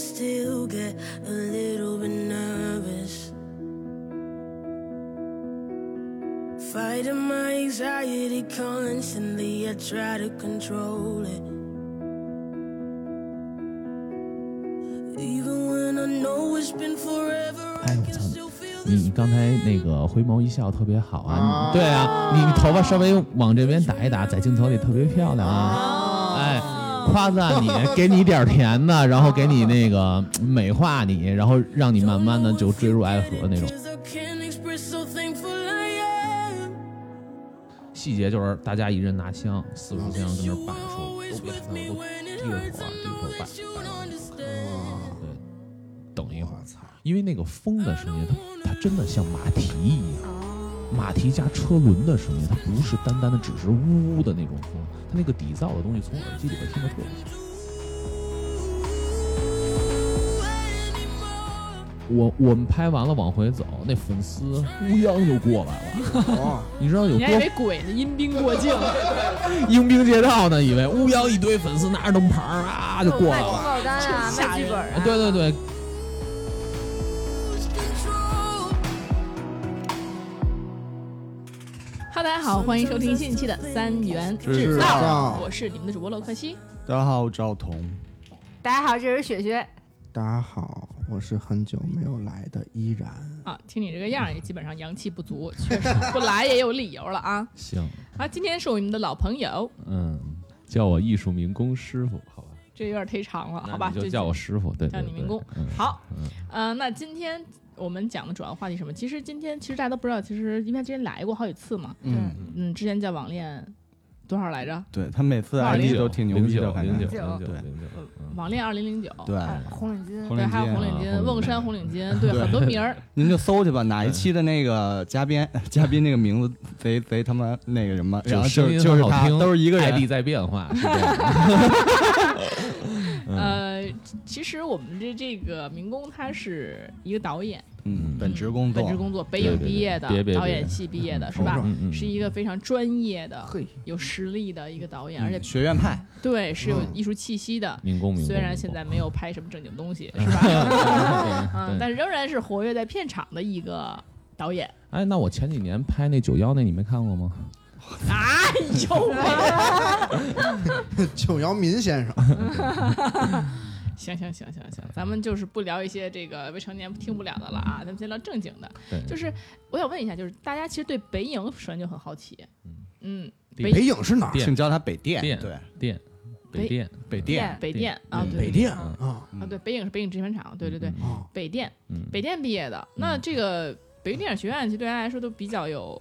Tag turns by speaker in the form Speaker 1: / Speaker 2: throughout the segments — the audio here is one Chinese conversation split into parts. Speaker 1: do get a little bit nervous. Fighting my anxiety constantly, I try to control it. Even when I know it's been forever, I can still feel
Speaker 2: 你
Speaker 1: this.
Speaker 2: 刚才那个回眸一笑特别好啊，
Speaker 3: 啊
Speaker 2: 你对啊，你头发稍微往这边打一打，在镜头里特别漂亮啊，哎，夸赞你，给你一点甜的，然后给你那个美化你，然后让你慢慢的就坠入爱河那种
Speaker 1: Just I can't express, so thankful I am.
Speaker 2: 细节，就是大家一人拿香，四五香跟那儿摆
Speaker 1: You're
Speaker 2: 出，
Speaker 1: always
Speaker 2: 都别
Speaker 1: with
Speaker 2: 看
Speaker 1: me
Speaker 2: 我
Speaker 1: when it
Speaker 2: 都地着
Speaker 1: hurts,
Speaker 2: 头
Speaker 1: I
Speaker 2: 往地
Speaker 1: know
Speaker 2: 头摆
Speaker 1: that you don't understand.
Speaker 2: 对，等一会儿
Speaker 3: 我，操，
Speaker 2: 因为那个风的声音，它它真的像马蹄一样，马蹄加车轮的声音，它不是单单的只是呜呜的那种风，它那个底噪的东西从耳机里边听得特别清。我我们拍完了往回走，那粉丝乌泱就过来了，
Speaker 3: 哦，
Speaker 2: 你知道有
Speaker 4: 你还以
Speaker 2: 多
Speaker 4: 为鬼呢，阴兵过境，
Speaker 2: 迎宾街道呢？以为乌泱一堆粉丝拿着灯牌儿啊就过来
Speaker 5: 卖广
Speaker 2: 了，
Speaker 5: 告单 啊，
Speaker 4: 真吓
Speaker 5: 卖剧本啊，
Speaker 2: 对对对，
Speaker 4: 哈，大家好，欢迎收听新一期的三元制
Speaker 3: 制
Speaker 4: 造
Speaker 3: 造，
Speaker 4: 我是你们的主播洛克西。
Speaker 6: 大家好，我是赵彤。
Speaker 5: 大家好，这是雪雪，
Speaker 3: 大家好，我是很久没有来的依然。
Speaker 4: 啊，听你这个样儿也基本上阳气不足， 确实不来也有理由了啊。
Speaker 2: 行，
Speaker 4: 啊，今天是我们的老朋友，
Speaker 2: 嗯，叫我艺术民工师傅，好吧？
Speaker 4: 这有点忒长了，
Speaker 2: 那
Speaker 4: 好吧，
Speaker 2: 你就叫我师傅，对，
Speaker 4: 叫
Speaker 2: 对
Speaker 4: 你民工。
Speaker 2: 对嗯
Speaker 4: 好
Speaker 2: 嗯，
Speaker 4: 呃，那今天我们讲的主要话题是什么？其实今天其实大家都不知道，其实因为他之前来过好几次嘛，
Speaker 5: 嗯，
Speaker 4: 嗯，之前叫网恋多少来着？
Speaker 6: 对他每次
Speaker 4: 二
Speaker 6: ID
Speaker 4: 零
Speaker 6: 都挺牛
Speaker 2: 零
Speaker 6: 逼
Speaker 2: 九
Speaker 6: 的，反正
Speaker 2: 零九
Speaker 5: 九
Speaker 2: 零九
Speaker 6: 对
Speaker 2: 零九，嗯
Speaker 4: 网恋二零零九，
Speaker 6: 对，
Speaker 5: 哎红领巾，
Speaker 6: 红
Speaker 4: 对，
Speaker 6: 领
Speaker 4: 还有红
Speaker 6: 巾，
Speaker 4: 领
Speaker 2: 啊红
Speaker 4: 巾、
Speaker 2: 领
Speaker 4: 瓮山
Speaker 2: 巾
Speaker 4: 红领 巾，对，很多名儿。
Speaker 6: 您就搜去吧，哪一期的那个嘉宾，嘉宾那个名字贼贼他妈那个什么，然后就
Speaker 2: 声音
Speaker 6: 是就是
Speaker 2: 很好
Speaker 6: 他，
Speaker 2: 听，
Speaker 6: 都是一个人
Speaker 2: ID，在变化，是这样 的。
Speaker 4: 呃，其实我们的这个民工他是一个导演，
Speaker 6: 嗯，本职工作，
Speaker 4: 本职工作北
Speaker 2: 对对
Speaker 4: 影
Speaker 2: 对
Speaker 4: 毕业的
Speaker 2: 别别，别
Speaker 4: 导演系毕业的是
Speaker 2: 嗯
Speaker 4: 吧？
Speaker 2: 嗯嗯，
Speaker 4: 是一个非常专业的
Speaker 3: 嘿、
Speaker 4: 有实力的一个导演，
Speaker 6: 嗯
Speaker 4: 而且
Speaker 6: 学院派，
Speaker 4: 对是有艺术气息的。
Speaker 2: 民工民工。
Speaker 4: 虽然现在没有拍什么正经东西，是吧？ 嗯， 但仍然是活跃在片场的一个导演。
Speaker 2: 哎，那我前几年拍那九幺那，你没看过吗？
Speaker 4: 哎呦喂！
Speaker 3: 九姚民先生，
Speaker 4: 行行行行行，咱们就是不聊一些这个未成年听不了的了啊，咱们先聊正经的。
Speaker 2: 对，
Speaker 4: 就是我想问一下，就是大家其实对北影首先就很好奇，嗯，北
Speaker 3: 北影是哪儿？
Speaker 2: 电
Speaker 6: 请叫他北电，
Speaker 2: 电
Speaker 6: 对，
Speaker 2: 电北
Speaker 4: 北
Speaker 2: 电，
Speaker 6: 北电，
Speaker 4: 北电啊，
Speaker 2: 嗯
Speaker 4: 对
Speaker 3: 北电
Speaker 2: 嗯
Speaker 3: 啊
Speaker 4: 啊，对，北影是北影制片厂，对对对，
Speaker 3: 啊！
Speaker 4: 北电，
Speaker 2: 嗯，
Speaker 4: 北电毕业的。那这个北京电影学院其实对大家来说都比较有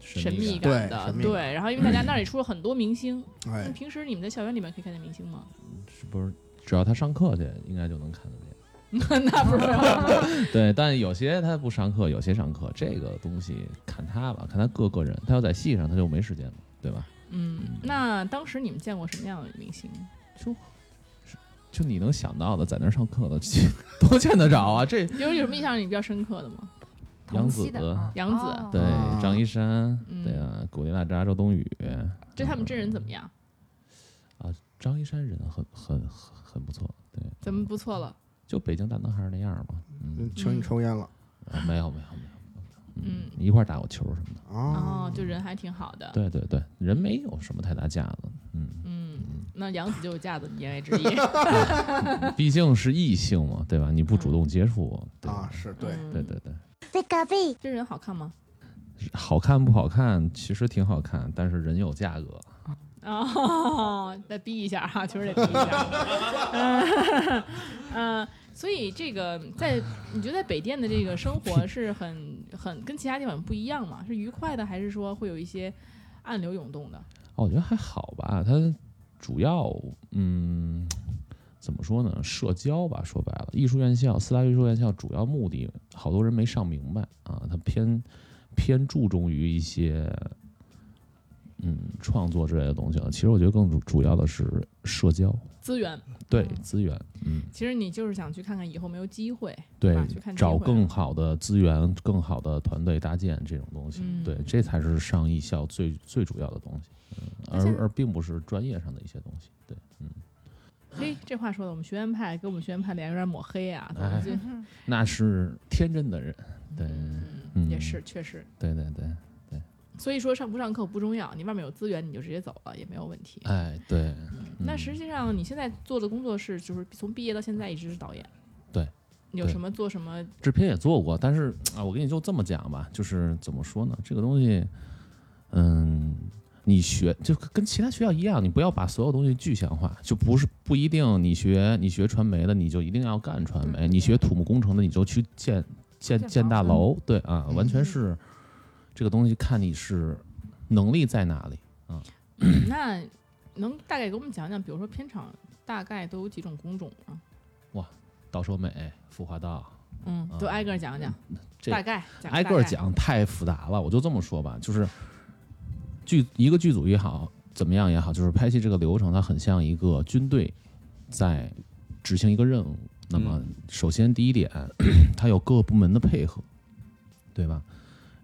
Speaker 4: 神秘
Speaker 2: 感。
Speaker 4: 感
Speaker 3: 感
Speaker 4: 的，
Speaker 3: 对神秘感
Speaker 4: 对。然后因为大家那 里出了很多明星，那
Speaker 3: 哎，
Speaker 4: 平时你们在校园里面可以看见明星吗？
Speaker 2: 是不是？只要他上课去，应该就能看得见。
Speaker 4: 那不是嗯吗，
Speaker 2: 对，但有些他不上课，有些上课，这个东西看他吧，看他各个人。他要在戏上，他就没时间了，对吧？
Speaker 4: 嗯。那当时你们见过什么样的明星？
Speaker 2: 就你能想到的，在那儿上课的， 都见得着啊。这
Speaker 4: 有有什么印象你比较深刻的吗？
Speaker 2: 杨
Speaker 5: 同
Speaker 2: 紫
Speaker 5: 期的，啊
Speaker 4: 杨紫
Speaker 5: 哦
Speaker 2: 对
Speaker 3: 啊，
Speaker 2: 张一山，
Speaker 4: 嗯
Speaker 2: 对啊，古力娜扎、周冬雨，
Speaker 4: 就他们真人怎么样？
Speaker 2: 张一山人很很很很不错，对，
Speaker 4: 咱们不错了，
Speaker 2: 就北京大男孩儿那样儿吧，嗯，
Speaker 3: 求你抽烟了
Speaker 2: 啊没有没有没有，
Speaker 4: 嗯。
Speaker 2: 一块儿打过球什么的，
Speaker 3: 啊！
Speaker 4: 哦，就人还挺好的，
Speaker 2: 对对对，人没有什么太大架子， 嗯，
Speaker 4: 嗯，那杨紫就有架子，言外之意。
Speaker 2: 毕竟是异性嘛，对吧？你不主动接触我，对
Speaker 3: 啊，是对，
Speaker 4: 嗯
Speaker 2: 对，对对，
Speaker 4: 真人好看吗？
Speaker 2: 好看不好看其实挺好看，但是人有价格，
Speaker 4: 哦，再逼一下哈，确实得逼一下。嗯、 嗯，所以这个在你觉得在北电的这个生活是很很跟其他地方不一样吗？是愉快的，还是说会有一些暗流涌动的？
Speaker 2: 哦，我觉得还好吧，它主要嗯。怎么说呢？社交吧，说白了，艺术院校四大艺术院校主要目的，好多人没上明白啊，它偏偏注重于一些嗯创作之类的东西了。其实我觉得更主主要的是社交，
Speaker 4: 资源，
Speaker 2: 对
Speaker 4: 嗯
Speaker 2: 资源，嗯，
Speaker 4: 其实你就是想去看看以后没有机会，
Speaker 2: 对
Speaker 4: 吧？去看，机
Speaker 2: 找
Speaker 4: 会
Speaker 2: 更好的资源、更好的团队搭建这种东西，
Speaker 4: 嗯
Speaker 2: 对，这才是上艺校最最主要的东西，嗯，
Speaker 4: 那现在
Speaker 2: 而而并不是专业上的一些东西，对，嗯。
Speaker 4: 嘿，哎这话说的，我们学院派给我们学院派脸有点抹黑啊，咱们
Speaker 2: 哎
Speaker 4: 就
Speaker 2: 那是天真的人，对，嗯
Speaker 4: 也是，确实。
Speaker 2: 对对对，
Speaker 4: 所以说上不上课不重要，你外面有资源你就直接走了也没有问题。
Speaker 2: 哎，对，
Speaker 4: 那
Speaker 2: 嗯
Speaker 4: 实际上你现在做的工作是，就是从毕业到现在一直是导演。
Speaker 2: 对，
Speaker 4: 有
Speaker 2: 对
Speaker 4: 什么做 什么？
Speaker 2: 制片也做过，但是啊，我跟你就这么讲吧，就是怎么说呢，这个东西，嗯，你学就跟其他学校一样，你不要把所有东西具象化，就不是不一定你学你学传媒的你就一定要干传媒，你学土木工程的你就去建建
Speaker 5: 建
Speaker 2: 建大
Speaker 5: 房
Speaker 2: 楼，对啊，完全是这个东西看你是能力在哪里。
Speaker 4: 那能大概给我们讲讲，比如说片场大概都有几种工种啊？
Speaker 2: 倒说美、孵化道，
Speaker 4: 嗯，都挨个儿讲讲，
Speaker 2: 啊这
Speaker 4: 大概讲
Speaker 2: 挨个儿。讲太复杂了，我就这么说吧，就是剧一个剧组也好，怎么样也好，就是拍戏这个流程，它很像一个军队在执行一个任务。那么，首先第一点，它有各个部门的配合，对吧？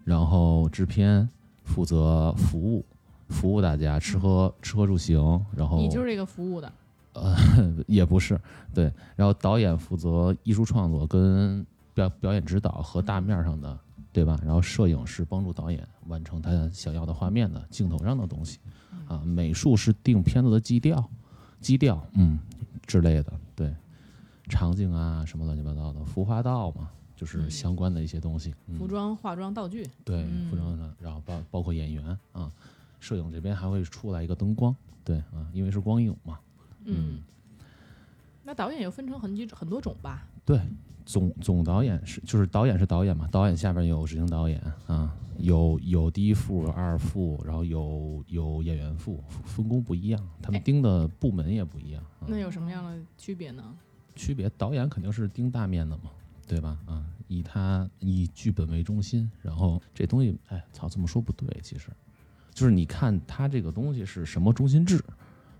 Speaker 2: 然后制片负责服务，服务大家吃喝吃喝住行，然
Speaker 4: 大
Speaker 2: 后
Speaker 4: 概你就是这个服务的，
Speaker 2: 也不是，对。然后导演负责艺术创作跟表表演指导和大面上的，对吧？然后摄影是帮助导演完成他想要的画面的镜头上的东西，
Speaker 4: 嗯
Speaker 2: 啊，美术是定片子的基调，基调，嗯之类的，对，场景啊什么乱七八糟的，服化道嘛，就是
Speaker 4: 嗯
Speaker 2: 相关的一些东西，嗯
Speaker 4: 服装、化妆、道具。
Speaker 2: 对，
Speaker 4: 嗯
Speaker 2: 服装上，然后包包括演员啊，摄影这边还会出来一个灯光，对啊，因为是光影嘛，嗯
Speaker 4: 嗯，那导演又分成很几很多种吧？
Speaker 2: 对，总总导演是就是导演是导演嘛，导演下边有执行导演啊，有有第一副、有二副，然后有有演员副，分工不一样，他们
Speaker 4: 哎
Speaker 2: 盯的部门也不一样。啊
Speaker 4: 那有什么样的区别呢？
Speaker 2: 区别，导演肯定是盯大面的嘛，对吧？啊，以他以剧本为中心，然后这东西，哎，操，这么说不对，其实就是你看他这个东西是什么中心制，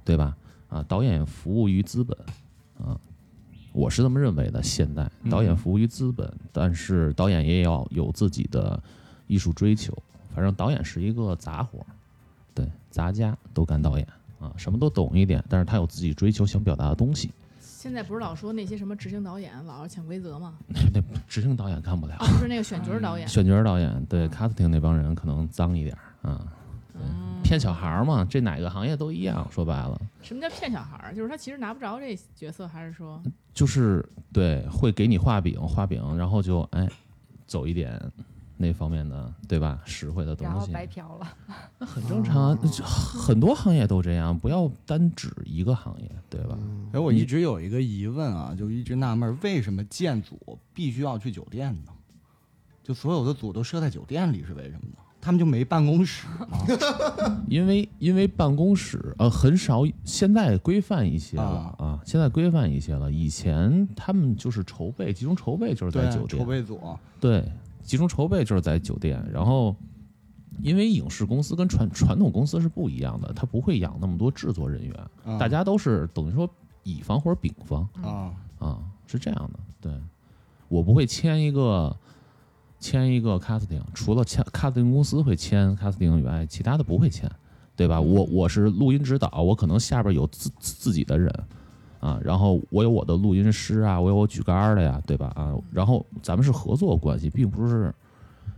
Speaker 2: 对吧？啊，导演服务于资本，啊，我是这么认为的。现在导演服务于资本，但是导演也要有自己的艺术追求。反正导演是一个杂活儿，对，杂家都干导演啊，什么都懂一点，但是他有自己追求想表达的东西。
Speaker 4: 现在不是老说那些什么执行导演老是潜规则 吗？
Speaker 2: 那执行导演干不了
Speaker 4: 啊，，不是那个选角 导演，
Speaker 2: 选角导演对 casting 那帮人可能脏一点儿啊，
Speaker 4: 嗯，
Speaker 2: 骗小孩儿嘛，这哪个行业都一样，说白了
Speaker 4: 什么叫骗小孩儿？就是他其实拿不着这角色，还是说
Speaker 2: 就是对会给你画饼，画饼，然后就哎走一点那方面的对吧，实惠的
Speaker 5: 然
Speaker 2: 东
Speaker 5: 后
Speaker 2: 西，
Speaker 5: 白嫖了。
Speaker 2: 那很正常啊，这很多行业都这样，不要单指一个行业，对吧？
Speaker 6: 哎，我一直有一个疑问啊，就一直纳闷儿，为什么建组必须要去酒店呢？就所有的组都设在酒店里是为什么呢？他们就没办公室吗？
Speaker 2: 因为因为办公室呃很少，现在规范一些了
Speaker 6: 啊
Speaker 2: 啊现在规范一些了。以前他们就是筹备，集中筹备就是在
Speaker 6: 对，
Speaker 2: 酒店
Speaker 6: 筹，备组，啊
Speaker 2: 对，集中筹备就是在酒店。然后，因为影视公司跟传传统公司是不一样的，他不会养那么多制作人员，
Speaker 6: 啊
Speaker 2: 大家都是等于说乙方或者丙方
Speaker 6: 啊，
Speaker 2: 啊，是这样的。对，我不会签一个签一个 casting，除了签 casting 公司会签 casting 以外，其他的不会签，对吧？我我是录音指导，我可能下边有自自己的人。啊，然后我有我的录音师啊，我有我举杆儿的呀，对吧？啊，然后咱们是合作关系，并不是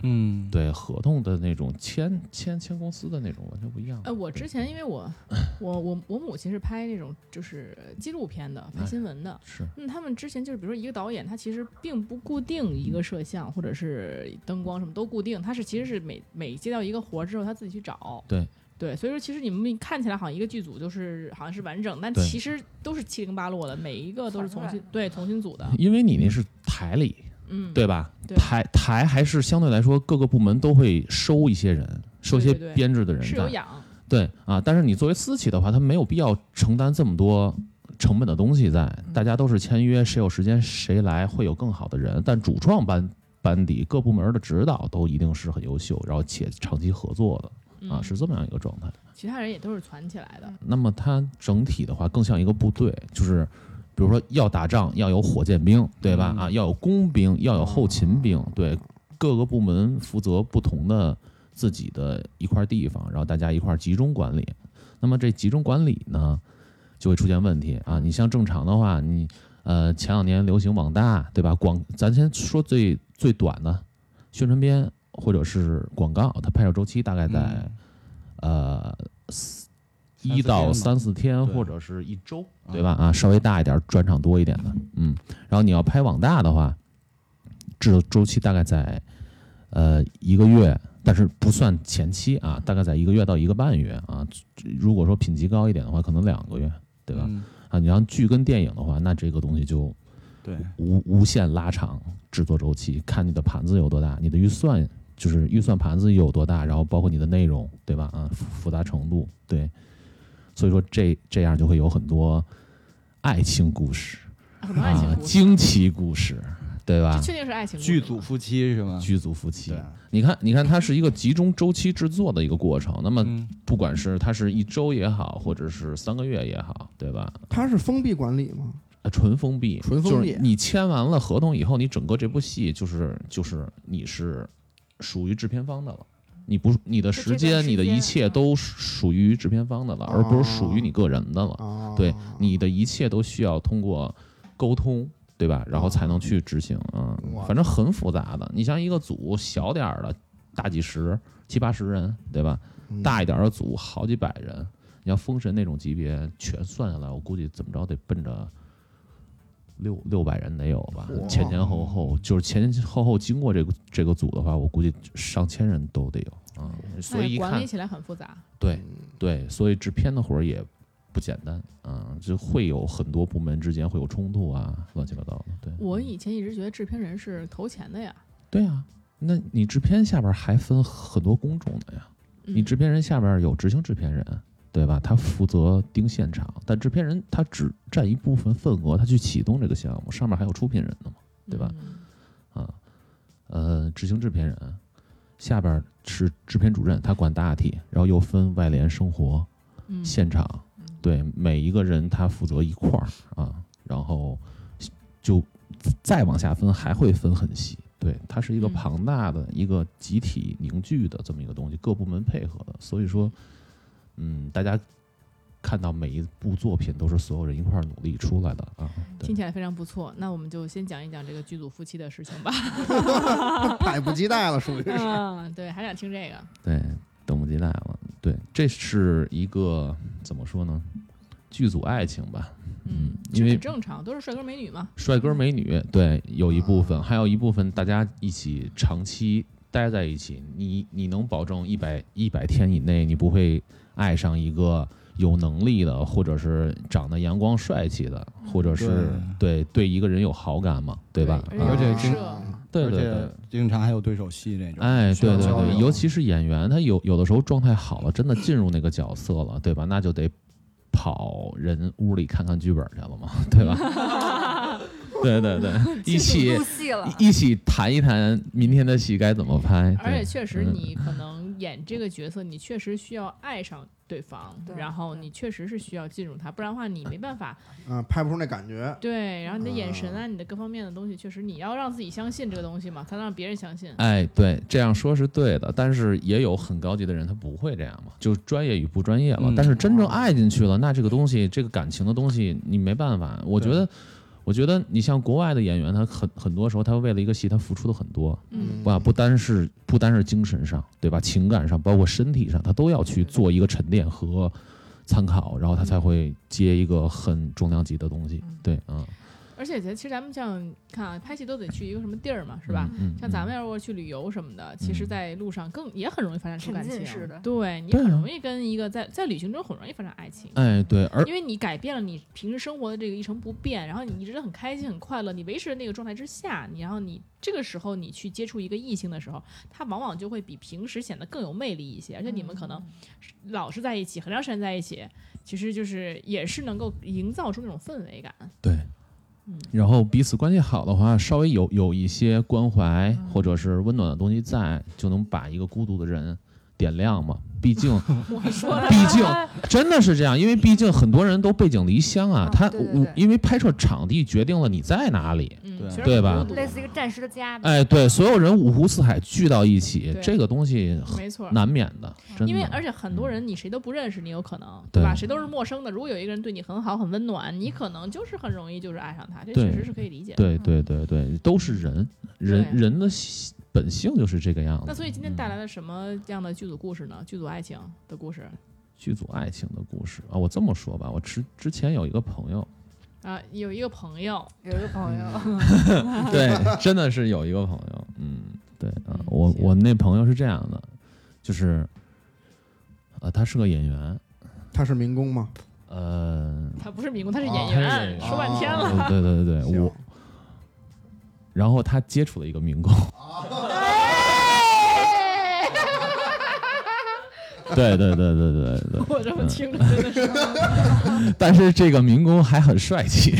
Speaker 6: 嗯，
Speaker 2: 对合同的那种签签签公司的那种完全不一样。
Speaker 4: 呃，我之前因为 我我我我母亲是拍那种就是纪录片的，
Speaker 2: 哎
Speaker 4: 拍新闻的。
Speaker 2: 是
Speaker 4: 那、他们之前就是，比如说一个导演，他其实并不固定一个
Speaker 2: 嗯
Speaker 4: 摄像或者是灯光什么都固定，他是其实是每每接到一个活儿之后，他自己去找。
Speaker 2: 对
Speaker 4: 对，所以说其实你们看起来好像一个剧组就是好像是完整，但
Speaker 2: 对
Speaker 4: 其实都是七零八落的，每一个都是
Speaker 5: 反过
Speaker 4: 重
Speaker 5: 来
Speaker 4: 新
Speaker 5: 的
Speaker 4: 对重新组的。
Speaker 2: 因为你那是台里，
Speaker 4: 嗯，
Speaker 2: 对吧？
Speaker 4: 对
Speaker 2: 台台还是相对来说各个部门都会收一些人，收一些
Speaker 4: 对对对
Speaker 2: 编制的人
Speaker 4: 是
Speaker 2: 在
Speaker 4: 有养。
Speaker 2: 对啊，但是你作为私企的话，他没有必要承担这么多成本的东西在。
Speaker 4: 嗯
Speaker 2: 大家都是签约，谁有时间谁来，会有更好的人。但主创班班底各部门的指导都一定是很优秀，然后且长期合作的啊，
Speaker 4: 嗯
Speaker 2: 是这么样一个状态。
Speaker 4: 其他人也都是攒起来的。
Speaker 2: 那么它整体的话更像一个部队，就是比如说要打仗要有火箭兵，对吧？啊，要有工兵，要有后勤兵，对，各个部门负责不同的自己的一块地方，然后大家一块集中管理。那么这集中管理呢，就会出现问题啊。你像正常的话，你呃前两年流行网大，对吧？广，咱先说最最短的宣传片或者是广告，它拍摄周期大概
Speaker 6: 嗯
Speaker 2: 在、呃一到三四天
Speaker 6: 对
Speaker 2: 或者是一周，
Speaker 6: 啊
Speaker 2: 对吧？啊，稍微大一点儿，转场多一点的，嗯。然后你要拍网大的话，制作周期大概在呃一个月，但是不算前期啊，大概在一个月到一个半月啊。如果说品级高一点的话，可能两个月，对吧？
Speaker 6: 嗯
Speaker 2: 啊，你让剧跟电影的话，那这个东西就
Speaker 6: 对，
Speaker 2: 无无限拉长制作周期，看你的盘子有多大，你的预算就是预算盘子有多大，然后包括你的内容，对吧？啊，复复杂程度，对，所以说这这样就会有很多爱情故事
Speaker 5: 嗯
Speaker 4: 很多爱情
Speaker 2: 啊，
Speaker 4: 故事，
Speaker 2: 惊奇故事，对吧
Speaker 4: 这？确定是爱情故事
Speaker 6: 剧
Speaker 4: 吧
Speaker 6: 组夫妻是吗？
Speaker 2: 剧组夫妻
Speaker 6: 对，，啊
Speaker 2: 你看，你看，它是一个集中周期制作的一个过程。那么，
Speaker 6: 嗯，
Speaker 2: 不管是它是一周也好，或者是三个月也好，对吧？
Speaker 3: 它是封闭管理吗？
Speaker 2: 呃纯封闭，
Speaker 3: 纯封闭
Speaker 2: 就是你签完了合同以后，你整个这部戏就是就是你是属于制片方的了，你不你的时
Speaker 5: 就这
Speaker 2: 间、
Speaker 5: 段时间嗯
Speaker 2: 你的一切都属于制片方的了，
Speaker 3: 哦
Speaker 2: 而不是属于你个人的了。
Speaker 3: 啊，
Speaker 2: 对，你的一切都需要通过沟通，对吧？然后才能去执行啊、嗯
Speaker 3: 哇
Speaker 2: 反正很复杂的。你像一个组小点儿的，大几十、七八十人，对吧？
Speaker 3: 嗯
Speaker 2: 大一点儿的组好几百人，你要封神那种级别，全算下来，我估计怎么着得奔着六六百人得有吧
Speaker 3: 嚯，
Speaker 2: 前前后后就是前前后后经过这个这个组的话，我估计上千人都得有啊、所
Speaker 4: 哎
Speaker 2: 以一
Speaker 4: 管
Speaker 2: 看
Speaker 4: 理起来很复杂。
Speaker 2: 对
Speaker 3: 嗯
Speaker 2: 对，所以制片的活儿也不简单啊、就会有很多部门之间会有冲突啊，乱七八糟的，对
Speaker 4: 我以前一直觉得制片人是投钱的呀，
Speaker 2: 对啊。那你制片下边儿还分很多工种的呀，
Speaker 4: 嗯
Speaker 2: 你制片人下边儿有执行制片人，对吧？他负责盯现场，但制片人他只占一部分份额，他去启动这个项目，上面还有出品人呢嘛，对吧？
Speaker 4: 嗯
Speaker 2: 啊，呃，执行制片人下边儿是制片主任，他管大体，然后又分外联、生活、
Speaker 4: 嗯，
Speaker 2: 现场，对每一个人他负责一块儿啊，然后就再往下分，还会分很细。对，它是一个
Speaker 4: 嗯
Speaker 2: 庞大的、一个集体凝聚的这么一个东西，各部门配合的。所以说，嗯，大家看到每一部作品都是所有人一块儿努力出来的啊。对
Speaker 4: 听起来非常不错。那我们就先讲一讲这个剧组夫妻的事情 吧。
Speaker 3: 迫不及待了，属于是。
Speaker 4: 嗯，对，还想听这个。
Speaker 2: 对，等不及待了。对，这是一个怎么说呢？剧组爱情吧，
Speaker 4: 嗯，
Speaker 2: 因为
Speaker 4: 这很正常，都是帅哥美女嘛。
Speaker 2: 帅
Speaker 6: 嗯
Speaker 2: 哥美女，对，有一部
Speaker 6: 啊
Speaker 2: 分，还有一部分大家一起长期待在一起，你你能保证一百一百天以内你不会爱上一个有能力的，或者是长得阳光帅气的，或者是对对一个人有好感嘛，对吧？
Speaker 4: 对
Speaker 2: 啊
Speaker 6: 而且
Speaker 4: 人设
Speaker 2: 对对对
Speaker 6: 而。且经常还有对手戏那种，
Speaker 2: 哎，
Speaker 6: 需要
Speaker 2: 对对
Speaker 6: 交
Speaker 2: 对，
Speaker 6: 流
Speaker 2: 尤其是演员，他有有的时候状态好了，真的进入那个角色了，对吧？那就得跑人屋里看看剧本去了嘛，对吧？ 对对对，一起
Speaker 5: 入戏了，
Speaker 2: 一起谈一谈明天的戏该怎么拍。
Speaker 4: 而且确实，
Speaker 2: 嗯
Speaker 4: 你可能演这个角色，你确实需要爱上对方，
Speaker 5: 对
Speaker 4: 然后
Speaker 5: 对
Speaker 4: 你确实是需要进入他，不然的话你没办法。
Speaker 3: 啊，拍不出那感觉。
Speaker 4: 对，然后你的眼神啊，
Speaker 3: 啊
Speaker 4: 你的各方面的东西，确实你要让自己相信这个东西嘛，才能让别人相信。
Speaker 2: 哎，对，这样说是对的，但是也有很高级的人他不会这样嘛，就专业与不专业了。
Speaker 6: 嗯
Speaker 2: 但是真正爱进去了，那这个东西，这个感情的东西，你没办法。我觉
Speaker 6: 对
Speaker 2: 得，我觉得你像国外的演员，他很很多时候他为了一个戏，他付出的很多，
Speaker 4: 嗯，
Speaker 2: 哇，不单是不单是精神上，对吧？情感上，包括身体上，他都要去做一个沉淀和参考，然后他才
Speaker 4: 嗯
Speaker 2: 会接一个很重量级的东西。对，嗯，
Speaker 4: 而且咱其实咱们像看啊，拍戏都得去一个什么地儿嘛，是吧？
Speaker 2: 嗯？嗯，嗯
Speaker 4: 像咱们要如果去旅游什么的，其实，在路上更也很容易发展出
Speaker 5: 沉
Speaker 4: 感
Speaker 5: 浸
Speaker 4: 情
Speaker 5: 式的，
Speaker 4: 对你
Speaker 2: 对
Speaker 4: 很
Speaker 2: 啊
Speaker 4: 容易跟一个在在旅行中很容易发展爱情，
Speaker 2: 哎，对，而
Speaker 4: 因为你改变了你平时生活的这个一成不变，然后你一直很开心很快乐，你维持那个状态之下，你然后你这个时候你去接触一个异性的时候，他往往就会比平时显得更有魅力一些，
Speaker 2: 嗯
Speaker 4: 而且你们可能老是在一起，很长时间在一起，其实就是也是能够营造出那种氛围感。
Speaker 2: 对
Speaker 4: 嗯，
Speaker 2: 然后彼此关系好的话，稍微有
Speaker 4: 嗯
Speaker 2: 有一些关怀或者是温暖的东西在，就能把一个孤独的人点亮 嘛。毕竟，
Speaker 4: 我说的
Speaker 2: 毕 竟真的是这样，因为毕竟很多人都背井离乡啊
Speaker 5: 啊。
Speaker 2: 他
Speaker 5: 对对
Speaker 2: 我
Speaker 5: 对
Speaker 2: 因为拍摄场地决定了你在哪里。
Speaker 4: 嗯
Speaker 6: 对
Speaker 4: 其实
Speaker 2: 对
Speaker 4: 很
Speaker 2: 吧
Speaker 4: 孤独
Speaker 5: 类似一个暂时
Speaker 4: 啊
Speaker 5: 的家吧。
Speaker 2: 哎，对，所有人五湖四海聚到一起
Speaker 4: 对，
Speaker 2: 这个东西
Speaker 4: 没错，
Speaker 2: 难免的，真的。嗯
Speaker 4: 因为而且很多人你谁都不认识，你有可能
Speaker 2: 对嗯
Speaker 4: 吧？谁都是陌生的。如果有一个人对你很好、很温暖，你可能就是很容易就是爱上他，这
Speaker 2: 对
Speaker 4: 确实是可以理解的。
Speaker 2: 对对对对，都是人，人
Speaker 4: 对
Speaker 2: 人的习本性就是这个样
Speaker 4: 那
Speaker 2: 子。
Speaker 4: 所以今天带
Speaker 2: 嗯
Speaker 4: 来了什么样的剧组故事呢？剧组爱情的故事
Speaker 2: 剧组爱情的故事啊，我这么说吧，我之之前有一个朋友，
Speaker 4: 啊，有一个朋友，
Speaker 5: 有一个朋友，
Speaker 2: 对，真的是有一个朋友，嗯，对啊
Speaker 4: 嗯，
Speaker 2: 我
Speaker 4: 行
Speaker 2: 我那朋友是这样的，就是，呃，他是个演员，
Speaker 3: 他是民工吗？
Speaker 2: 呃，
Speaker 4: 他不是民工，他是演
Speaker 2: 啊他是演
Speaker 4: 员，
Speaker 2: 员
Speaker 4: 说半天了。
Speaker 2: 呃对对对对，
Speaker 3: 行
Speaker 2: 我，然后他接触了一个民工，对对对对对对，
Speaker 4: 我这么听着 真的是，
Speaker 2: 但是这个民工还很帅气，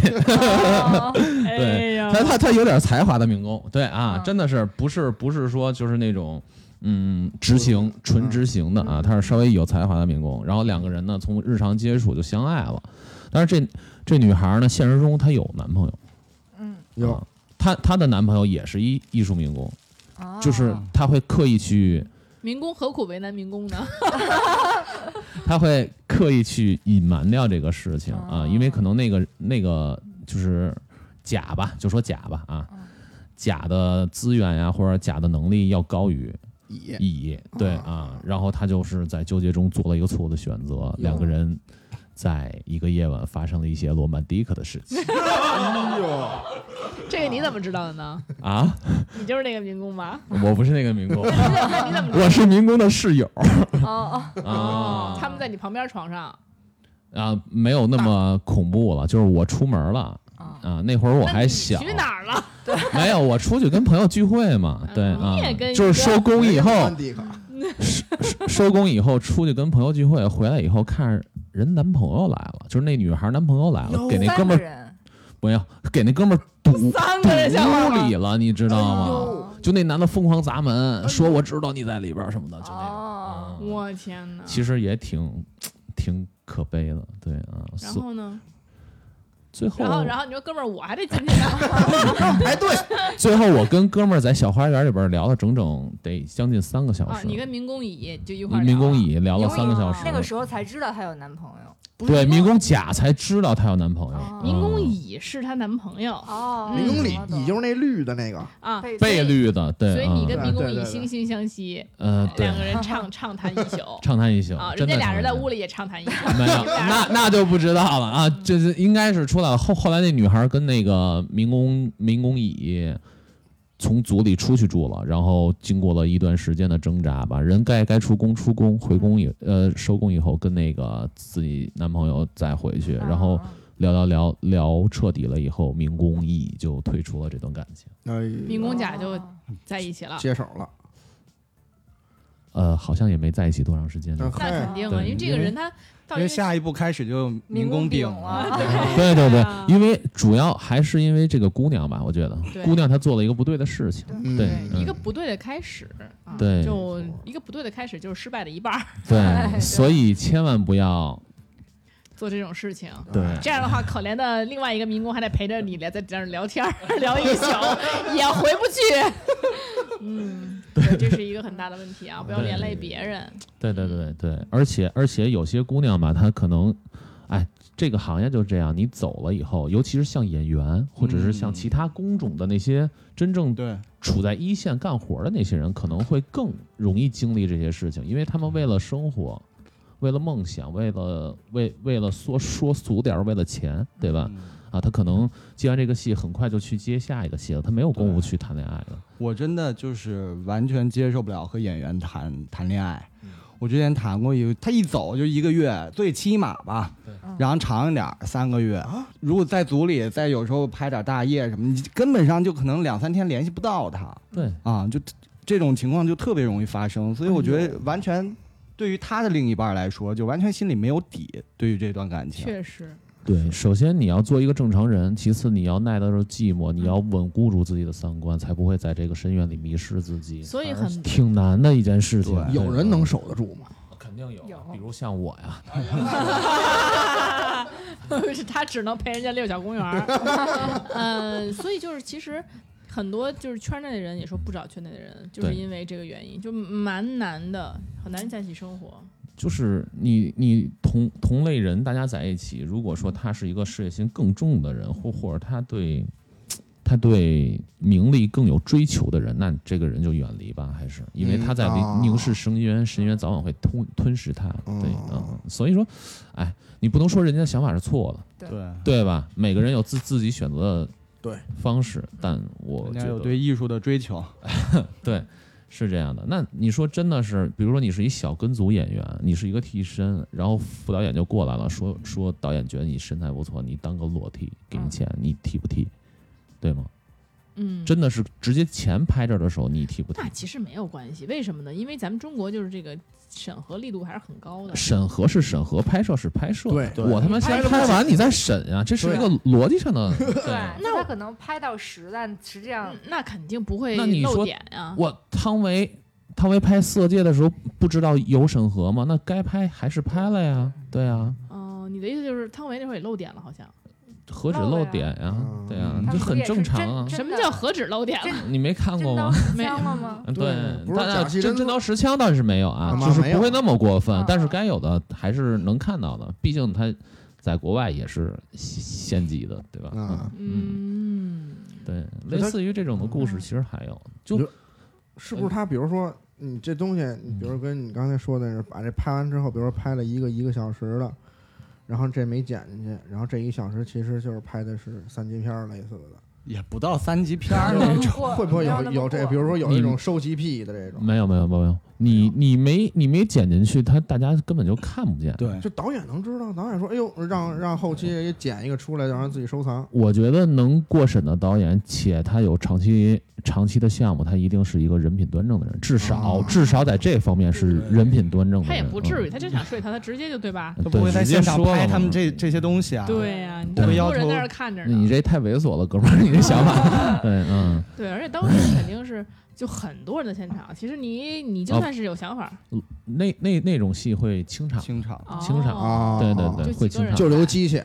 Speaker 4: 哎呀，
Speaker 2: 他他他有点才华的民工，对啊，
Speaker 4: 嗯
Speaker 2: 真的是不是不是说就是那种。嗯，执行纯执行的啊，他是稍微有才华的民工。然后两个人呢，从日常接触就相爱了。但是这这女孩呢，现实中她有男朋友，
Speaker 5: 嗯，
Speaker 3: 有
Speaker 2: 啊她她的男朋友也是一艺术民工，
Speaker 5: 哦
Speaker 2: 就是他会刻意去，
Speaker 4: 民工何苦为难民工呢？
Speaker 2: 他会刻意去隐瞒掉这个事情啊
Speaker 5: 哦，
Speaker 2: 因为可能那个那个就是甲吧，就说甲吧啊
Speaker 5: 嗯，
Speaker 2: 甲的资源呀或者甲的能力要高于
Speaker 3: 也
Speaker 2: 乙，对啊，然后他就是在纠结中做了一个错误的选择，两个人在一个夜晚发生了一些罗曼蒂克的事情
Speaker 3: 哎
Speaker 4: 这个你怎么知道的呢？
Speaker 2: 啊，
Speaker 4: 你就是那个民工吧？
Speaker 2: 我不是那个民工，我是民工的室友
Speaker 5: 哦哦，
Speaker 2: 啊
Speaker 4: 他们在你旁边床上，
Speaker 2: 啊，没有那么恐怖了，就是我出门了。
Speaker 5: 啊
Speaker 2: 啊，那会儿我
Speaker 4: 我
Speaker 2: 还小，啊
Speaker 4: 去哪儿了？
Speaker 2: 没有，我出去跟朋友聚会嘛，对啊
Speaker 4: 嗯你也跟，
Speaker 2: 就是收工以后，
Speaker 3: 安迪卡
Speaker 2: 收工以后出去跟朋友聚会，回来以后看人男朋友来了，就是那女孩男朋友来了，给那
Speaker 5: 三
Speaker 2: 哥们
Speaker 5: 个
Speaker 2: 儿
Speaker 5: 人，
Speaker 2: 没有，给那哥们儿堵
Speaker 4: 三个人下班
Speaker 2: 堵
Speaker 4: 了
Speaker 2: 里了，你知道
Speaker 3: 哎
Speaker 2: 吗？
Speaker 3: 呦
Speaker 5: 哦
Speaker 2: 就那男的疯狂砸
Speaker 4: 哎
Speaker 2: 门，说我知道你在里边儿什么的，就那种。
Speaker 5: 哦，
Speaker 2: 嗯
Speaker 4: 我天哪！
Speaker 2: 其实也挺挺可悲的，对啊，
Speaker 4: 然
Speaker 2: 所
Speaker 4: 后呢？
Speaker 2: 最后
Speaker 4: 然后，然后你说哥们儿，我还得进去啊呢。
Speaker 3: 排队，
Speaker 2: 最后我跟 哥们儿在小花园里边儿聊了整整得将近三个小
Speaker 4: 啊，
Speaker 2: 时。
Speaker 4: 你跟民工乙就一块儿
Speaker 2: 民
Speaker 4: 聊了
Speaker 2: 工乙聊了三个
Speaker 4: 啊
Speaker 2: 小时，
Speaker 5: 那个时候才知道她有男朋友。
Speaker 4: 不是
Speaker 2: 对民工甲才知道她有男朋友，
Speaker 5: 哦
Speaker 2: 嗯
Speaker 4: 民工乙是她男朋友
Speaker 5: 哦，
Speaker 3: 民工里
Speaker 5: 懂了
Speaker 3: 你就是那绿的那个，
Speaker 4: 啊，
Speaker 5: 被
Speaker 4: 所以
Speaker 2: 嗯被绿的，对，
Speaker 4: 所以你跟
Speaker 2: 嗯
Speaker 4: 民工
Speaker 3: 对
Speaker 4: 乙
Speaker 3: 对对
Speaker 4: 惺惺相惜，
Speaker 2: 呃对
Speaker 4: 两，个 人畅畅谈一宿
Speaker 2: 畅谈一宿
Speaker 4: 啊，，
Speaker 2: 真
Speaker 4: 人家
Speaker 2: 的
Speaker 4: 俩人在屋
Speaker 2: 里
Speaker 4: 里也畅谈一宿，
Speaker 2: 没 有，那那就不知道了啊，这是应该是出来了。后后来那女孩跟那个民工民工乙。从组里出去住了，然后经过了一段时间的挣扎吧，人该该出工出工，回工以呃收工以后跟那个自己男朋友再回去，然后聊聊聊聊彻底了以后，民工乙就退出了这段感情。
Speaker 3: 哎，
Speaker 4: 民工甲就
Speaker 5: 哦
Speaker 4: 在一起了。
Speaker 3: 接手了，
Speaker 2: 呃，好像也没在一起多长时间。
Speaker 3: 嗯
Speaker 4: 那肯定啊，
Speaker 2: 对
Speaker 4: 因为这个人他到
Speaker 6: 因为下一步开始就民工
Speaker 5: 丙
Speaker 6: 丙
Speaker 5: 啊，
Speaker 2: 对对对
Speaker 4: 啊，
Speaker 2: 因为主要还是因为这个姑娘吧，我觉得
Speaker 4: 对
Speaker 2: 姑娘她做了一个不对的事情。
Speaker 3: 嗯
Speaker 2: 对
Speaker 4: 对
Speaker 2: 嗯
Speaker 4: 一个不对的开始，啊
Speaker 2: 对
Speaker 4: 就一个不对的开始就是失败的一半儿，
Speaker 2: 对，所以千万不要
Speaker 4: 做这种事情。
Speaker 2: 对
Speaker 4: 这样的话，可怜的另外一个民工还得陪着你来在这儿聊天 儿聊一宿，也回不去。嗯，对，这是一个很大的问题啊！不要连累别人。
Speaker 2: 对对对对，而且而且有些姑娘吧，她可能，哎，这个行业就是这样，你走了以后，尤其是像演员或者是像
Speaker 6: 嗯
Speaker 2: 其他工种的那些真正
Speaker 6: 对，
Speaker 2: 处在一线干活的那些人，可能会更容易经历这些事情，因为他们为了生活，为了梦想，为了为为了说说俗点儿，为了钱，对吧？
Speaker 6: 嗯
Speaker 2: 啊，他可能接完这个戏，很快就去接下一个戏了，他没有功夫去谈恋爱了。
Speaker 6: 我真的就是完全接受不了和演员谈谈恋爱。
Speaker 2: 嗯
Speaker 6: 我之前谈过一个，他一走就一个月，最起码吧，然后长一点儿三个月。
Speaker 2: 啊
Speaker 6: 如果在组里再有时候拍点大夜什么，你根本上就可能两三天联系不到他
Speaker 2: 对，
Speaker 6: 啊，就这种情况就特别容易发生。所以我
Speaker 2: 哎
Speaker 6: 觉得完全对于他的另一半来说，就完全心里没有底，对于这段感情。
Speaker 4: 确实，
Speaker 2: 对，首先你要做一个正常人，其次你要耐得住寂寞，你要稳固住自己的三观，才不会在这个深渊里迷失自己。
Speaker 4: 所以
Speaker 2: 反而
Speaker 4: 很
Speaker 2: 挺难的一件事情。
Speaker 6: 对
Speaker 2: 对
Speaker 3: 有人能守得住吗？
Speaker 2: 肯定有啊
Speaker 5: 有
Speaker 2: 比如像我呀，
Speaker 4: 是 他只能陪人家遛小公 园儿。嗯、所以就是其实很多就是圈内的人也说不找圈内的人，就是
Speaker 2: 对
Speaker 4: 因为这个原因，就蛮难的，很难在一起生活。
Speaker 2: 就是你你同同类人大家在一起，如果说他是一个事业心更重的人，或或者他对他对名利更有追求的人，那这个人就远离吧，还是因为他在
Speaker 3: 嗯哦
Speaker 2: 凝视深渊，深渊早晚会吞吞噬他。对，
Speaker 3: 哦
Speaker 2: 嗯，所以说，哎，你不能说人家想法是错的，
Speaker 5: 对
Speaker 6: 对，
Speaker 2: 对吧？每个人有自自己选择的
Speaker 3: 对
Speaker 2: 方式，但我
Speaker 6: 人
Speaker 2: 觉
Speaker 6: 家有
Speaker 2: 得
Speaker 6: 对艺术的追求，
Speaker 2: 对，是这样的。那你说真的是，比如说你是一小跟组演员，你是一个替身，然后副导演就过来了，说说导演觉得你身材不错，你当个裸替，给你
Speaker 4: 嗯
Speaker 2: 钱，你替不替？对吗？
Speaker 4: 嗯，
Speaker 2: 真的是直接钱拍这儿的时候，你替不替
Speaker 4: 那？其实没有关系，为什么呢？因为咱们中国就是这个审核力度还是很高的。
Speaker 2: 审核是审核，拍摄是拍摄。
Speaker 3: 对对
Speaker 2: 我他妈先拍完你再审呀、这是一个逻辑上的。
Speaker 5: 对，
Speaker 4: 那
Speaker 5: 他
Speaker 4: 我
Speaker 5: 可能拍到十，但实际上
Speaker 4: 嗯那肯定不会
Speaker 2: 那你
Speaker 4: 漏
Speaker 2: 说
Speaker 4: 点 啊！
Speaker 2: 我汤唯，汤唯拍《色戒》的时候不知道有审核吗？那该拍还是拍了呀，对啊呀、
Speaker 4: 哦、你的意思就是汤唯那会儿也漏点了，好像。
Speaker 2: 何止
Speaker 5: 漏了
Speaker 2: 漏
Speaker 5: 呀
Speaker 2: 点呀、
Speaker 3: 嗯
Speaker 2: 对呀、
Speaker 3: 嗯
Speaker 2: 这很正常啊。
Speaker 5: 真
Speaker 4: 什么
Speaker 5: 的
Speaker 4: 叫何止漏点了？
Speaker 2: 你没看
Speaker 5: 真
Speaker 2: 过
Speaker 5: 刀
Speaker 2: 吗？
Speaker 5: 实枪了吗？
Speaker 2: 嗯，
Speaker 3: 对啊不是
Speaker 2: 但
Speaker 3: 假戏
Speaker 2: 真真
Speaker 3: 真做
Speaker 2: 刀实枪倒是没有啊，
Speaker 3: 啊
Speaker 2: 就是
Speaker 3: 没有
Speaker 2: 不会那么过分
Speaker 5: 啊，
Speaker 2: 但是该有的还是能看到的，毕竟他在国外也是县级的，对吧？嗯
Speaker 3: 啊，
Speaker 4: 嗯，
Speaker 2: 对，
Speaker 3: 就
Speaker 2: 类
Speaker 3: 他
Speaker 2: 似于这种的
Speaker 5: 嗯
Speaker 2: 故事其实还有，就是
Speaker 3: 不是他？比如说你这东西，你比如跟你刚才说的是，把这拍完之后，比如说拍了一个一个小时的，然后这没剪进去，然后这一小时其实就是拍的是三级片儿类似的，
Speaker 6: 也不到三级片儿
Speaker 5: 没有那
Speaker 6: 那
Speaker 5: 么
Speaker 6: 种。
Speaker 5: 过
Speaker 3: 会不会
Speaker 5: 没
Speaker 3: 有
Speaker 5: 那么
Speaker 3: 有这？
Speaker 5: 过
Speaker 3: 比如说有
Speaker 2: 你
Speaker 3: 那种收集癖的这种，
Speaker 2: 没有没有没有没有，你你没你没剪进去，他大家根本就看不见。
Speaker 6: 对，
Speaker 3: 就导演能知道，导演说，哎呦，让让后期也剪一个出来，让人自己收藏。
Speaker 2: 我觉得能过审的导演，且他有长期长期的项目，他一定是一个人品端正的人，至少、
Speaker 3: 啊
Speaker 2: 至少在这方面是人品端正的人。
Speaker 4: 他也不至
Speaker 2: 嗯
Speaker 4: 于，他就想睡他，他直接就对吧？
Speaker 6: 他不会在现场拍他们。
Speaker 2: 对直接说了嘛
Speaker 6: 这这啊些东
Speaker 2: 嗯
Speaker 6: 西啊。
Speaker 4: 对呀、你
Speaker 2: 不
Speaker 4: 这
Speaker 2: 会
Speaker 4: 么
Speaker 6: 要
Speaker 4: 多人
Speaker 6: 求
Speaker 4: 在那儿看着
Speaker 2: 那你
Speaker 4: 呢。
Speaker 2: 这太猥琐了，哥们儿，你这想 法，对，嗯，
Speaker 4: 对，而且当时肯定是就很多人在现场。其实你你就
Speaker 2: 哦
Speaker 4: 算是有想法，
Speaker 2: 那那那种戏会清场，
Speaker 6: 清场
Speaker 4: 哦、
Speaker 2: 清场
Speaker 3: 啊
Speaker 2: 对对对，
Speaker 4: 就
Speaker 2: 会
Speaker 4: 几个
Speaker 2: 清
Speaker 4: 人
Speaker 2: 场，
Speaker 3: 就留机器，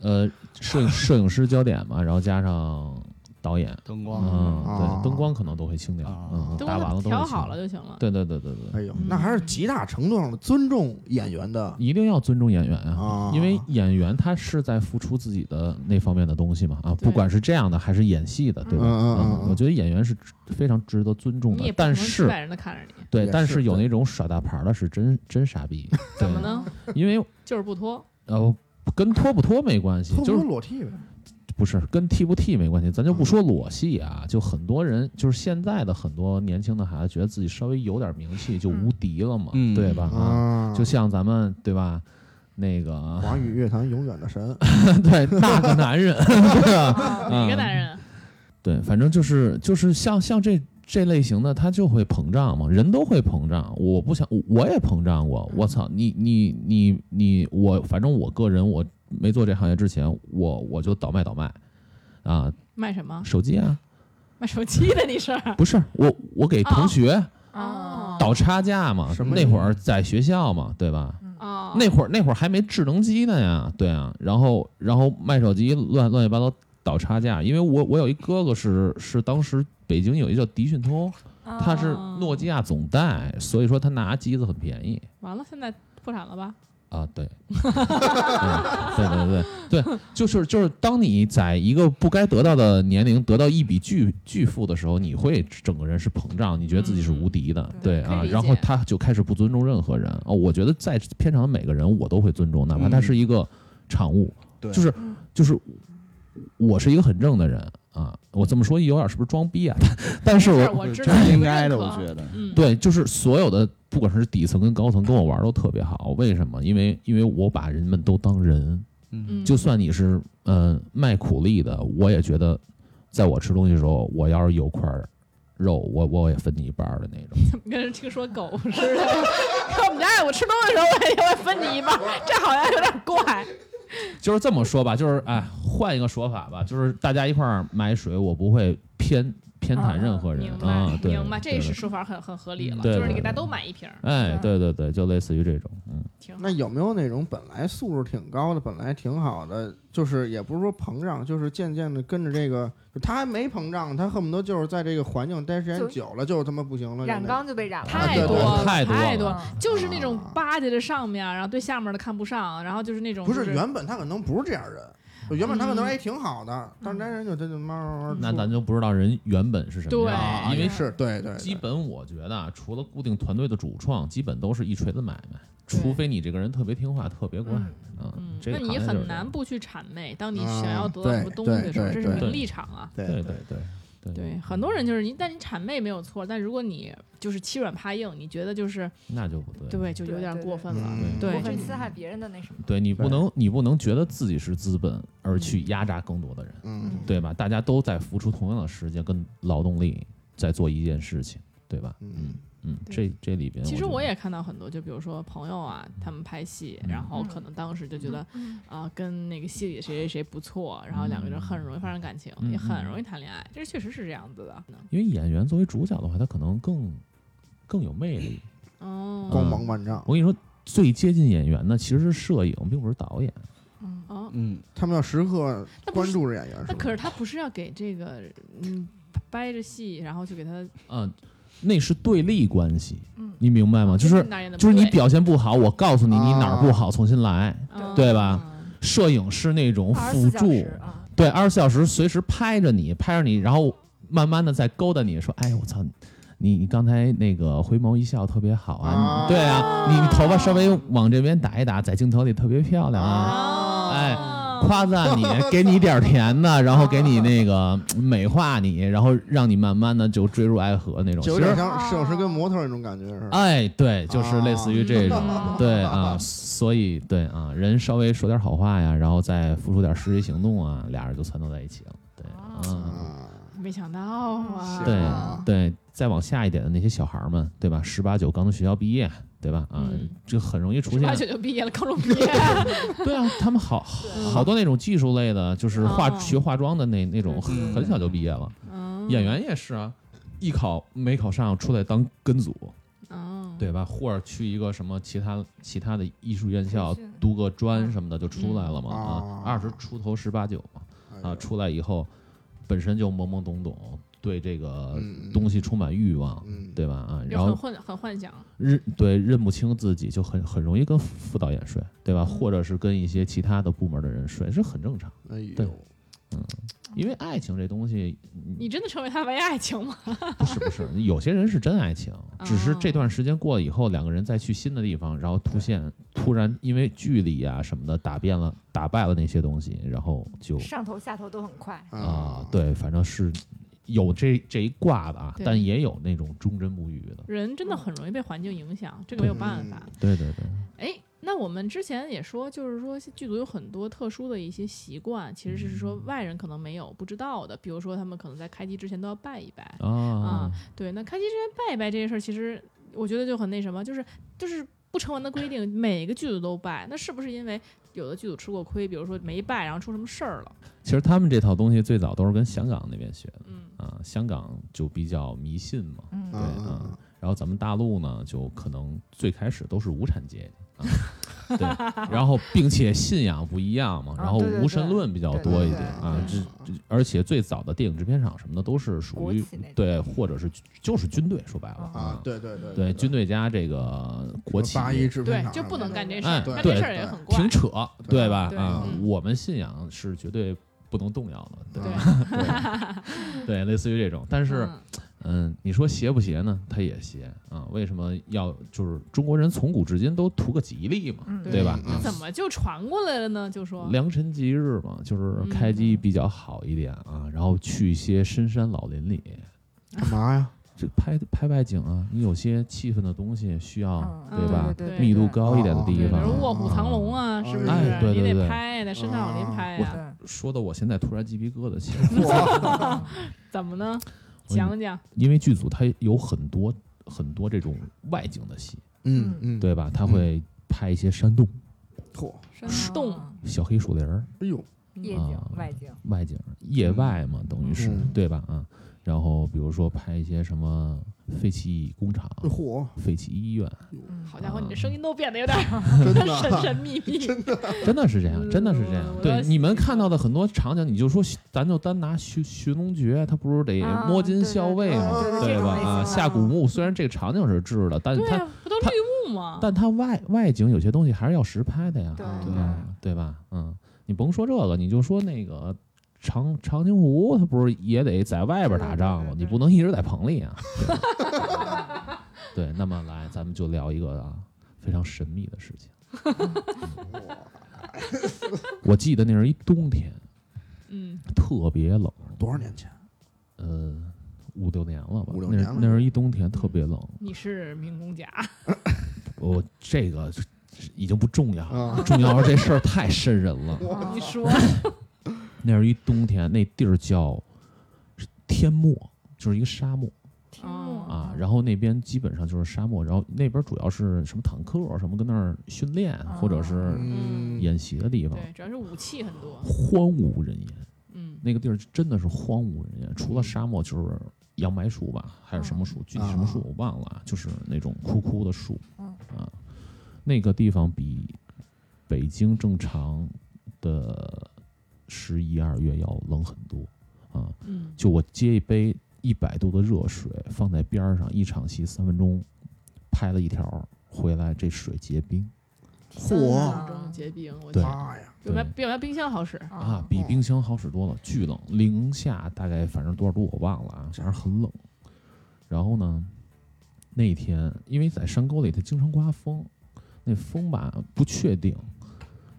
Speaker 2: 呃，摄影摄影师焦点嘛，然后加上导演，
Speaker 6: 灯光，
Speaker 2: 嗯，
Speaker 3: 啊
Speaker 2: 对，灯光可能都会清掉，
Speaker 6: 啊
Speaker 2: 嗯，
Speaker 4: 都
Speaker 2: 打完了都
Speaker 4: 调
Speaker 2: 会
Speaker 4: 好
Speaker 2: 清
Speaker 4: 了，就行了。
Speaker 2: 对对对对对，
Speaker 3: 哎呦，那还是极大程度上的尊重演员的
Speaker 2: 一定要尊重演员啊
Speaker 3: 啊，
Speaker 2: 因为演员他是在付出自己的那方面的东西嘛啊，
Speaker 4: 对
Speaker 2: 不管是这样的还是演戏的，对吧？啊
Speaker 3: 嗯嗯嗯嗯
Speaker 2: 我觉得演员是值非常值得尊重
Speaker 4: 你也
Speaker 2: 的，
Speaker 4: 不
Speaker 2: 但
Speaker 4: 能几
Speaker 2: 是
Speaker 4: 百人的看着你，
Speaker 2: 对，
Speaker 3: 也
Speaker 2: 但
Speaker 3: 是
Speaker 2: 是有
Speaker 3: 对
Speaker 2: 那种耍大牌儿的是真真傻 逼，
Speaker 4: 怎么
Speaker 2: 对？
Speaker 4: 呢？
Speaker 2: 因为
Speaker 4: 就是不脱。
Speaker 2: 呃，跟脱不脱没关系，就是
Speaker 3: 裸替呗。
Speaker 2: 不是跟剃不剃没关系，咱
Speaker 3: 嗯
Speaker 2: 就不说裸戏啊，就很多人就是现在的很多年轻的孩子，觉得自己稍微有点名气就无敌了嘛，
Speaker 6: 嗯
Speaker 2: 对吧？啊，
Speaker 3: 啊，
Speaker 2: 就像咱们对吧？那个
Speaker 3: 华语乐坛永远 的神，
Speaker 2: 对那个男人， 对啊，
Speaker 5: 啊
Speaker 4: 哪个男人？
Speaker 2: 对，反正就是就是像像这这类型的，他就会膨胀嘛，人都会膨胀。我不想，我我也膨胀过。我操，你你你你，我反正我个人，我没做这行业之前，我我就倒卖倒卖啊，
Speaker 4: 卖什么？
Speaker 2: 手机啊，
Speaker 4: 卖手机的你是？
Speaker 2: 不是我我给同学
Speaker 5: 哦
Speaker 2: 倒差价嘛
Speaker 3: 什，么
Speaker 2: 那
Speaker 3: 意思
Speaker 2: 会儿在学校嘛，对吧？
Speaker 4: 哦，
Speaker 2: 那会儿那会儿还没智能机呢呀，对啊，然后然后卖手机乱乱七八糟倒差价，因为我我有一哥哥是是当时北京有一个叫迪讯通，他是诺基亚总代，所以说他拿机子很便宜
Speaker 4: 完了，现在破产了吧？
Speaker 2: 啊，对， 嗯对对对对，就是就是当你在一个不该得到的年龄得到一笔巨巨富的时候，你会整个人是膨胀，你觉得自己是无敌的，
Speaker 5: 嗯
Speaker 2: 对
Speaker 4: 可以
Speaker 2: 啊
Speaker 4: 理，解
Speaker 2: 然后他就开始不尊重任何人哦，我觉得在片场的每个人我都会尊重，哪怕他
Speaker 6: 嗯
Speaker 2: 是一个产物，
Speaker 6: 对
Speaker 2: 就是
Speaker 4: 嗯
Speaker 2: 就是我是一个很正的人啊，我这么说有点是不是装逼啊？ 但是
Speaker 4: 这
Speaker 2: 我
Speaker 4: 儿我知
Speaker 6: 这
Speaker 4: 道，
Speaker 6: 是应该的，
Speaker 4: 我
Speaker 6: 我
Speaker 4: 认可
Speaker 6: 觉得。
Speaker 4: 嗯，
Speaker 2: 对，就是所有的，不管是底层跟高层，跟我玩儿都特别好。为什么？因为因为我把人们都当人，
Speaker 4: 嗯，
Speaker 2: 就算你是嗯、呃卖苦力的，我也觉得，在我吃东西的时候，我要是有块儿肉，我我也分你一半儿的那种。
Speaker 4: 跟人听说狗 似的。看我们家我吃东西的时候，我也会分你一半，这好像有点怪。
Speaker 2: 就是这么说吧，就是哎，换一个说法吧，就是大家一块儿买水，我不会偏偏袒任何人
Speaker 4: 明白、
Speaker 2: 啊，对，
Speaker 4: 明白，这
Speaker 2: 对
Speaker 4: 是说法很很合理了，
Speaker 2: 对
Speaker 4: 就是你给
Speaker 2: 对
Speaker 4: 大家都买一瓶儿，
Speaker 2: 哎，对对对，就类似于这种，嗯，
Speaker 4: 挺好
Speaker 3: 那。有没有那种本来素质挺高的，本来挺好的，就是也不是说膨胀，就是渐渐的跟着这个，就他还没膨胀，他恨不得就是在这个环境待时间
Speaker 5: 就
Speaker 3: 久了，就他妈不行了。
Speaker 5: 染
Speaker 3: 就那
Speaker 5: 缸就被染了，
Speaker 3: 啊
Speaker 4: 太
Speaker 3: 对
Speaker 4: 多
Speaker 3: 对
Speaker 4: 了，
Speaker 2: 太
Speaker 4: 太
Speaker 2: 多了
Speaker 5: 啊
Speaker 4: 就是那种巴结着上面，啊然后对下面的看不上，然后就是那种
Speaker 3: 不
Speaker 4: 就是是
Speaker 3: 原本他可能不是这样人，就原本他可能
Speaker 4: 嗯
Speaker 3: 哎挺好的，但是那人就他就慢慢慢慢
Speaker 2: 那
Speaker 3: 出
Speaker 2: 咱就不知道人原本是什么
Speaker 4: 对
Speaker 2: 样
Speaker 3: 啊，
Speaker 2: 了，因为
Speaker 3: 也是对对，对
Speaker 2: 基本我觉得啊，除了固定团队的主创，基本都是一锤子买卖，除非你这个人特别听话、特别乖
Speaker 4: 嗯
Speaker 2: 啊
Speaker 4: 嗯，，
Speaker 2: 这
Speaker 4: 那你
Speaker 2: 行业就是
Speaker 4: 很
Speaker 2: 这样
Speaker 4: 难不去谄媚。当你
Speaker 3: 啊
Speaker 4: 想要得到什么
Speaker 3: 对
Speaker 4: 东西的时候，
Speaker 3: 对
Speaker 4: 这是
Speaker 3: 对
Speaker 4: 你的
Speaker 2: 对
Speaker 4: 立场啊。
Speaker 3: 对
Speaker 2: 对对对对
Speaker 4: 对，很多人就是你，但你谄媚没有错，但如果你就是欺软怕硬，你觉得就是
Speaker 2: 那就不对，
Speaker 4: 对，就有
Speaker 5: 对
Speaker 4: 点
Speaker 5: 对
Speaker 4: 过分了。
Speaker 3: 嗯
Speaker 4: 对
Speaker 5: 我
Speaker 4: 这
Speaker 5: 很侵害别人的那什么，
Speaker 2: 对你不
Speaker 3: 对
Speaker 2: 能你不能觉得自己是资本而去压榨更多的人，
Speaker 5: 啊
Speaker 3: 嗯，
Speaker 2: 对吧？大家都在付出同样的时间跟劳动力在做一件事情，对吧？
Speaker 3: 嗯
Speaker 2: 嗯，
Speaker 4: 对
Speaker 2: 这这里边
Speaker 4: 其实
Speaker 2: 觉得嗯
Speaker 4: 我也看到很多，就比如说朋友啊，他们拍戏，然
Speaker 5: 嗯
Speaker 4: 后可能当时就觉得啊、跟那个戏里谁谁谁不错，然后两个人很容易发生感情，
Speaker 2: 嗯
Speaker 4: 也很容易谈恋爱，这确实是这样子的。
Speaker 2: 因为演员作为主角的话，他可能更更有魅力。
Speaker 4: 哦
Speaker 3: 光芒万丈
Speaker 2: 我，跟你说，最接近演员的其实是摄影，并不是导演。
Speaker 4: 哦，
Speaker 6: 嗯，
Speaker 3: 他们要时刻
Speaker 4: 那不
Speaker 3: 关
Speaker 4: 是
Speaker 3: 注着演员，
Speaker 4: 那
Speaker 3: 是
Speaker 4: 可
Speaker 3: 吧？
Speaker 4: 是他不是要给这个嗯掰着戏，然后去给他
Speaker 2: 嗯、那是对立关系，
Speaker 5: 嗯
Speaker 2: 你明白吗？就
Speaker 4: 这
Speaker 2: 是
Speaker 4: 哪儿演得不
Speaker 2: 就是你
Speaker 4: 对
Speaker 2: 表现不好，我告诉你你哪
Speaker 3: 啊
Speaker 2: 儿不好，重新来。
Speaker 4: 嗯
Speaker 2: 对吧摄影是那种
Speaker 5: 二十
Speaker 2: 辅
Speaker 5: 四小
Speaker 2: 助
Speaker 5: 时，啊，
Speaker 2: 对，二十四小时随时拍着你，拍着你，然后慢慢的再勾搭你，说，哎，我操，你你刚才那个回眸一笑特别好啊，
Speaker 3: 啊
Speaker 2: 对啊，你头发稍微往这边打一打，在镜头里特别漂亮啊，
Speaker 4: 哦，
Speaker 2: 哎
Speaker 5: 啊
Speaker 2: 夸赞 你，给你点儿甜的，然后给你那个美化你，然后让你慢慢的就坠入爱河那种，
Speaker 3: 就
Speaker 2: 其
Speaker 3: 有点
Speaker 2: 实。
Speaker 3: 像摄影师跟模特那种感觉是吧？
Speaker 2: 哎，对，就是类似于这种，
Speaker 4: 啊
Speaker 2: 对 啊，所以对啊，人稍微说点好话呀，然后再付出点实际行动啊，俩人就撺掇在一起了，对啊。
Speaker 3: 啊，
Speaker 4: 没想到啊，
Speaker 2: 对
Speaker 3: 啊
Speaker 2: 对，再往下一点的那些小孩儿们，对吧？十八九刚从学校毕业，对吧？啊
Speaker 4: 嗯，
Speaker 2: 这很容易出
Speaker 4: 十八
Speaker 2: 现
Speaker 4: 九。就毕业了，高中毕 业，
Speaker 2: 对啊，他们 好好多那种技术类的，就是化
Speaker 4: 哦
Speaker 2: 学化妆的那那种，
Speaker 6: 嗯
Speaker 2: 很小就毕业了。
Speaker 4: 嗯
Speaker 2: 演，员也是啊，一考没考上，出来当跟组，
Speaker 4: 嗯，
Speaker 2: 对吧？或者去一个什么其他其他的艺术院校
Speaker 5: 培训
Speaker 2: 读个
Speaker 4: 嗯
Speaker 2: 专什么的，就出来了嘛
Speaker 3: 嗯
Speaker 2: 啊
Speaker 3: 哦，
Speaker 2: 二十出头十八九嘛
Speaker 3: 哎
Speaker 2: 啊，
Speaker 3: 呦
Speaker 2: 出来以后本身就懵懵懂懂，对这个
Speaker 3: 嗯
Speaker 2: 东西充满欲望，
Speaker 3: 嗯，
Speaker 2: 对吧？啊，
Speaker 4: 就
Speaker 2: 然
Speaker 4: 很
Speaker 2: 后
Speaker 4: 幻很幻想，
Speaker 2: 认对认不清自己，就很很容易跟副导演睡，对
Speaker 4: 嗯
Speaker 2: 吧？或者是跟一些其他的部门的人睡，是很正常。
Speaker 3: 哎
Speaker 2: 对
Speaker 3: 呦，
Speaker 2: 因为爱情这东西，
Speaker 4: 你真的成为他为爱情吗？
Speaker 2: 不是不是，有些人是真爱情，只是这段时间过了以后，两个人再去新的地方，然后突现突然因为距离啊什么的打遍了打败了那些东西，然后就
Speaker 5: 上头下头都很快，
Speaker 2: 啊、，对，反正是有这这一挂的啊，
Speaker 4: 对
Speaker 2: 但也有那种忠贞不渝的。
Speaker 4: 人真的很容易被环境影响，这个没有办法。
Speaker 2: 对对对，
Speaker 4: 哎，那我们之前也说，就是说剧组有很多特殊的一些习惯，其实是说
Speaker 2: 嗯
Speaker 4: 外人可能没有不知道的，比如说他们可能在开机之前都要拜一拜啊
Speaker 2: 啊，。
Speaker 4: 对，那开机之前拜一拜这件事儿，其实我觉得就很那什么，就是就是不成文的规定，每个剧组都拜，那是不是因为有的剧组吃过亏，比如说没拜，然后出什么事儿了？
Speaker 2: 其实他们这套东西最早都是跟香港那边学的
Speaker 4: 嗯
Speaker 2: 啊，香港就比较迷信嘛，
Speaker 5: 嗯
Speaker 2: 对
Speaker 3: 啊啊
Speaker 2: 啊。然后咱们大陆呢，就可能最开始都是无产阶级啊，对，然后并且信仰不一样嘛，
Speaker 5: 啊
Speaker 2: 然后
Speaker 5: 对对对
Speaker 2: 无神论比较多一点啊，
Speaker 5: 对
Speaker 2: 这这而且最早的电影制片厂什么的都是属
Speaker 5: 国
Speaker 2: 于
Speaker 5: 企那种，
Speaker 2: 对，或者是就是军队，说白了
Speaker 5: 啊
Speaker 3: 啊，对对对
Speaker 2: 对，军队加这个国企，
Speaker 3: 八一制
Speaker 4: 对，
Speaker 3: 片厂
Speaker 4: 就不能干这事
Speaker 2: 哎
Speaker 4: 儿，那这事儿也很怪。
Speaker 2: 挺扯，对吧？
Speaker 4: 对
Speaker 2: 啊
Speaker 4: 嗯，
Speaker 2: 我们信仰是绝对不能动摇的，
Speaker 4: 对，
Speaker 2: 对对，类似于这种，但是。
Speaker 4: 嗯
Speaker 2: 嗯，你说邪不邪呢？它也邪啊！为什么要就是中国人从古至今都图个吉利嘛，
Speaker 5: 嗯
Speaker 2: 对吧？
Speaker 3: 嗯
Speaker 2: 啊
Speaker 4: 怎么就传过来了呢？就说嗯
Speaker 2: 良辰吉日嘛，就是开机比较好一点啊，然后去一些深山老林里，
Speaker 3: 干嘛呀？
Speaker 2: 这拍拍外景啊，你有些气氛的东西需要、
Speaker 5: 嗯
Speaker 2: 啊对吧？
Speaker 5: 对对对
Speaker 2: 密度高一点的
Speaker 3: 对
Speaker 2: 地
Speaker 4: 对，比
Speaker 2: 方
Speaker 4: 如
Speaker 2: 啊。
Speaker 4: 卧虎藏龙啊，
Speaker 3: 啊
Speaker 4: 是不是？
Speaker 2: 哎对对
Speaker 4: 你
Speaker 2: 对
Speaker 4: 得拍，在深山老林拍
Speaker 5: 对嗯
Speaker 4: 呀、
Speaker 2: 说的我现在突然鸡皮疙瘩起来，
Speaker 4: 怎么呢？
Speaker 2: 我
Speaker 4: 讲讲，
Speaker 2: 因为剧组它有很多很多这种外景的戏，
Speaker 3: 嗯嗯，
Speaker 2: 对吧？它会拍一些山洞。
Speaker 3: 嚯，
Speaker 4: 山洞
Speaker 2: 小黑树林儿
Speaker 3: 哎呦，
Speaker 5: 嗯夜景、外景，
Speaker 2: 外景，野外嘛，等于是、
Speaker 3: 嗯
Speaker 2: 对吧？啊，然后比如说拍一些什么废弃工厂、
Speaker 3: 嚯，
Speaker 2: 废弃医院，
Speaker 5: 嗯，
Speaker 4: 好家伙，你这声音都变得有点儿
Speaker 3: 真的
Speaker 4: 神
Speaker 3: 啊，
Speaker 4: 神秘秘。
Speaker 2: 真的是这样，真的是这样
Speaker 4: 嗯。我要
Speaker 2: 对，
Speaker 4: 洗
Speaker 2: 你们看到的很多场景，你就说，咱就单拿寻寻龙诀，他不是得
Speaker 5: 啊
Speaker 2: 摸金校尉吗？
Speaker 3: 对对对对
Speaker 2: 对吧？
Speaker 5: 这种类型
Speaker 2: 啊，
Speaker 5: 啊
Speaker 2: 下古墓虽然这个场景是制的，但
Speaker 4: 对
Speaker 2: 它
Speaker 4: 啊，不都绿幕吗？
Speaker 2: 但它外外景有些东西还是要实拍的呀，
Speaker 5: 对
Speaker 3: 啊
Speaker 5: 对
Speaker 2: 啊，对吧？嗯，你甭说这个，你就说那个。长长津湖，它不是也得在外边打仗吗？
Speaker 5: 对对对对
Speaker 2: 你不能一直在棚里啊。对，对那么来，咱们就聊一个啊非常神秘的事情。我记得那是一冬天，
Speaker 4: 嗯，
Speaker 2: 特别冷，
Speaker 3: 多少年前？
Speaker 2: 呃，五六年了吧？
Speaker 3: 五六
Speaker 2: 那是
Speaker 3: 年了嗯
Speaker 2: 那是一冬天，特别冷。
Speaker 4: 你是民工甲，
Speaker 2: 我这个是已经不重要了，
Speaker 3: 啊，
Speaker 2: 重要是这事儿太瘆人了。
Speaker 5: 哦
Speaker 4: 你说
Speaker 2: 那是一冬天，那地儿叫天漠，就是一个沙漠
Speaker 5: 天幕
Speaker 2: 啊。然后那边基本上就是沙漠，然后那边主要是什么坦克啊什么跟那儿训练或者是
Speaker 3: 嗯，
Speaker 2: 演习的地方，
Speaker 4: 对，主要是武器很多，
Speaker 2: 荒无人烟。
Speaker 4: 嗯，
Speaker 2: 那个地儿真的是荒无人烟，除了沙漠就是杨白树吧，还是什么树，具体什么树我忘了啊，就是那种枯枯的树
Speaker 5: 嗯
Speaker 2: 啊。那个地方比北京正常的十一二月要冷很多啊。
Speaker 4: 嗯，
Speaker 2: 就我接一杯一百度的热水放在边儿上，一场戏三分钟，拍了一条回来，这水结冰
Speaker 4: 三秒钟结冰，我
Speaker 2: 对
Speaker 4: 天，
Speaker 3: 妈呀，
Speaker 4: 比我们比我们冰箱好使，
Speaker 5: 嗯
Speaker 2: 啊，比冰箱好使多了，巨冷，零下大概反正多少度我忘了啊，反正很冷。然后呢，那天因为在山沟里，它经常刮风，那风吧不确定，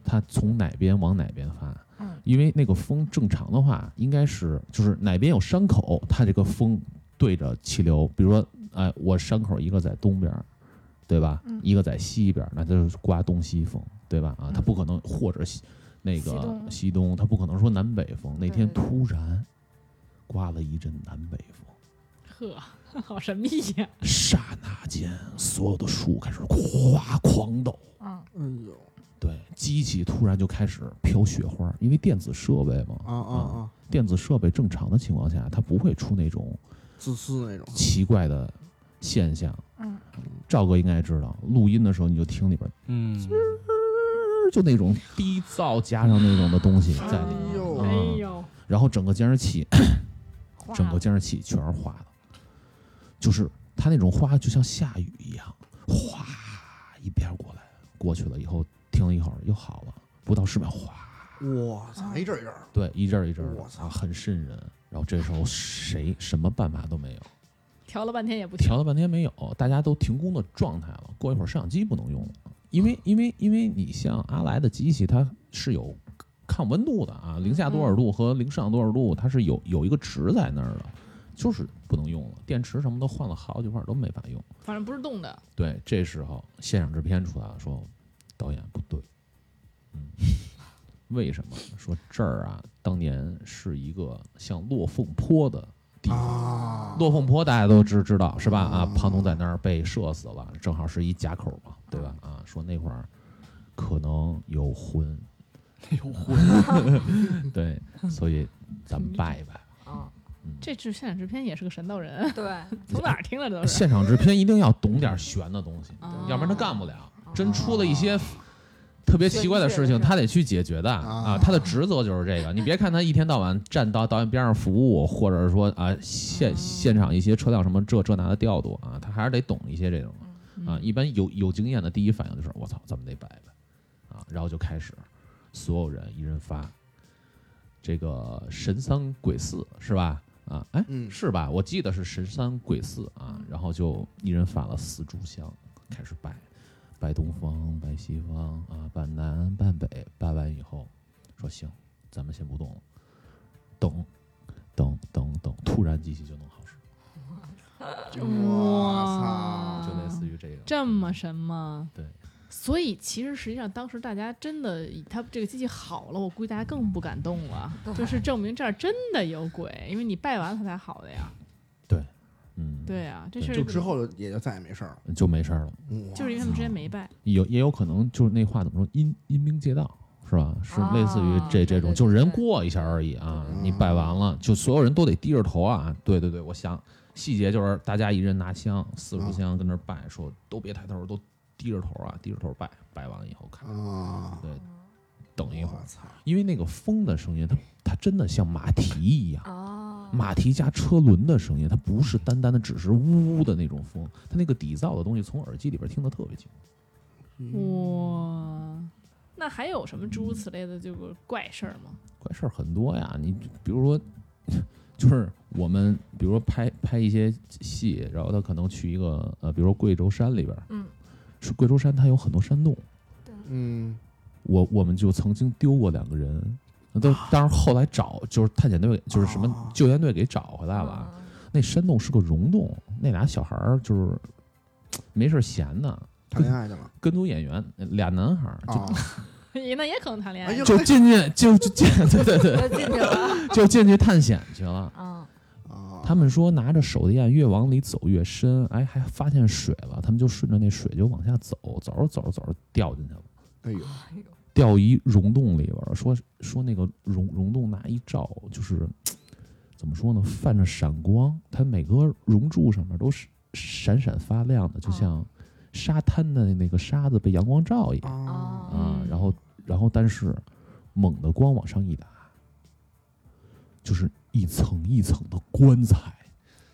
Speaker 2: 它从哪边往哪边发。
Speaker 5: 嗯
Speaker 2: 因为那个风正常的话，应该是就是哪边有山口，它这个风对着气流，比如说，哎，我山口一个在东边儿，对吧？
Speaker 5: 嗯
Speaker 2: 一个在西边儿，那它就是刮东西风，对吧？啊，它
Speaker 5: 嗯
Speaker 2: 不可能或者西那
Speaker 5: 西
Speaker 2: 个
Speaker 5: 东
Speaker 2: 西东，它不可能说南北风。那
Speaker 5: 对
Speaker 2: 天
Speaker 5: 对对
Speaker 2: 突然刮了一阵南北风。
Speaker 4: 呵， 好神秘呀，
Speaker 2: 刹那间，所有的树开始咵狂抖，
Speaker 5: 嗯，
Speaker 3: 哎呦，
Speaker 2: 对，机器突然就开始飘雪花，因为电子设备嘛，
Speaker 3: 啊啊啊，
Speaker 2: 电子设备正常的情况下，它不会出那种
Speaker 3: 自私那种，
Speaker 2: 奇怪的现象。
Speaker 5: 嗯，
Speaker 2: 赵哥应该知道，录音的时候你就听里边
Speaker 6: 嗯，
Speaker 2: 就那种低噪加上那种的东西在里
Speaker 3: 哎
Speaker 2: 面，
Speaker 3: 呦
Speaker 2: 嗯
Speaker 4: 哎呦，
Speaker 2: 然后整个监视器
Speaker 5: 化
Speaker 2: 整个监视器全是花的，就是它那种花就像下雨一样，哗一边过来，过去了以后停了一会儿又好了，不到十秒，哗，
Speaker 3: 哇操，一阵一阵儿，
Speaker 2: 对，一阵儿一阵儿的，
Speaker 3: 我操
Speaker 2: 啊很瘆人。然后这时候谁什么办法都没有，
Speaker 4: 调了半天也不行，
Speaker 2: 调了半天没有，大家都停工的状态了。过一会儿摄像机不能用了，因为因为因为你像阿莱的机器，它是有抗温度的啊，零下多少度和零上多少度，它是有有一个值在那儿的，就是不能用了。电池什么都换了好几块儿都没法用。
Speaker 4: 反正不是动的，
Speaker 2: 对，这时候现场制片出来了，说导演不对，嗯，为什么？说这儿啊，当年是一个像落凤坡的地方。
Speaker 3: 啊，
Speaker 2: 落凤坡大家都知知道是吧？啊，
Speaker 3: 嗯
Speaker 2: 庞龙在那儿被射死了，正好是一夹口嘛，对吧？啊，说那会儿可能有 魂，
Speaker 6: 有 魂，
Speaker 2: 对，所以咱们拜一拜。
Speaker 5: 啊，
Speaker 4: 这制现场制片也是个神 道人，
Speaker 5: 对，
Speaker 4: 从哪儿听的这都是，
Speaker 2: 现场制片一定要懂点玄的东西，
Speaker 4: 哦
Speaker 2: 要不然他干不了。真出了一些特别奇怪的事
Speaker 5: 玄学
Speaker 2: 情，
Speaker 5: 的
Speaker 2: 他得去解决的
Speaker 3: 啊
Speaker 2: 啊。他的职责就是这个。你别看他一天到晚站到导演边上服务，或者说啊现现场一些车辆什么这这那的调度啊，他还是得懂一些这种。啊，
Speaker 4: 嗯
Speaker 2: 一般有有经验的第一反应就是我操，咱们得摆一摆啊，然后就开始所有人一人发这个神三鬼四是吧？啊，哎，
Speaker 3: 嗯
Speaker 2: 是吧？我记得是神三鬼四啊，然后就一人发了四炷香，开始拜，拜东方，拜西方啊，拜南，拜北，拜完以后说行，咱们先不动了，等等等等，突然机器就能好使，
Speaker 3: 哇
Speaker 2: 就
Speaker 3: 操，
Speaker 2: 类似于这个，
Speaker 4: 啊这么神吗？
Speaker 2: 对。
Speaker 4: 所以其实实际上，当时大家真的，他这个机器好了，我估计大家更不敢动了，
Speaker 5: 对
Speaker 4: 就是证明这儿真的有鬼，因为你拜完了它才好的呀。
Speaker 2: 对，嗯嗯，，
Speaker 4: 对啊，这事儿
Speaker 3: 就之后就也就再也没事儿了。
Speaker 2: 就没事儿了。
Speaker 3: 嗯
Speaker 4: 就是因为他们之前没拜，
Speaker 2: 有也有可能就是那话怎么说，阴阴兵借道是吧？是
Speaker 5: 啊
Speaker 2: 类似于这
Speaker 5: 对
Speaker 2: 这种，
Speaker 5: 对
Speaker 2: 就是人
Speaker 5: 对
Speaker 2: 过一下而已啊。
Speaker 3: 对
Speaker 2: 你拜完了，就所有人都得低着头啊。对对对，我想细节就是大家一人拿香，四炷
Speaker 3: 啊
Speaker 2: 香跟那儿拜，说都别抬头，都低着头啊，低着头拜。拜完了以后看，
Speaker 3: 啊，
Speaker 2: 对，等一会儿
Speaker 3: 我，操，
Speaker 2: 因为那个风的声音，它它真的像马蹄一样。
Speaker 5: 哦，
Speaker 2: 马蹄加车轮的声音，它不是单单的只是呜呜的那种风，它那个底噪的东西从耳机里边听得特别清。
Speaker 4: 哇，那还有什么诸如此类的这个怪事儿吗？
Speaker 2: 怪事儿很多呀。你比如说， 就是我们比如说拍拍一些戏，然后他可能去一个呃，比如说贵州山里边儿，
Speaker 5: 嗯，
Speaker 2: 是贵州山它有很多山洞，
Speaker 3: 嗯，
Speaker 2: 我我们就曾经丢过两个人。那都，当然后来找就是探险队，就是什么
Speaker 3: 啊
Speaker 2: 救援队给找回来了。
Speaker 5: 啊
Speaker 2: 那山洞是个溶洞，那俩小孩儿就是没事儿闲呢，
Speaker 3: 谈恋爱去了
Speaker 2: 跟组演员呃俩男孩儿就、
Speaker 3: 啊，
Speaker 4: 那也可能谈恋
Speaker 3: 哎
Speaker 4: 爱
Speaker 3: 呦，
Speaker 2: 就进去就就进 对对对
Speaker 5: 就进去了，
Speaker 2: 就进去探险去了。
Speaker 5: 嗯，
Speaker 3: 啊，
Speaker 2: 他们说拿着手电越往里走越深，哎，还发现水了，他们就顺着那水就往下走，走着走着走着掉进去了，
Speaker 3: 哎呦，
Speaker 5: 哎呦
Speaker 2: 掉一溶洞里边了。说说那个溶溶洞拿一照，就是怎么说呢，泛着闪光，它每个溶柱上面都是闪闪发亮的，就
Speaker 5: 哦
Speaker 2: 像沙滩的那个沙子被阳光照一样
Speaker 3: 啊，
Speaker 5: 哦，
Speaker 2: 啊
Speaker 4: 嗯。
Speaker 2: 然后然后但是猛的光往上一打，就是一层一层的棺材。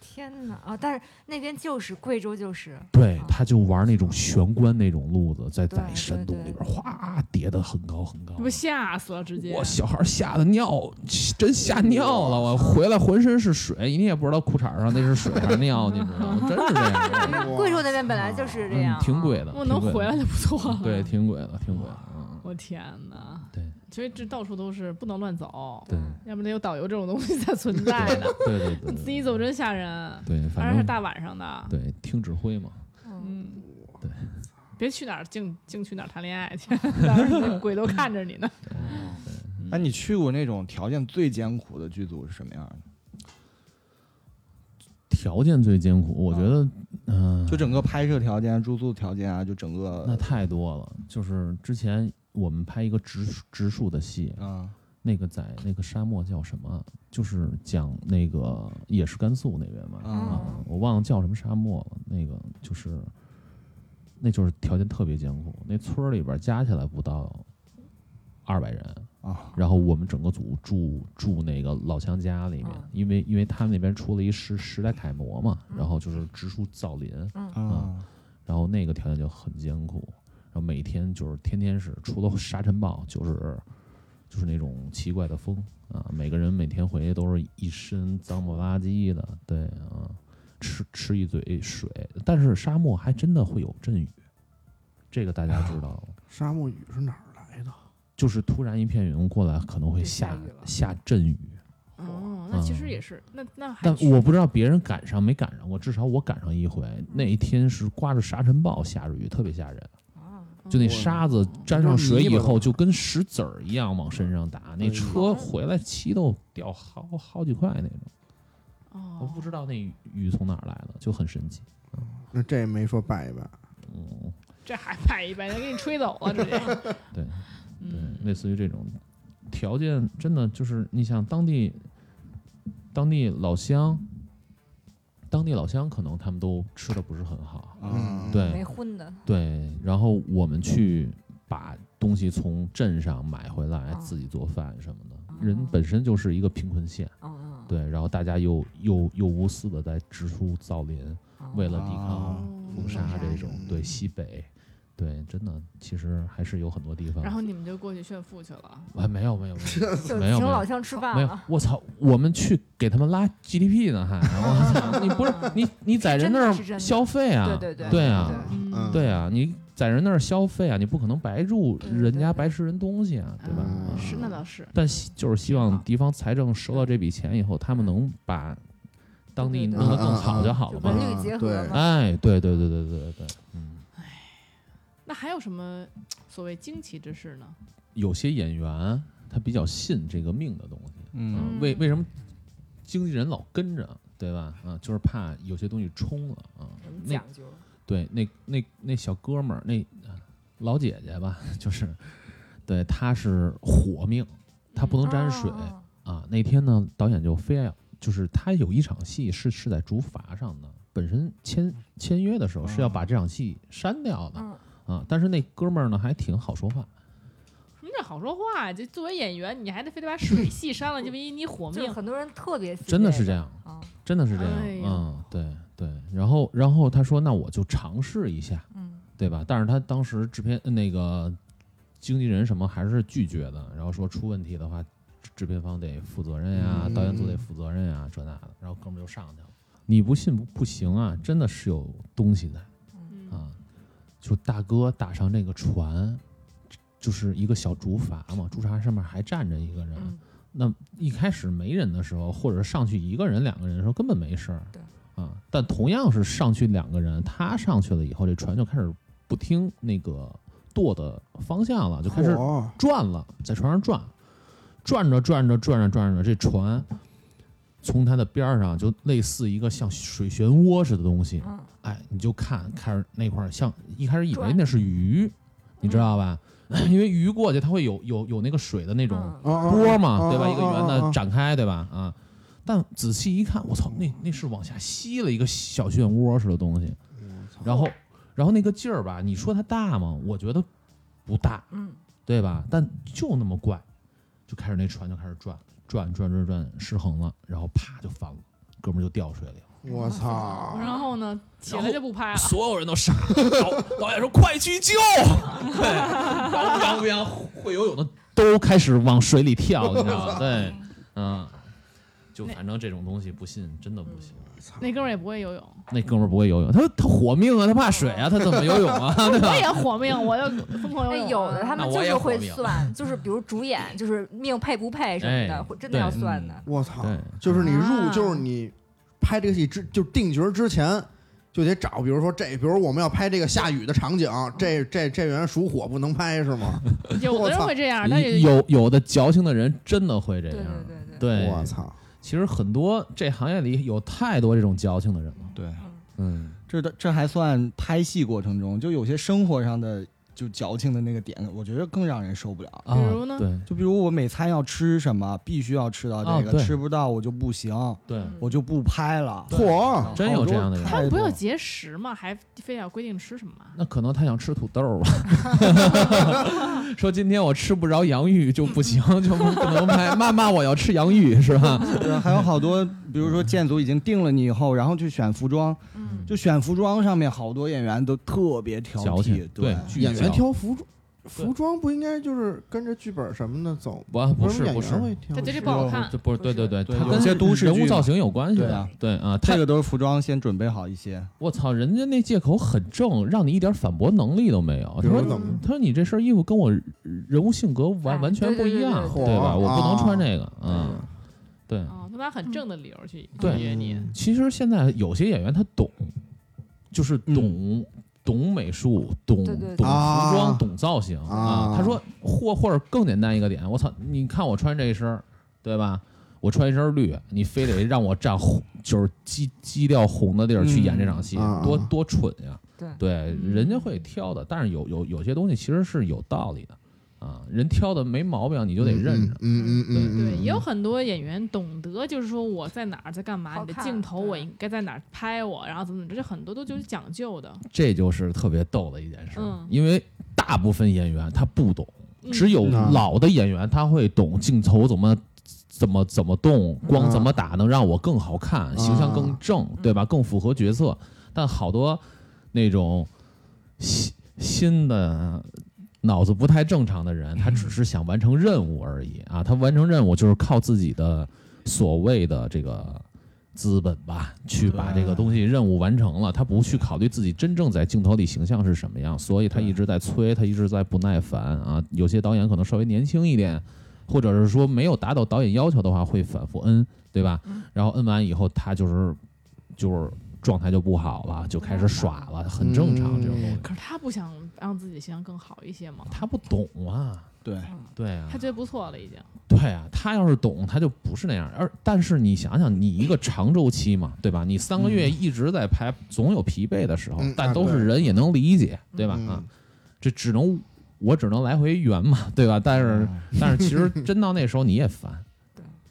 Speaker 5: 天哪啊！但是那边就是贵州，就是
Speaker 2: 对
Speaker 5: 啊，
Speaker 2: 他就玩那种玄关那种路子，在
Speaker 5: 对
Speaker 2: 在山洞里边
Speaker 5: 对对
Speaker 2: 哗叠得很高很高
Speaker 4: 这。不吓死了，直接哎
Speaker 2: 我小孩吓得尿，真吓尿了！我回来浑身是水，你也不知道裤衩上那是水还是尿，你知道吗？真是这 样，
Speaker 3: 哇
Speaker 5: 啊贵州那边本来就是这样，
Speaker 2: 嗯挺
Speaker 5: 贵
Speaker 2: 鬼的。
Speaker 4: 啊我能
Speaker 2: 挺
Speaker 4: 回
Speaker 2: 鬼的
Speaker 4: 来就不错了。
Speaker 2: 对，挺鬼的，挺鬼的。嗯，
Speaker 4: 我天哪！
Speaker 2: 对，
Speaker 4: 所以这到处都是不能乱走，
Speaker 2: 对
Speaker 4: 要不得有导游这种东西才存在
Speaker 2: 对
Speaker 4: 呢。
Speaker 2: 对对对，
Speaker 4: 你自己走真吓人，
Speaker 2: 对，
Speaker 4: 而
Speaker 2: 反
Speaker 4: 且是
Speaker 2: 正
Speaker 4: 大晚上的。
Speaker 2: 对听指挥嘛。
Speaker 5: 嗯，
Speaker 4: 嗯，
Speaker 2: 对，
Speaker 4: 别去哪儿净净去哪儿谈恋爱去，到时候那鬼都看着你呢。
Speaker 6: 哎，你去过那种条件最艰苦的剧组是什么样的？
Speaker 2: 条件最艰苦，我觉得，嗯，
Speaker 6: 就整个拍摄条件、住宿条件啊，就整
Speaker 2: 那
Speaker 6: 个，
Speaker 2: 太多了。就是之前我们拍一个植树植树的戏，
Speaker 6: 嗯
Speaker 2: 那个在那个沙漠叫什么？就是讲那个也是甘肃那边嘛，
Speaker 6: 啊
Speaker 2: 啊，我忘了叫什么沙漠了。那个就是，那就是条件特别艰苦。那村儿里边儿加起来不到二百人，
Speaker 6: 啊，
Speaker 2: 然后我们整个组住住那个老乡家里面
Speaker 5: 嗯，
Speaker 2: 因为因为他们那边出了一时时代楷模嘛，然后就是植树造林，
Speaker 4: 嗯
Speaker 6: 啊
Speaker 2: 然后那个条件就很艰苦，然后每天就是天天是除了沙尘暴 就是就是那种奇怪的风啊，每个人每天回去都是一身脏不拉几的，对啊，吃吃一嘴水，但是沙漠还真的会有阵雨，这个大家知道
Speaker 5: 啊
Speaker 2: 了。
Speaker 3: 沙漠雨是哪儿来的？
Speaker 2: 就是突然一片云过来，可能会
Speaker 5: 就
Speaker 2: 下
Speaker 5: 下雨了
Speaker 2: 下阵雨，
Speaker 4: 哦，那其
Speaker 2: 嗯
Speaker 4: 实也是，那那还
Speaker 2: 但
Speaker 4: 去
Speaker 2: 我不知道别人赶上没赶上过，至少我赶上一回。那一天是刮着沙尘暴下着雨，特别吓人。
Speaker 5: 啊
Speaker 2: 就那沙子沾上水以后，就跟石子儿一样往身上打。那车回来漆都掉好好几块那种。我
Speaker 4: 哦
Speaker 2: 不，知道那雨雨从哪儿来的，就很神奇。
Speaker 3: 那这也没说拜一拜，
Speaker 2: 嗯，
Speaker 4: 这还拜一拜，人给你吹走了直 接。
Speaker 2: 对
Speaker 4: 嗯，
Speaker 2: 对，类似于这种条件，真的就是你想当地当地老乡，当地老乡可能他们都吃的不是很好。
Speaker 6: 啊，
Speaker 2: 对，
Speaker 5: 没荤的，
Speaker 2: 对，然后我们去把东西从镇上买回来，
Speaker 5: 啊
Speaker 2: 自己做饭什么的。
Speaker 5: 啊
Speaker 2: 人本身就是一个贫困县，
Speaker 5: 嗯嗯，
Speaker 2: 对，然后大家又又又无私的在植树造林，
Speaker 5: 嗯，
Speaker 2: 为了抵抗
Speaker 4: 哦
Speaker 6: 啊
Speaker 2: 风
Speaker 3: 嗯
Speaker 2: 沙这种，
Speaker 3: 嗯
Speaker 2: 对西北，对，真的其实还是有很多地方。
Speaker 4: 然后你们就过去炫富去了。
Speaker 2: 啊，没有没有没有
Speaker 5: 就
Speaker 2: 没有
Speaker 5: 请
Speaker 2: 没有
Speaker 5: 老乡吃饭
Speaker 2: 没有
Speaker 5: 了，，
Speaker 2: 我操，我们去给他们拉 GDP 呢，还我操，你不是 你你在人那
Speaker 5: 是真的是真
Speaker 2: 儿
Speaker 5: 的
Speaker 2: 消费啊，
Speaker 5: 对对
Speaker 2: 对啊
Speaker 4: 嗯
Speaker 2: 对啊，你在人那儿消费啊，你不可能白住
Speaker 5: 对对
Speaker 2: 人家
Speaker 5: 对
Speaker 2: 白吃人东西啊，对吧？
Speaker 4: 嗯
Speaker 2: 啊
Speaker 4: 是，那倒是。
Speaker 2: 但希就是希望
Speaker 4: 好
Speaker 2: 地方财政收到这笔钱以后，他们能把当地
Speaker 5: 对对
Speaker 2: 弄得
Speaker 3: 对
Speaker 2: 更好就好
Speaker 5: 就
Speaker 2: 了
Speaker 5: 文
Speaker 2: 嘛。
Speaker 5: 旅结合
Speaker 3: 对
Speaker 5: 嘛，
Speaker 2: 哎，对对对对对对对，嗯，
Speaker 4: 那还有什么所谓惊奇之事呢？
Speaker 2: 有些演员他比较信这个命的东西，啊
Speaker 6: 嗯
Speaker 2: 为为什么经纪人老跟着？对吧？啊，就是怕有些东西冲了啊。
Speaker 7: 很
Speaker 2: 那
Speaker 7: 讲究，
Speaker 2: 对，那那那小哥们儿，那老姐姐吧，就是，对，她是火命，她不能沾水、
Speaker 5: 嗯
Speaker 7: 哦
Speaker 2: 啊。那天呢，导演就非要，就是他有一场戏是是在竹筏上的，本身签签约的时候是要把这场戏删掉的、
Speaker 7: 哦嗯，
Speaker 2: 啊，但是那哥们儿呢还挺好说话，
Speaker 4: 什么叫好说话？这作为演员，你还得非得把水戏删了，就因为你火
Speaker 5: 就是
Speaker 4: 命。
Speaker 5: 很多人特别
Speaker 2: 嗯真的是这
Speaker 5: 样
Speaker 2: 样，
Speaker 5: 啊，
Speaker 2: 真的是这样，
Speaker 4: 哦哎呦
Speaker 2: 嗯，对对。然后然后他说，那我就尝试一下，
Speaker 7: 嗯，
Speaker 2: 对吧？但是他当时制片呃那个经纪人什么还是拒绝的，然后说出问题的话，制制片方得负责任呀、
Speaker 3: 嗯
Speaker 2: 导演组得负责任呀、这那的。然后哥们儿就上去了，你不信不不行啊，真的是有东西在
Speaker 4: 嗯，
Speaker 2: 啊！就大哥打上那个船，就是一个小竹筏嘛，竹筏上面还站着一个人。
Speaker 7: 嗯
Speaker 2: 那一开始没人的时候，或者上去一个人、两个人的时候，根本没事儿。
Speaker 7: 对
Speaker 2: 啊，但同样是上去两个人，他上去了以后，这船就开始不听那个舵的方向了，就开始
Speaker 3: 火
Speaker 2: 转了，在船上转，转着转着转着转着，这船从它的边儿上就类似一个像水漩涡似的东西，
Speaker 7: 嗯
Speaker 2: 哎，你就看开始那块儿像一开始以为
Speaker 7: 转
Speaker 2: 那是鱼，你知道吧？ 因为鱼过去它会有有有那个水的那种
Speaker 7: 嗯
Speaker 3: 啊
Speaker 2: 波嘛，对吧？
Speaker 3: 啊
Speaker 2: 一个圆
Speaker 3: 啊啊
Speaker 2: 的
Speaker 3: 啊
Speaker 2: 展开，对吧？啊，但仔细一看，我操，那那是往下吸了一个小漩涡似的东西，
Speaker 7: 嗯
Speaker 2: 然后然后那个劲儿吧，你说它大吗？我觉得不大，
Speaker 7: 嗯，
Speaker 2: 对吧？但就那么怪，就开始那船就开始转转转转转失衡了，然后啪就翻了，哥们儿就掉水里了。
Speaker 3: 我操！
Speaker 4: 然后呢，起来就不拍 了。
Speaker 2: 所有人都傻了，导导演说快去救！ 对，当当边会游泳的都开始往水里跳，你知道吗？对，嗯，就反正这种东西不信真的不信。
Speaker 4: 那哥们儿也不会游泳，
Speaker 2: 那哥们儿不会游泳，他说他火命啊，他怕水啊，他怎么游泳啊？对
Speaker 4: 我
Speaker 2: 吧？
Speaker 4: 也火命，我就疯狂游
Speaker 5: 哎，
Speaker 4: 泳啊。
Speaker 5: 有的他
Speaker 2: 嗯那
Speaker 5: 们
Speaker 2: 我
Speaker 5: 就
Speaker 2: 也
Speaker 5: 是
Speaker 2: 火
Speaker 5: 会
Speaker 2: 命
Speaker 5: 算，就是比如主演就是命配不配什么
Speaker 2: 哎
Speaker 5: 的，会真的要
Speaker 2: 对
Speaker 5: 算的。
Speaker 3: 我操
Speaker 2: 对！
Speaker 3: 就是你入，
Speaker 4: 啊
Speaker 3: 就是你拍这个戏之，就定角之前就得找，比如说这，比如我们要拍这个下雨的场景，这这这原来属火不能拍是吗？
Speaker 4: 有的人会这样，但是
Speaker 2: 有有的矫情的人真的会这
Speaker 5: 对
Speaker 2: 样
Speaker 5: 对。对对。
Speaker 2: 对，
Speaker 3: 我操！
Speaker 2: 其实很多这行业里有太多这种矫情的人了。
Speaker 6: 对，
Speaker 2: 嗯，
Speaker 6: 这这还算拍戏过程中，就有些生活上的就矫情的那个点，我觉得更让人受不了。
Speaker 2: 啊
Speaker 4: 比如呢
Speaker 2: 对
Speaker 6: 就比如我每餐要吃什么，必须要吃到
Speaker 2: 啊
Speaker 6: 这个，
Speaker 2: 对
Speaker 6: 吃不到我就不行，
Speaker 2: 对，
Speaker 6: 我就不拍了。
Speaker 3: 嚯！
Speaker 2: 真有这样的人
Speaker 4: 他
Speaker 6: 太
Speaker 4: 们不
Speaker 6: 多
Speaker 4: 要节食嘛，还非得要规定吃什么嘛？
Speaker 2: 那可能他想吃土豆吧， 说今天我吃不着洋芋就不行，就不不能拍。妈妈，我要吃洋芋，是吧？
Speaker 6: 对，还有好多，比如说建组已经定了你以后，然后去选服装，
Speaker 7: 嗯
Speaker 6: 就选服装上面好多演员都特别挑
Speaker 2: 矫
Speaker 6: 剔
Speaker 2: 情，，
Speaker 6: 对，
Speaker 2: 巨
Speaker 3: 演员
Speaker 2: 挑
Speaker 3: 挑服装，服装不应该就是跟着剧本什么的走？
Speaker 2: 不不是
Speaker 3: 是
Speaker 2: 不
Speaker 3: 演
Speaker 2: 是
Speaker 3: 员，会挑
Speaker 4: 他觉得这不好看
Speaker 2: 这，不是对对对，
Speaker 6: 对
Speaker 2: 他
Speaker 6: 有
Speaker 2: 跟
Speaker 6: 些都市
Speaker 2: 人
Speaker 6: 剧
Speaker 2: 物
Speaker 6: 嘛
Speaker 2: 造型有关系
Speaker 6: 对
Speaker 2: 的
Speaker 6: 啊。
Speaker 2: 对啊，他
Speaker 6: 这个都是服装先准备好一些，
Speaker 2: 我操，人家那借口很正，让你一点反驳能力都没有。他
Speaker 3: 比如
Speaker 2: 说
Speaker 3: 怎么？
Speaker 2: 他说你这身衣服跟我人物性格完
Speaker 5: 哎
Speaker 2: 完全
Speaker 5: 对
Speaker 2: 不
Speaker 5: 对
Speaker 2: 一
Speaker 5: 对
Speaker 2: 样，
Speaker 5: 对
Speaker 3: 啊对
Speaker 2: 吧？我不能
Speaker 3: 啊
Speaker 2: 穿这个，嗯，对。
Speaker 4: 哦，他拿很正的理由去
Speaker 2: 对嗯
Speaker 4: 拒绝你。
Speaker 2: 其实现在有些演员他懂，就是
Speaker 3: 嗯
Speaker 2: 懂、懂美术，懂
Speaker 5: 对对对
Speaker 2: 懂服装，
Speaker 3: 啊
Speaker 2: 懂造型
Speaker 3: 啊
Speaker 2: 他说或或者更简单一个点，我操，你看我穿这一身儿，对吧？我穿一身绿，你非得让我站红，就是基基调红的地儿去演这场戏，
Speaker 3: 嗯啊
Speaker 2: 多多蠢呀！
Speaker 5: 对嗯
Speaker 2: 人家会挑的，但是有有有些东西其实是有道理的啊，人挑的没毛病，你就得认着。
Speaker 3: 嗯嗯嗯嗯，
Speaker 4: 对，
Speaker 3: 嗯
Speaker 4: 也有很多演员懂得，就是说我在哪儿在干嘛，
Speaker 5: 好
Speaker 4: 你的
Speaker 5: 看
Speaker 4: 镜头
Speaker 5: 对
Speaker 4: 我应该在哪儿拍我，然后怎么怎么着，这很多都就是讲究的。
Speaker 2: 这就是特别逗的一件事，
Speaker 4: 嗯
Speaker 2: 因为大部分演员他不懂，
Speaker 4: 嗯
Speaker 2: 只有
Speaker 3: 嗯啊
Speaker 2: 老的演员他会懂镜头怎么。怎么怎么动，光怎么打能让我更好看，形象更正，对吧？更符合角色。但好多那种新新的脑子不太正常的人，他只是想完成任务而已啊！他完成任务就是靠自己的所谓的这个资本吧，去把这个东西任务完成了。他不去考虑自己真正在镜头里形象是什么样，所以他一直在催，他一直在不耐烦啊。有些导演可能稍微年轻一点，或者是说没有达到导演要求的话，会反复摁，对吧？然后摁完以后，他就是就是状态就不好了，就开始耍了，很正常这种东西。
Speaker 4: 可是他不想让自己形象更好一些吗？
Speaker 2: 他不懂啊，
Speaker 6: 对，
Speaker 2: 对啊
Speaker 4: 他，觉得不错了，已经。
Speaker 2: 对啊，他要是懂，他就不是那样。而但是你想想，你一个长周期嘛，对吧？你三个月一直在拍，总有疲惫的时候
Speaker 3: 嗯，
Speaker 2: 但
Speaker 3: 啊
Speaker 2: 都是
Speaker 3: 对
Speaker 2: 人，也能理解，对吧？
Speaker 3: 嗯
Speaker 2: 啊，这只能我只能来回圆嘛，对吧？但是
Speaker 3: 嗯
Speaker 2: 但是其实真到那时候你也 烦，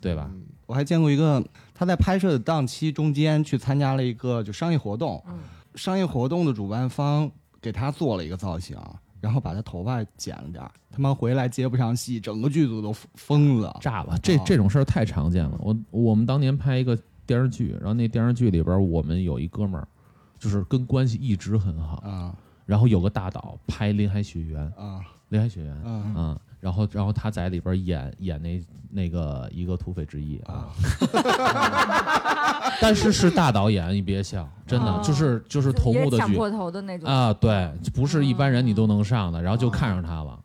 Speaker 2: 对吧？
Speaker 3: 嗯
Speaker 6: 我还见过一个，他在拍摄的档期中间去参加了一个就商业活动，
Speaker 5: 嗯
Speaker 6: 商业活动的主办方给他做了一个造型，然后把他头发剪了点儿，他妈回来接不上戏，整个剧组都疯了。
Speaker 2: 炸了，这
Speaker 6: 哦
Speaker 2: 这种事儿太常见了。我我们当年拍一个电视剧，然后那电视剧里边儿我们有一哥们儿，就是跟关系一直很
Speaker 3: 嗯
Speaker 2: 好，
Speaker 6: 啊
Speaker 2: 然后有个大导拍《林海雪原》，《
Speaker 6: 啊
Speaker 2: 林海雪原》
Speaker 6: 啊
Speaker 2: 啊，然后然后他在里边儿演演那那个一个土匪之一啊，
Speaker 6: 啊！
Speaker 2: 但是是大导演，你别笑，真的、
Speaker 5: 哦
Speaker 2: 就是就是
Speaker 5: 就
Speaker 2: 头
Speaker 5: 也
Speaker 2: 目的
Speaker 5: 抢
Speaker 2: 剧
Speaker 5: 破头的那种。
Speaker 2: 啊，对，不是一般人你都能上的，然
Speaker 5: 哦
Speaker 2: 后就看上他了，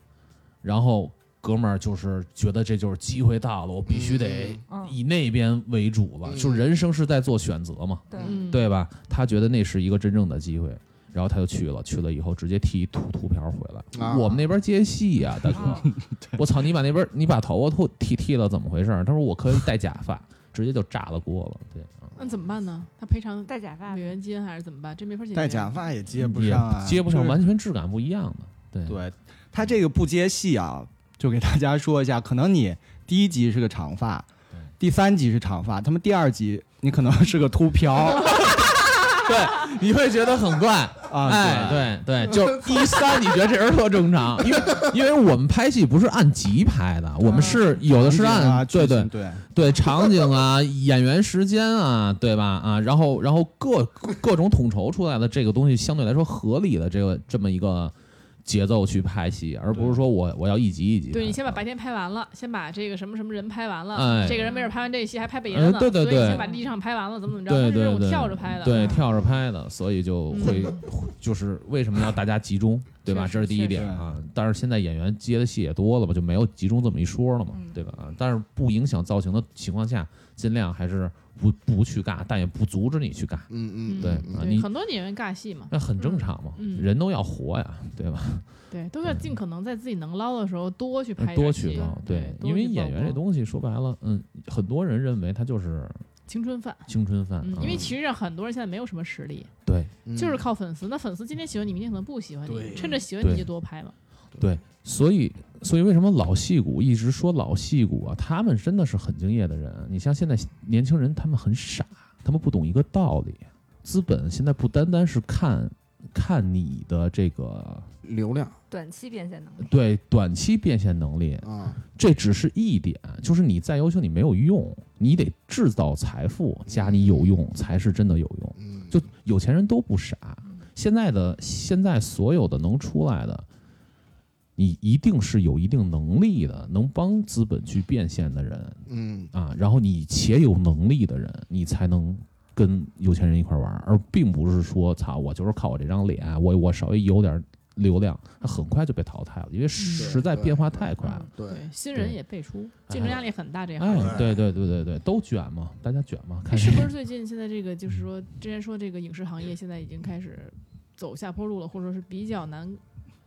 Speaker 2: 然后哥们儿就是觉得这就是机会到了，我必须得
Speaker 5: 嗯
Speaker 2: 以那边为主了，
Speaker 3: 嗯
Speaker 2: 就人生是在做选择嘛，
Speaker 5: 对，
Speaker 4: 嗯，
Speaker 2: 对吧？他觉得那是一个真正的机会。然后他就去了，去了以后直接剃一秃秃瓢回来。
Speaker 3: 啊
Speaker 2: 我们那边接戏呀、大哥，
Speaker 5: 嗯
Speaker 2: 我操！你把那边你把头发剃剃剃了，怎么回事？他说我可以戴假发，直接就炸了锅了。对，
Speaker 4: 那怎么办呢？他赔偿
Speaker 5: 戴假发
Speaker 4: 美，元金还是怎么办？这没法解决。
Speaker 6: 戴假发也接
Speaker 2: 也
Speaker 6: 不上啊，
Speaker 2: 接不上，
Speaker 6: 就是
Speaker 2: 完全质感不一样的。对，
Speaker 6: 对他这个不接戏啊，就给大家说一下，可能你第一集是个长发，第三集是长发，他们第二集你可能是个秃瓢
Speaker 2: 对，你会觉得很怪。
Speaker 6: 啊，对
Speaker 2: 哎，对对，就一三，你觉得这人特正常，因为因为我们拍戏不是按集拍的，我们是有的是
Speaker 6: 场景啊
Speaker 2: 按对
Speaker 6: 剧情
Speaker 2: 对
Speaker 6: 对，
Speaker 2: 对场景啊、 演员时间啊，对吧？啊，然后然后各各种统筹出来的这个东西，相对来说合理的这个这么一个节奏去拍戏，而不是说我我要一集一集拍。
Speaker 4: 对你先把白天拍完了，先把这个什么什么人拍完了，
Speaker 2: 啊哎
Speaker 4: 这个人没准拍完这一戏还拍别
Speaker 2: 呃
Speaker 4: 人呢，
Speaker 2: 对对
Speaker 4: 所
Speaker 2: 对
Speaker 4: 以先把立场拍完了，怎么怎么着，
Speaker 2: 对
Speaker 4: 他是这
Speaker 2: 对
Speaker 4: 种
Speaker 2: 对
Speaker 4: 跳着拍的，
Speaker 2: 对，
Speaker 4: 嗯
Speaker 2: 跳着拍的，所以就 会 就是为什么要大家集中，对吧？
Speaker 4: 确实
Speaker 2: 这是第一点
Speaker 6: 确实
Speaker 2: 啊。但是现在演员接的戏也多了吧，就没有集中这么一说了嘛
Speaker 5: 嗯，
Speaker 2: 对吧？啊，但是不影响造型的情况下，尽量还是不不去尬，但也不阻止你去尬，
Speaker 3: 嗯嗯，
Speaker 2: 对
Speaker 3: 嗯
Speaker 2: 啊
Speaker 4: 对
Speaker 2: 你
Speaker 4: 很多演员尬戏嘛，
Speaker 2: 那很正常嘛，
Speaker 4: 嗯嗯
Speaker 2: 人都要活呀，对吧？
Speaker 4: 对，都要尽可能在自己能捞的时候多去拍一点
Speaker 2: 呃多
Speaker 4: 戏，
Speaker 2: 去捞，
Speaker 4: 对，多
Speaker 2: 因为
Speaker 4: 去
Speaker 2: 演员
Speaker 4: 曝
Speaker 2: 这
Speaker 4: 光
Speaker 2: 东西说白了，嗯，很多人认为他就是
Speaker 4: 青春饭。
Speaker 2: 青春饭，
Speaker 4: 嗯，
Speaker 2: 啊
Speaker 4: 因为其实很多人现在没有什么实力，
Speaker 2: 对
Speaker 3: 嗯
Speaker 4: 就是靠粉丝。那粉丝今天喜欢你，明天可能不喜欢你，
Speaker 3: 对
Speaker 4: 趁着喜欢你
Speaker 2: 对
Speaker 4: 就多拍嘛。
Speaker 2: 对，所以所以为什么老戏骨一直说老戏骨啊？他们真的是很敬业的人。你像现在年轻人，他们很傻，他们不懂一个道理。资本现在不单单是看看你的这个
Speaker 3: 流量
Speaker 5: 短期变现能力。
Speaker 2: 对短期变现能力，
Speaker 3: 啊，
Speaker 2: 这只是一点，就是你再优秀你没有用，你得制造财富加你有用才是真的有用。
Speaker 3: 嗯，
Speaker 2: 就有钱人都不傻，
Speaker 4: 嗯
Speaker 2: 现在的现在所有的能出来的，你一定是有一定能力的，能帮资本去变现的人
Speaker 3: 嗯
Speaker 2: 啊，然后你且有能力的人，你才能。跟有钱人一块玩，而并不是说操，我就是靠我这张脸，我我稍微有点流量，他很快就被淘汰了，因为时代
Speaker 3: 对
Speaker 2: 变化太快了
Speaker 4: 嗯。，
Speaker 3: 对，
Speaker 4: 新人
Speaker 2: 对
Speaker 4: 也辈出，竞争压力很大。这行
Speaker 2: 哎，对对对对对，都卷嘛，大家卷嘛，看
Speaker 4: 是
Speaker 2: 谁
Speaker 4: 不是最近现在这个就是说，之前说这个影视行业现在已经开始走下坡路了，或者说是比较难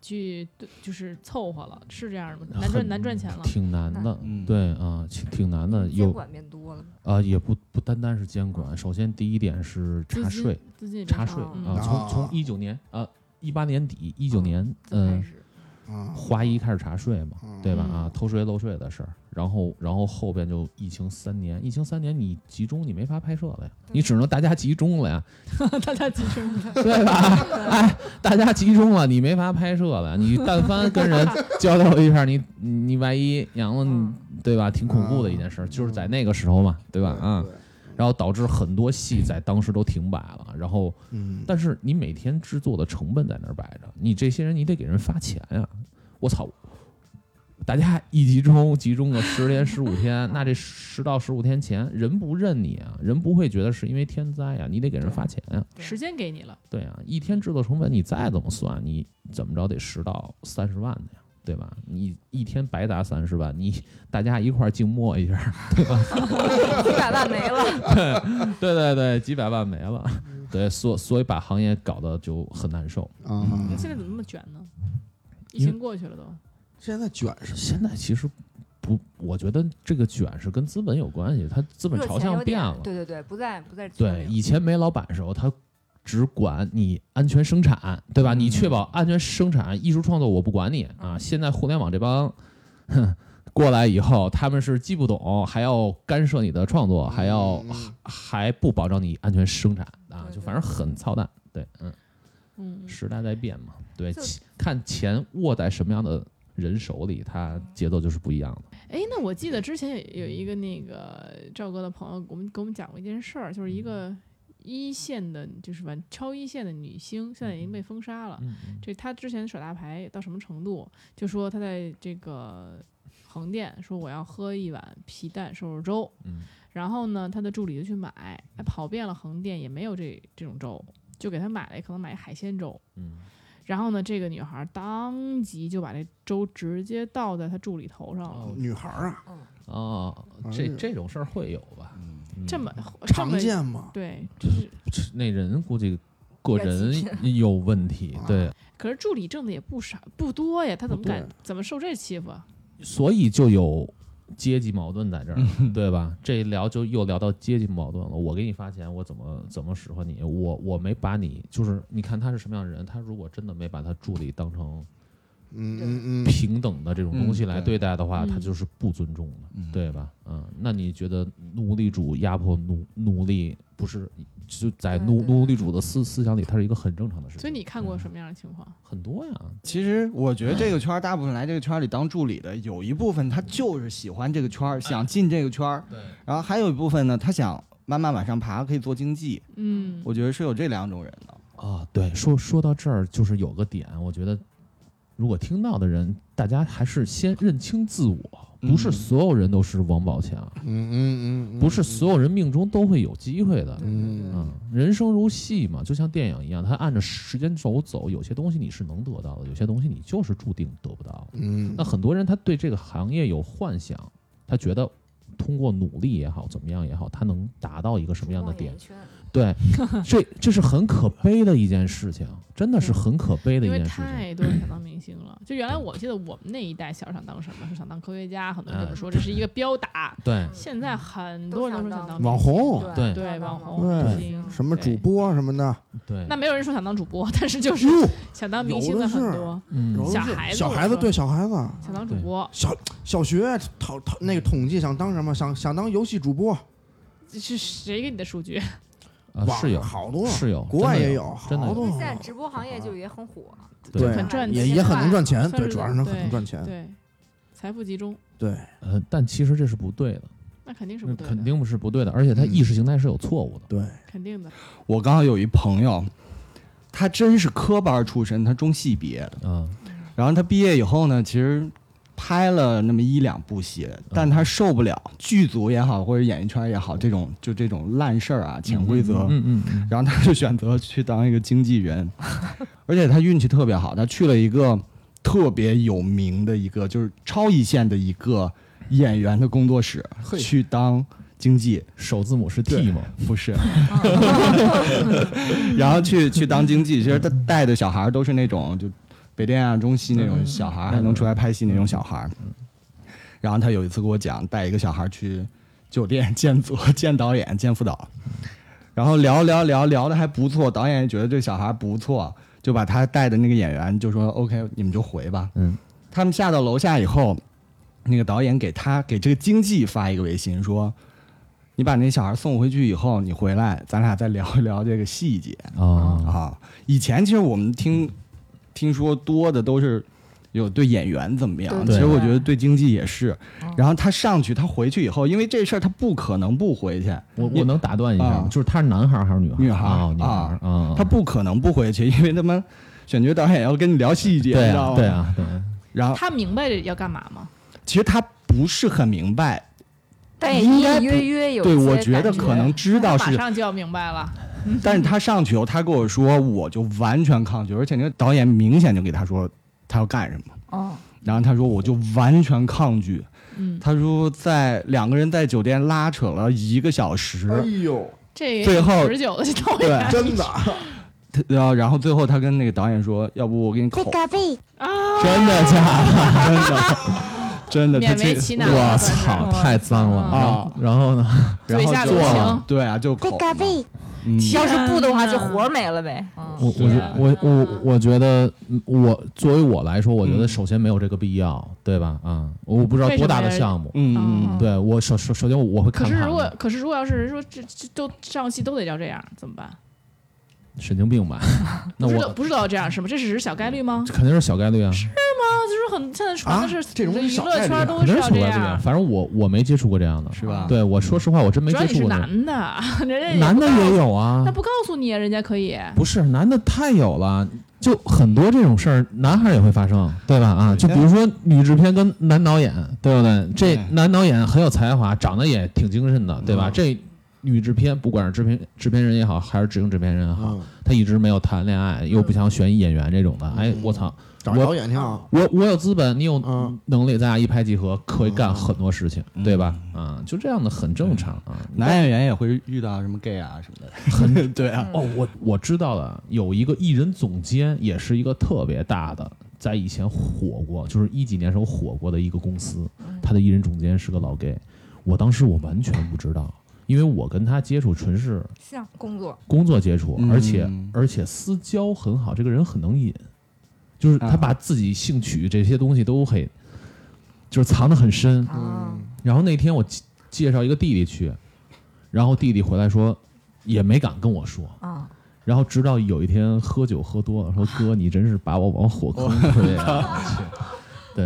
Speaker 4: 去对就是凑合了，是这样吗？难赚
Speaker 2: 很
Speaker 4: 难赚钱了。嗯
Speaker 2: 挺难的，
Speaker 6: 嗯
Speaker 2: 对啊，挺挺难的，有
Speaker 5: 监管变多了，
Speaker 2: 啊、也不不单单是监管。首先，第一点是查税，
Speaker 4: 资金也变
Speaker 2: 查
Speaker 4: 少
Speaker 2: 税
Speaker 5: 哦
Speaker 2: 啊、
Speaker 3: 嗯
Speaker 2: 从从
Speaker 3: 啊
Speaker 2: 一九年啊一八年底，一
Speaker 4: 哦
Speaker 2: 九
Speaker 5: 嗯
Speaker 2: 年，
Speaker 5: 就开
Speaker 2: 嗯，
Speaker 5: 始
Speaker 3: 啊，
Speaker 2: 华谊开始查税嘛，
Speaker 3: 嗯
Speaker 2: 对吧？啊
Speaker 4: 嗯，
Speaker 2: 偷税漏税的事儿，然后然后后边就疫情三年，疫情三年你集中你没法拍摄了呀，你只能大家集中 了呀，
Speaker 4: 大家集 中了，
Speaker 2: 对吧？哎，大家集中了，你没法拍摄了。你但凡跟人交流一下，你你你万一阳了，
Speaker 4: 嗯
Speaker 2: 你对吧？挺恐怖
Speaker 3: 嗯
Speaker 2: 的一件事儿，就是在那个时候嘛，对吧？啊，
Speaker 3: 对
Speaker 2: 然后导致很多戏在当时都停摆了。然后，
Speaker 3: 嗯，
Speaker 2: 但是你每天制作的成本在那儿摆着，你这些人你得给人发钱呀、我操！大家一集中，集中个十天十五天，那这十到十五天前，人不认你啊，人不会觉得是因为天灾啊呀、你得给人发钱呀、
Speaker 4: 时间给你了，
Speaker 2: 对啊，一天制作成本你再怎么算，你怎么着得十到三十万的呀，对吧？你一天白砸三十万，你大家一块儿静默一下，
Speaker 5: 几百万没了，嗯
Speaker 2: 对对对，几百万没了。对，所所以把行业搞得就很难受。
Speaker 3: 啊，
Speaker 2: 嗯
Speaker 4: 那现在怎么那么卷呢？疫
Speaker 2: 因为
Speaker 4: 情过去了都，
Speaker 3: 现在卷是
Speaker 2: 现在其实不，我觉得这个卷是跟资本有关系，它资本
Speaker 5: 热
Speaker 2: 朝
Speaker 5: 钱
Speaker 2: 向
Speaker 5: 有点
Speaker 2: 变了。
Speaker 5: 对对对，不再不再自
Speaker 2: 对，
Speaker 5: 由
Speaker 2: 以前煤老板的时候，他只管你安全生产，对
Speaker 5: 嗯
Speaker 2: 吧？你确保安全生产，艺术创作我不管你啊。现在互联网这帮，哼，过来以后，他们是既不懂，还要干涉你的创作，还要
Speaker 3: 嗯嗯
Speaker 2: 还不保障你安全生产啊，
Speaker 5: 对
Speaker 2: 就
Speaker 5: 对
Speaker 2: 反正很操蛋。对，嗯，
Speaker 4: 嗯，
Speaker 2: 时代在变嘛，对，
Speaker 5: 就
Speaker 2: 其看钱握在什么样的人手里，它节奏就是不一样的。
Speaker 4: 哎，那我记得之前有有一个那个赵哥的朋友，我们给我们讲过一件事儿，就是一
Speaker 2: 嗯
Speaker 4: 个一线的，就是完超一线的女星，现在已经被封杀了。
Speaker 2: 嗯，
Speaker 4: 这她之前耍大牌到什么程度？就说她在这个横店说我要喝一碗皮蛋瘦肉粥，
Speaker 2: 嗯
Speaker 4: 然后呢，她的助理就去买，哎跑遍了横店也没有这这种粥，就给她买了可能买一海鲜粥。
Speaker 2: 嗯
Speaker 4: 然后呢，这个女孩儿当即就把这粥直接倒在她助理头上了。
Speaker 2: 哦
Speaker 3: 女孩儿啊，
Speaker 2: 哦，
Speaker 3: 哎
Speaker 2: 这
Speaker 3: 呀
Speaker 2: 这种事儿会有吧？嗯
Speaker 4: 这么这
Speaker 3: 常
Speaker 4: 么
Speaker 3: 见嘛。
Speaker 4: 对，就是
Speaker 2: 那人估计个
Speaker 5: 比较
Speaker 2: 人
Speaker 5: 极
Speaker 2: 有问题，对，
Speaker 4: 可是助理挣的也不少不多呀，他怎么
Speaker 3: 不多
Speaker 4: 敢怎么受这欺负啊？
Speaker 2: 所以就有阶级矛盾在这儿，对吧？这一聊就又聊到阶级矛盾了。我给你发钱，我怎么怎么使唤你？我我没把你，就是你看他是什么样的人，他如果真的没把他助理当成
Speaker 3: 嗯嗯嗯，
Speaker 2: 平等的这种东西
Speaker 6: 嗯
Speaker 2: 来
Speaker 6: 对
Speaker 2: 对待的话，
Speaker 4: 嗯
Speaker 2: 他就是不尊重的，
Speaker 6: 嗯
Speaker 2: 对吧？嗯，那你觉得奴隶主压迫奴奴隶不是就在
Speaker 5: 对
Speaker 2: 奴
Speaker 5: 对
Speaker 2: 奴隶主的思思想里，它是一个很正常的事情。
Speaker 4: 所以你看过什么样的情况？
Speaker 2: 很多呀，
Speaker 6: 其实我觉得这个圈儿，大部分来这个圈儿里当助理的，有一部分他就是喜欢这个圈儿，想进这个圈儿，
Speaker 2: 对，
Speaker 6: 然后还有一部分呢，他想慢慢往上爬，可以做经济。
Speaker 4: 嗯，
Speaker 6: 我觉得是有这两种人的。
Speaker 2: 啊，对，说说到这儿，就是有个点，我觉得如果听到的人，大家还是先认清自我，不是
Speaker 6: 嗯
Speaker 2: 所有人都是王宝强，
Speaker 3: 嗯嗯嗯，
Speaker 2: 不是所有人命中都会有机会的。
Speaker 3: 嗯
Speaker 2: 嗯，人生如戏嘛，就像电影一样，它按照时间轴走，有些东西你是能得到的，有些东西你就是注定得不到的。
Speaker 3: 嗯
Speaker 2: 那很多人他对这个行业有幻想，他觉得通过努力也好，怎么样也好，他能达到一个什么样的
Speaker 5: 望
Speaker 2: 点
Speaker 5: 眼？圈，
Speaker 2: 对， 这这是很可悲的一件事情，真的是很可悲的一
Speaker 4: 因为
Speaker 2: 件事情。
Speaker 4: 太多人想当明星了。就原来我记得我们那一代小想当什么，是想当科学家，很多人跟我
Speaker 2: 嗯
Speaker 4: 说这是一个标打。
Speaker 2: 对
Speaker 4: 现在很多人都说想当
Speaker 3: 网红，
Speaker 2: 哦对
Speaker 4: 对网红
Speaker 3: 对
Speaker 4: 明星，
Speaker 3: 什么主
Speaker 4: 对。
Speaker 3: 播什么的，
Speaker 2: 对，
Speaker 4: 那没有人说想当主播， 但是就是想当明星的很多，
Speaker 2: 嗯
Speaker 3: 有的
Speaker 4: 小
Speaker 3: 是
Speaker 4: 孩子
Speaker 3: 小
Speaker 4: 我
Speaker 3: 孩子
Speaker 4: 说
Speaker 3: 对小孩子，
Speaker 4: 想当主播，
Speaker 3: 小小学讨讨那个统计想当什么，想想当游戏主播，
Speaker 4: 是谁给你的数据？
Speaker 2: 啊
Speaker 3: 网
Speaker 2: 是有
Speaker 3: 好多
Speaker 2: 是有，
Speaker 3: 国外
Speaker 2: 真的
Speaker 3: 也
Speaker 2: 有，
Speaker 3: 有，
Speaker 2: 真的
Speaker 3: 好
Speaker 2: 有
Speaker 3: 多
Speaker 5: 因为现
Speaker 3: 好
Speaker 5: 在
Speaker 3: 多
Speaker 5: 直播行业就也很火，
Speaker 3: 对
Speaker 4: 很赚
Speaker 3: 也
Speaker 4: 钱
Speaker 3: 也很能赚钱，
Speaker 4: 算
Speaker 3: 对，
Speaker 4: 是
Speaker 3: 主要是能
Speaker 4: 对
Speaker 3: 很赚钱，
Speaker 4: 对，财富集中，
Speaker 3: 对，
Speaker 2: 呃，但其实这是不对的，
Speaker 4: 那肯定是不
Speaker 2: 那
Speaker 4: 对
Speaker 2: 肯
Speaker 4: 的，
Speaker 2: 定不是不对的，而
Speaker 3: 嗯
Speaker 2: 且它意识形态是有错误的。
Speaker 3: 对，
Speaker 4: 肯定的。
Speaker 6: 我刚好有一朋友，他真是科班出身，他中戏毕业的。
Speaker 2: 嗯，
Speaker 6: 然后他毕业以后呢，其实拍了那么一两部戏，
Speaker 2: 嗯
Speaker 6: 但他受不了剧组也好，或者演艺圈也好，这种就这种烂事儿啊、潜规则。
Speaker 2: 嗯嗯嗯，
Speaker 6: 然后他就选择去当一个经纪人， 而且他运气特别好，他去了一个特别有名的一个就是超一线的一个演员的工作室
Speaker 3: 嘿
Speaker 6: 去当经纪，
Speaker 2: 首字母是 T
Speaker 6: 对
Speaker 2: 嘛？
Speaker 6: 不是， 然后去去当经纪，其实他带的小孩儿都是那种就北电啊、中戏那种小孩儿，还能出来拍戏那种小孩儿。然后他有一次跟我讲，带一个小孩儿去酒店见组、见导演、见副导，然后聊聊聊聊的还不错，导演也觉得这小孩儿不错，就把他带的那个演员就说 OK，你们就回吧。
Speaker 2: 嗯，
Speaker 6: 他们下到楼下以后，那个导演给他给这个经纪发一个微信说。你把那小孩送回去以后，你回来，咱俩再聊一聊这个细节
Speaker 2: 啊，
Speaker 6: 啊。以前其实我们听听说多的都是有对演员怎么样，
Speaker 5: 对
Speaker 2: 对
Speaker 6: 其实我觉得对经济也是。然后他上去，他回去以后，因为这事儿他不可能不回去，
Speaker 2: 我我能打断一下吗，
Speaker 6: 啊
Speaker 2: 就是他是男孩儿还是女孩儿？
Speaker 6: 女孩儿
Speaker 2: 哦女孩
Speaker 6: 啊
Speaker 2: 儿啊，
Speaker 6: 他不可能不回去，因 为他们选角导演要跟你聊细节，
Speaker 2: 对
Speaker 6: 你知道
Speaker 2: 啊
Speaker 6: 吗？
Speaker 2: 对。啊对啊，
Speaker 6: 然后
Speaker 4: 他明白要干嘛吗？
Speaker 6: 其实他不是很明白，
Speaker 5: 但也
Speaker 6: 应
Speaker 5: 隐
Speaker 6: 该
Speaker 5: 隐
Speaker 6: 不
Speaker 5: 约约有
Speaker 6: 对
Speaker 5: 一些
Speaker 6: 我觉得
Speaker 5: 感
Speaker 6: 可能知
Speaker 2: 哦
Speaker 6: 道
Speaker 4: 马
Speaker 6: 是
Speaker 4: 上就要明白了。
Speaker 6: 但是他上去以后，他跟我说，我就完全抗拒，而且那个导演明显就给他说他要干什么，
Speaker 5: 哦，
Speaker 6: 然后他说我就完全抗拒。
Speaker 4: 嗯，
Speaker 6: 他说在两个人在酒店拉扯了一个小时，
Speaker 3: 哎 呦，
Speaker 4: 这
Speaker 6: 最后
Speaker 4: 持久的导
Speaker 6: 对
Speaker 4: 演
Speaker 3: 真的，啊
Speaker 6: 他然后然后最后他跟那个导演说，要不我给你口，
Speaker 4: 啊，
Speaker 6: 真的假的？真的真的，他
Speaker 4: 勉为
Speaker 6: 这
Speaker 4: 其难啊了。
Speaker 2: 我
Speaker 4: 算是
Speaker 2: 操，太脏了
Speaker 6: 啊！
Speaker 2: 然后呢？
Speaker 6: 然
Speaker 4: 嘴
Speaker 6: 后
Speaker 4: 下
Speaker 6: 就
Speaker 4: 留情哦
Speaker 6: 了，对啊，就口嘛，嗯，
Speaker 5: 要是不的话，
Speaker 4: 天
Speaker 5: 就
Speaker 4: 哪
Speaker 5: 活没了呗。
Speaker 2: 我
Speaker 4: 是啊
Speaker 2: 我我我我觉得，嗯我作为我来说，我觉得
Speaker 6: 嗯
Speaker 2: 首先没有这个必要，对吧？啊，我不知道
Speaker 4: 为什
Speaker 2: 多
Speaker 4: 么
Speaker 2: 大的
Speaker 4: 呀
Speaker 2: 项目，
Speaker 6: 嗯嗯嗯，
Speaker 2: 对我首首首先我会
Speaker 4: 可
Speaker 2: 看
Speaker 4: 是
Speaker 2: 看
Speaker 4: 如果可是如果要是说这这都上戏都得要这样怎么办？
Speaker 2: 神经 病吧，那
Speaker 4: 不是都
Speaker 2: 我
Speaker 4: 不是都要这样是吗？这只是小概率吗？
Speaker 2: 肯定是小概率啊，
Speaker 4: 啊，就是很现在传的
Speaker 3: 啊
Speaker 4: 是
Speaker 3: 这种
Speaker 4: 娱
Speaker 3: 小
Speaker 4: 乐
Speaker 3: 概率啊
Speaker 4: 圈都
Speaker 2: 肯定
Speaker 4: 是
Speaker 2: 是
Speaker 4: 要
Speaker 2: 小
Speaker 4: 这
Speaker 2: 概率啊。
Speaker 4: 样，
Speaker 2: 反正我我没接触过这样的，
Speaker 6: 是吧？
Speaker 2: 对我说实话，我真没
Speaker 4: 主要
Speaker 2: 接
Speaker 4: 你
Speaker 2: 触
Speaker 4: 是
Speaker 2: 过这个。
Speaker 4: 男的， 人家也
Speaker 2: 男
Speaker 4: 不
Speaker 2: 的
Speaker 4: 告
Speaker 2: 也
Speaker 4: 诉，
Speaker 2: 有啊
Speaker 4: 那，不告诉你，人家可以。
Speaker 2: 不是男的太有了，就很多这种事儿，男孩儿也会发生，对吧？啊，就比如说女制片跟男导演，对不对？这
Speaker 6: 对
Speaker 2: 男导演很有才华，长得也挺精神的，对吧？
Speaker 6: 嗯
Speaker 2: 这女制片，不管是制片制片人也好，还是执行制片人也好，
Speaker 3: 嗯，
Speaker 2: 他一直没有谈恋爱，又不想选演员这种的，哎
Speaker 3: 嗯，
Speaker 2: 我操！
Speaker 3: 找导演挺好，啊
Speaker 2: 我我有资本，你有
Speaker 3: 嗯
Speaker 2: 能力，咱俩一拍即合，可以干
Speaker 3: 嗯
Speaker 2: 很多事情，对吧？啊，就这样的很正常啊。
Speaker 6: 男演员也会遇到什么 gay 啊什么的， 对啊，
Speaker 2: 哦，我我知道了，有一个艺人总监，也是一个特别大的，在以前火过，就是一几年时候火过的一个公司，他的艺人总监是个老 gay，我当时我完全不知道，因为我跟他接触纯是
Speaker 5: 像工作，
Speaker 2: 工作接触，而且
Speaker 6: 嗯
Speaker 2: 而且私交很好，这个人很能隐，就是他
Speaker 6: 啊
Speaker 2: 把自己兴趣这些东西都很，就是藏得很深。
Speaker 5: 啊，
Speaker 2: 然后那天我介介绍一个弟弟去，然后弟弟回来说也没敢跟我说。
Speaker 5: 啊，
Speaker 2: 然后直到有一天喝酒喝多了，说哥你真是把我往火坑推啊！对，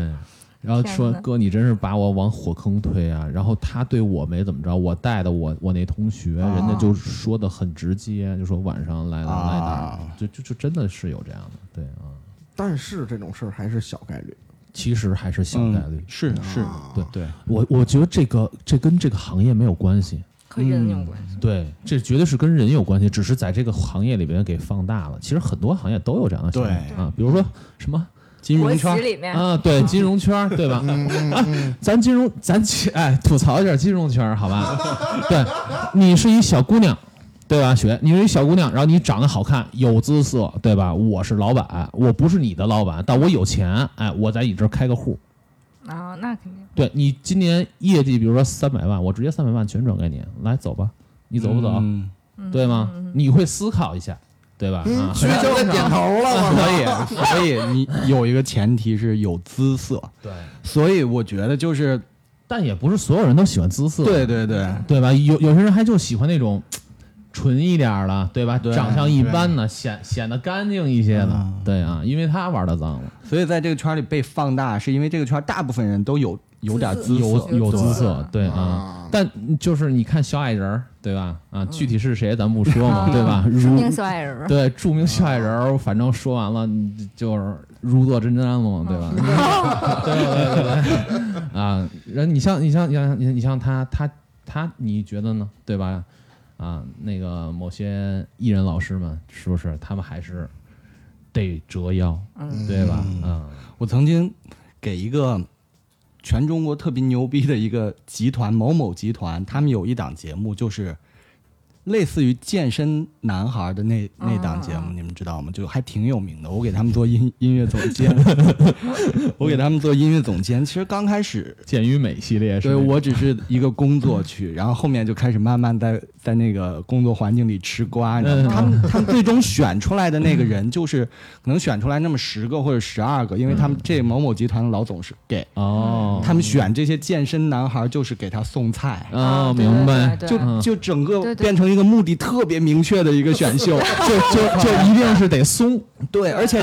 Speaker 2: 然后说
Speaker 5: 天哪
Speaker 2: 哥你真是把我往火坑推啊！然后他对我没怎么着，我带的我我那同学，人家就说的很直接，
Speaker 5: 啊
Speaker 2: 就说晚上来来来哪
Speaker 6: 啊
Speaker 2: 儿，就就就真的是有这样的，对啊，
Speaker 3: 但是这种事儿还是小概率，
Speaker 2: 其实还是小概率
Speaker 6: 嗯。是是，
Speaker 2: 对
Speaker 6: 对，
Speaker 2: 我我觉得这个这跟这个行业没有关系，
Speaker 5: 和人有关系。
Speaker 2: 对，这绝对是跟人有关系，只是在这个行业里边给放大了。其实很多行业都有这样的情
Speaker 6: 对
Speaker 2: 况啊，比如说什么
Speaker 6: 金
Speaker 5: 国
Speaker 6: 融
Speaker 5: 企
Speaker 6: 圈
Speaker 5: 里面，
Speaker 2: 啊，对，金融圈儿，对吧？啊咱金融，咱去，哎，吐槽一下金融圈儿，好吧？ 对，你是一小姑娘，对吧？雪，你是一小姑娘，然后你长得好看，有姿色，对吧？我是老板，我不是你的老板，但我有钱，哎，我在你这儿开个户。
Speaker 5: 啊，那肯定
Speaker 2: 对你今年业绩，比如说三百万，我直接三百万全转给你，来走吧，你
Speaker 6: 你
Speaker 2: 走不走？
Speaker 6: 嗯
Speaker 2: 对吗？你会思考一下，对吧？
Speaker 6: 嗯
Speaker 2: 啊，
Speaker 3: 需求的点头了吗？
Speaker 6: 所以，所以你有一个前提是有姿色，
Speaker 2: 对，
Speaker 6: 所以我觉得就是
Speaker 2: 但也不是所有人都喜欢姿色，
Speaker 6: 对对对，
Speaker 2: 对吧？有有些人还就喜欢那种纯一点儿的，对吧？
Speaker 6: 对
Speaker 2: 长相一般的，显显得干净一些的，
Speaker 6: 嗯
Speaker 2: 对啊，因为他玩的脏了，
Speaker 6: 所以在这个圈里被放大，是因为这个圈大部分人都有有嗯点姿色
Speaker 2: 有，有姿色，对啊。
Speaker 3: 啊，
Speaker 2: 但就是你看小矮人儿，对吧？啊，
Speaker 6: 嗯
Speaker 2: 具体是谁咱不说 嘛，对吧？
Speaker 5: 著
Speaker 2: 如
Speaker 5: 名小矮人儿，
Speaker 2: 对著名小矮人儿，反正说完了你就是如坐针毡了嘛，对吧？ 对对对对，啊，然后你像你像你像你像你像他他他，你觉得呢？对吧？啊，那个某些艺人老师们是不是他们还是得折腰，
Speaker 4: 嗯
Speaker 3: 嗯
Speaker 2: 对吧？啊，
Speaker 6: 我曾经给一个全中国特别牛逼的一个集团某某集团，他们有一档节目，就是类似于健身男孩的那那档节目，你们知道吗？就还挺有名的。我给他们做音音乐总监， 我给他们做音乐总监。其实刚开始。
Speaker 2: 健与美系列是
Speaker 6: 对
Speaker 2: 那种
Speaker 6: 我只是一个工作去，然后后面就开始慢慢在在那个工作环境里吃瓜。你知道
Speaker 2: 嗯
Speaker 6: 吗他们他们最终选出来的那个人，就是可能选出来那么十个或者十二个，因为他们这某某集团的老总是给
Speaker 2: 嗯哦，
Speaker 6: 他们选这些健身男孩，就是给他送菜。
Speaker 2: 哦，
Speaker 5: 啊对
Speaker 2: 明白，
Speaker 5: 对对
Speaker 6: 就
Speaker 2: 嗯
Speaker 6: 就整个
Speaker 5: 对对
Speaker 6: 变成一个目的特别明确的一个选 秀，
Speaker 2: 就就就一 定是得松，
Speaker 6: 对，而 且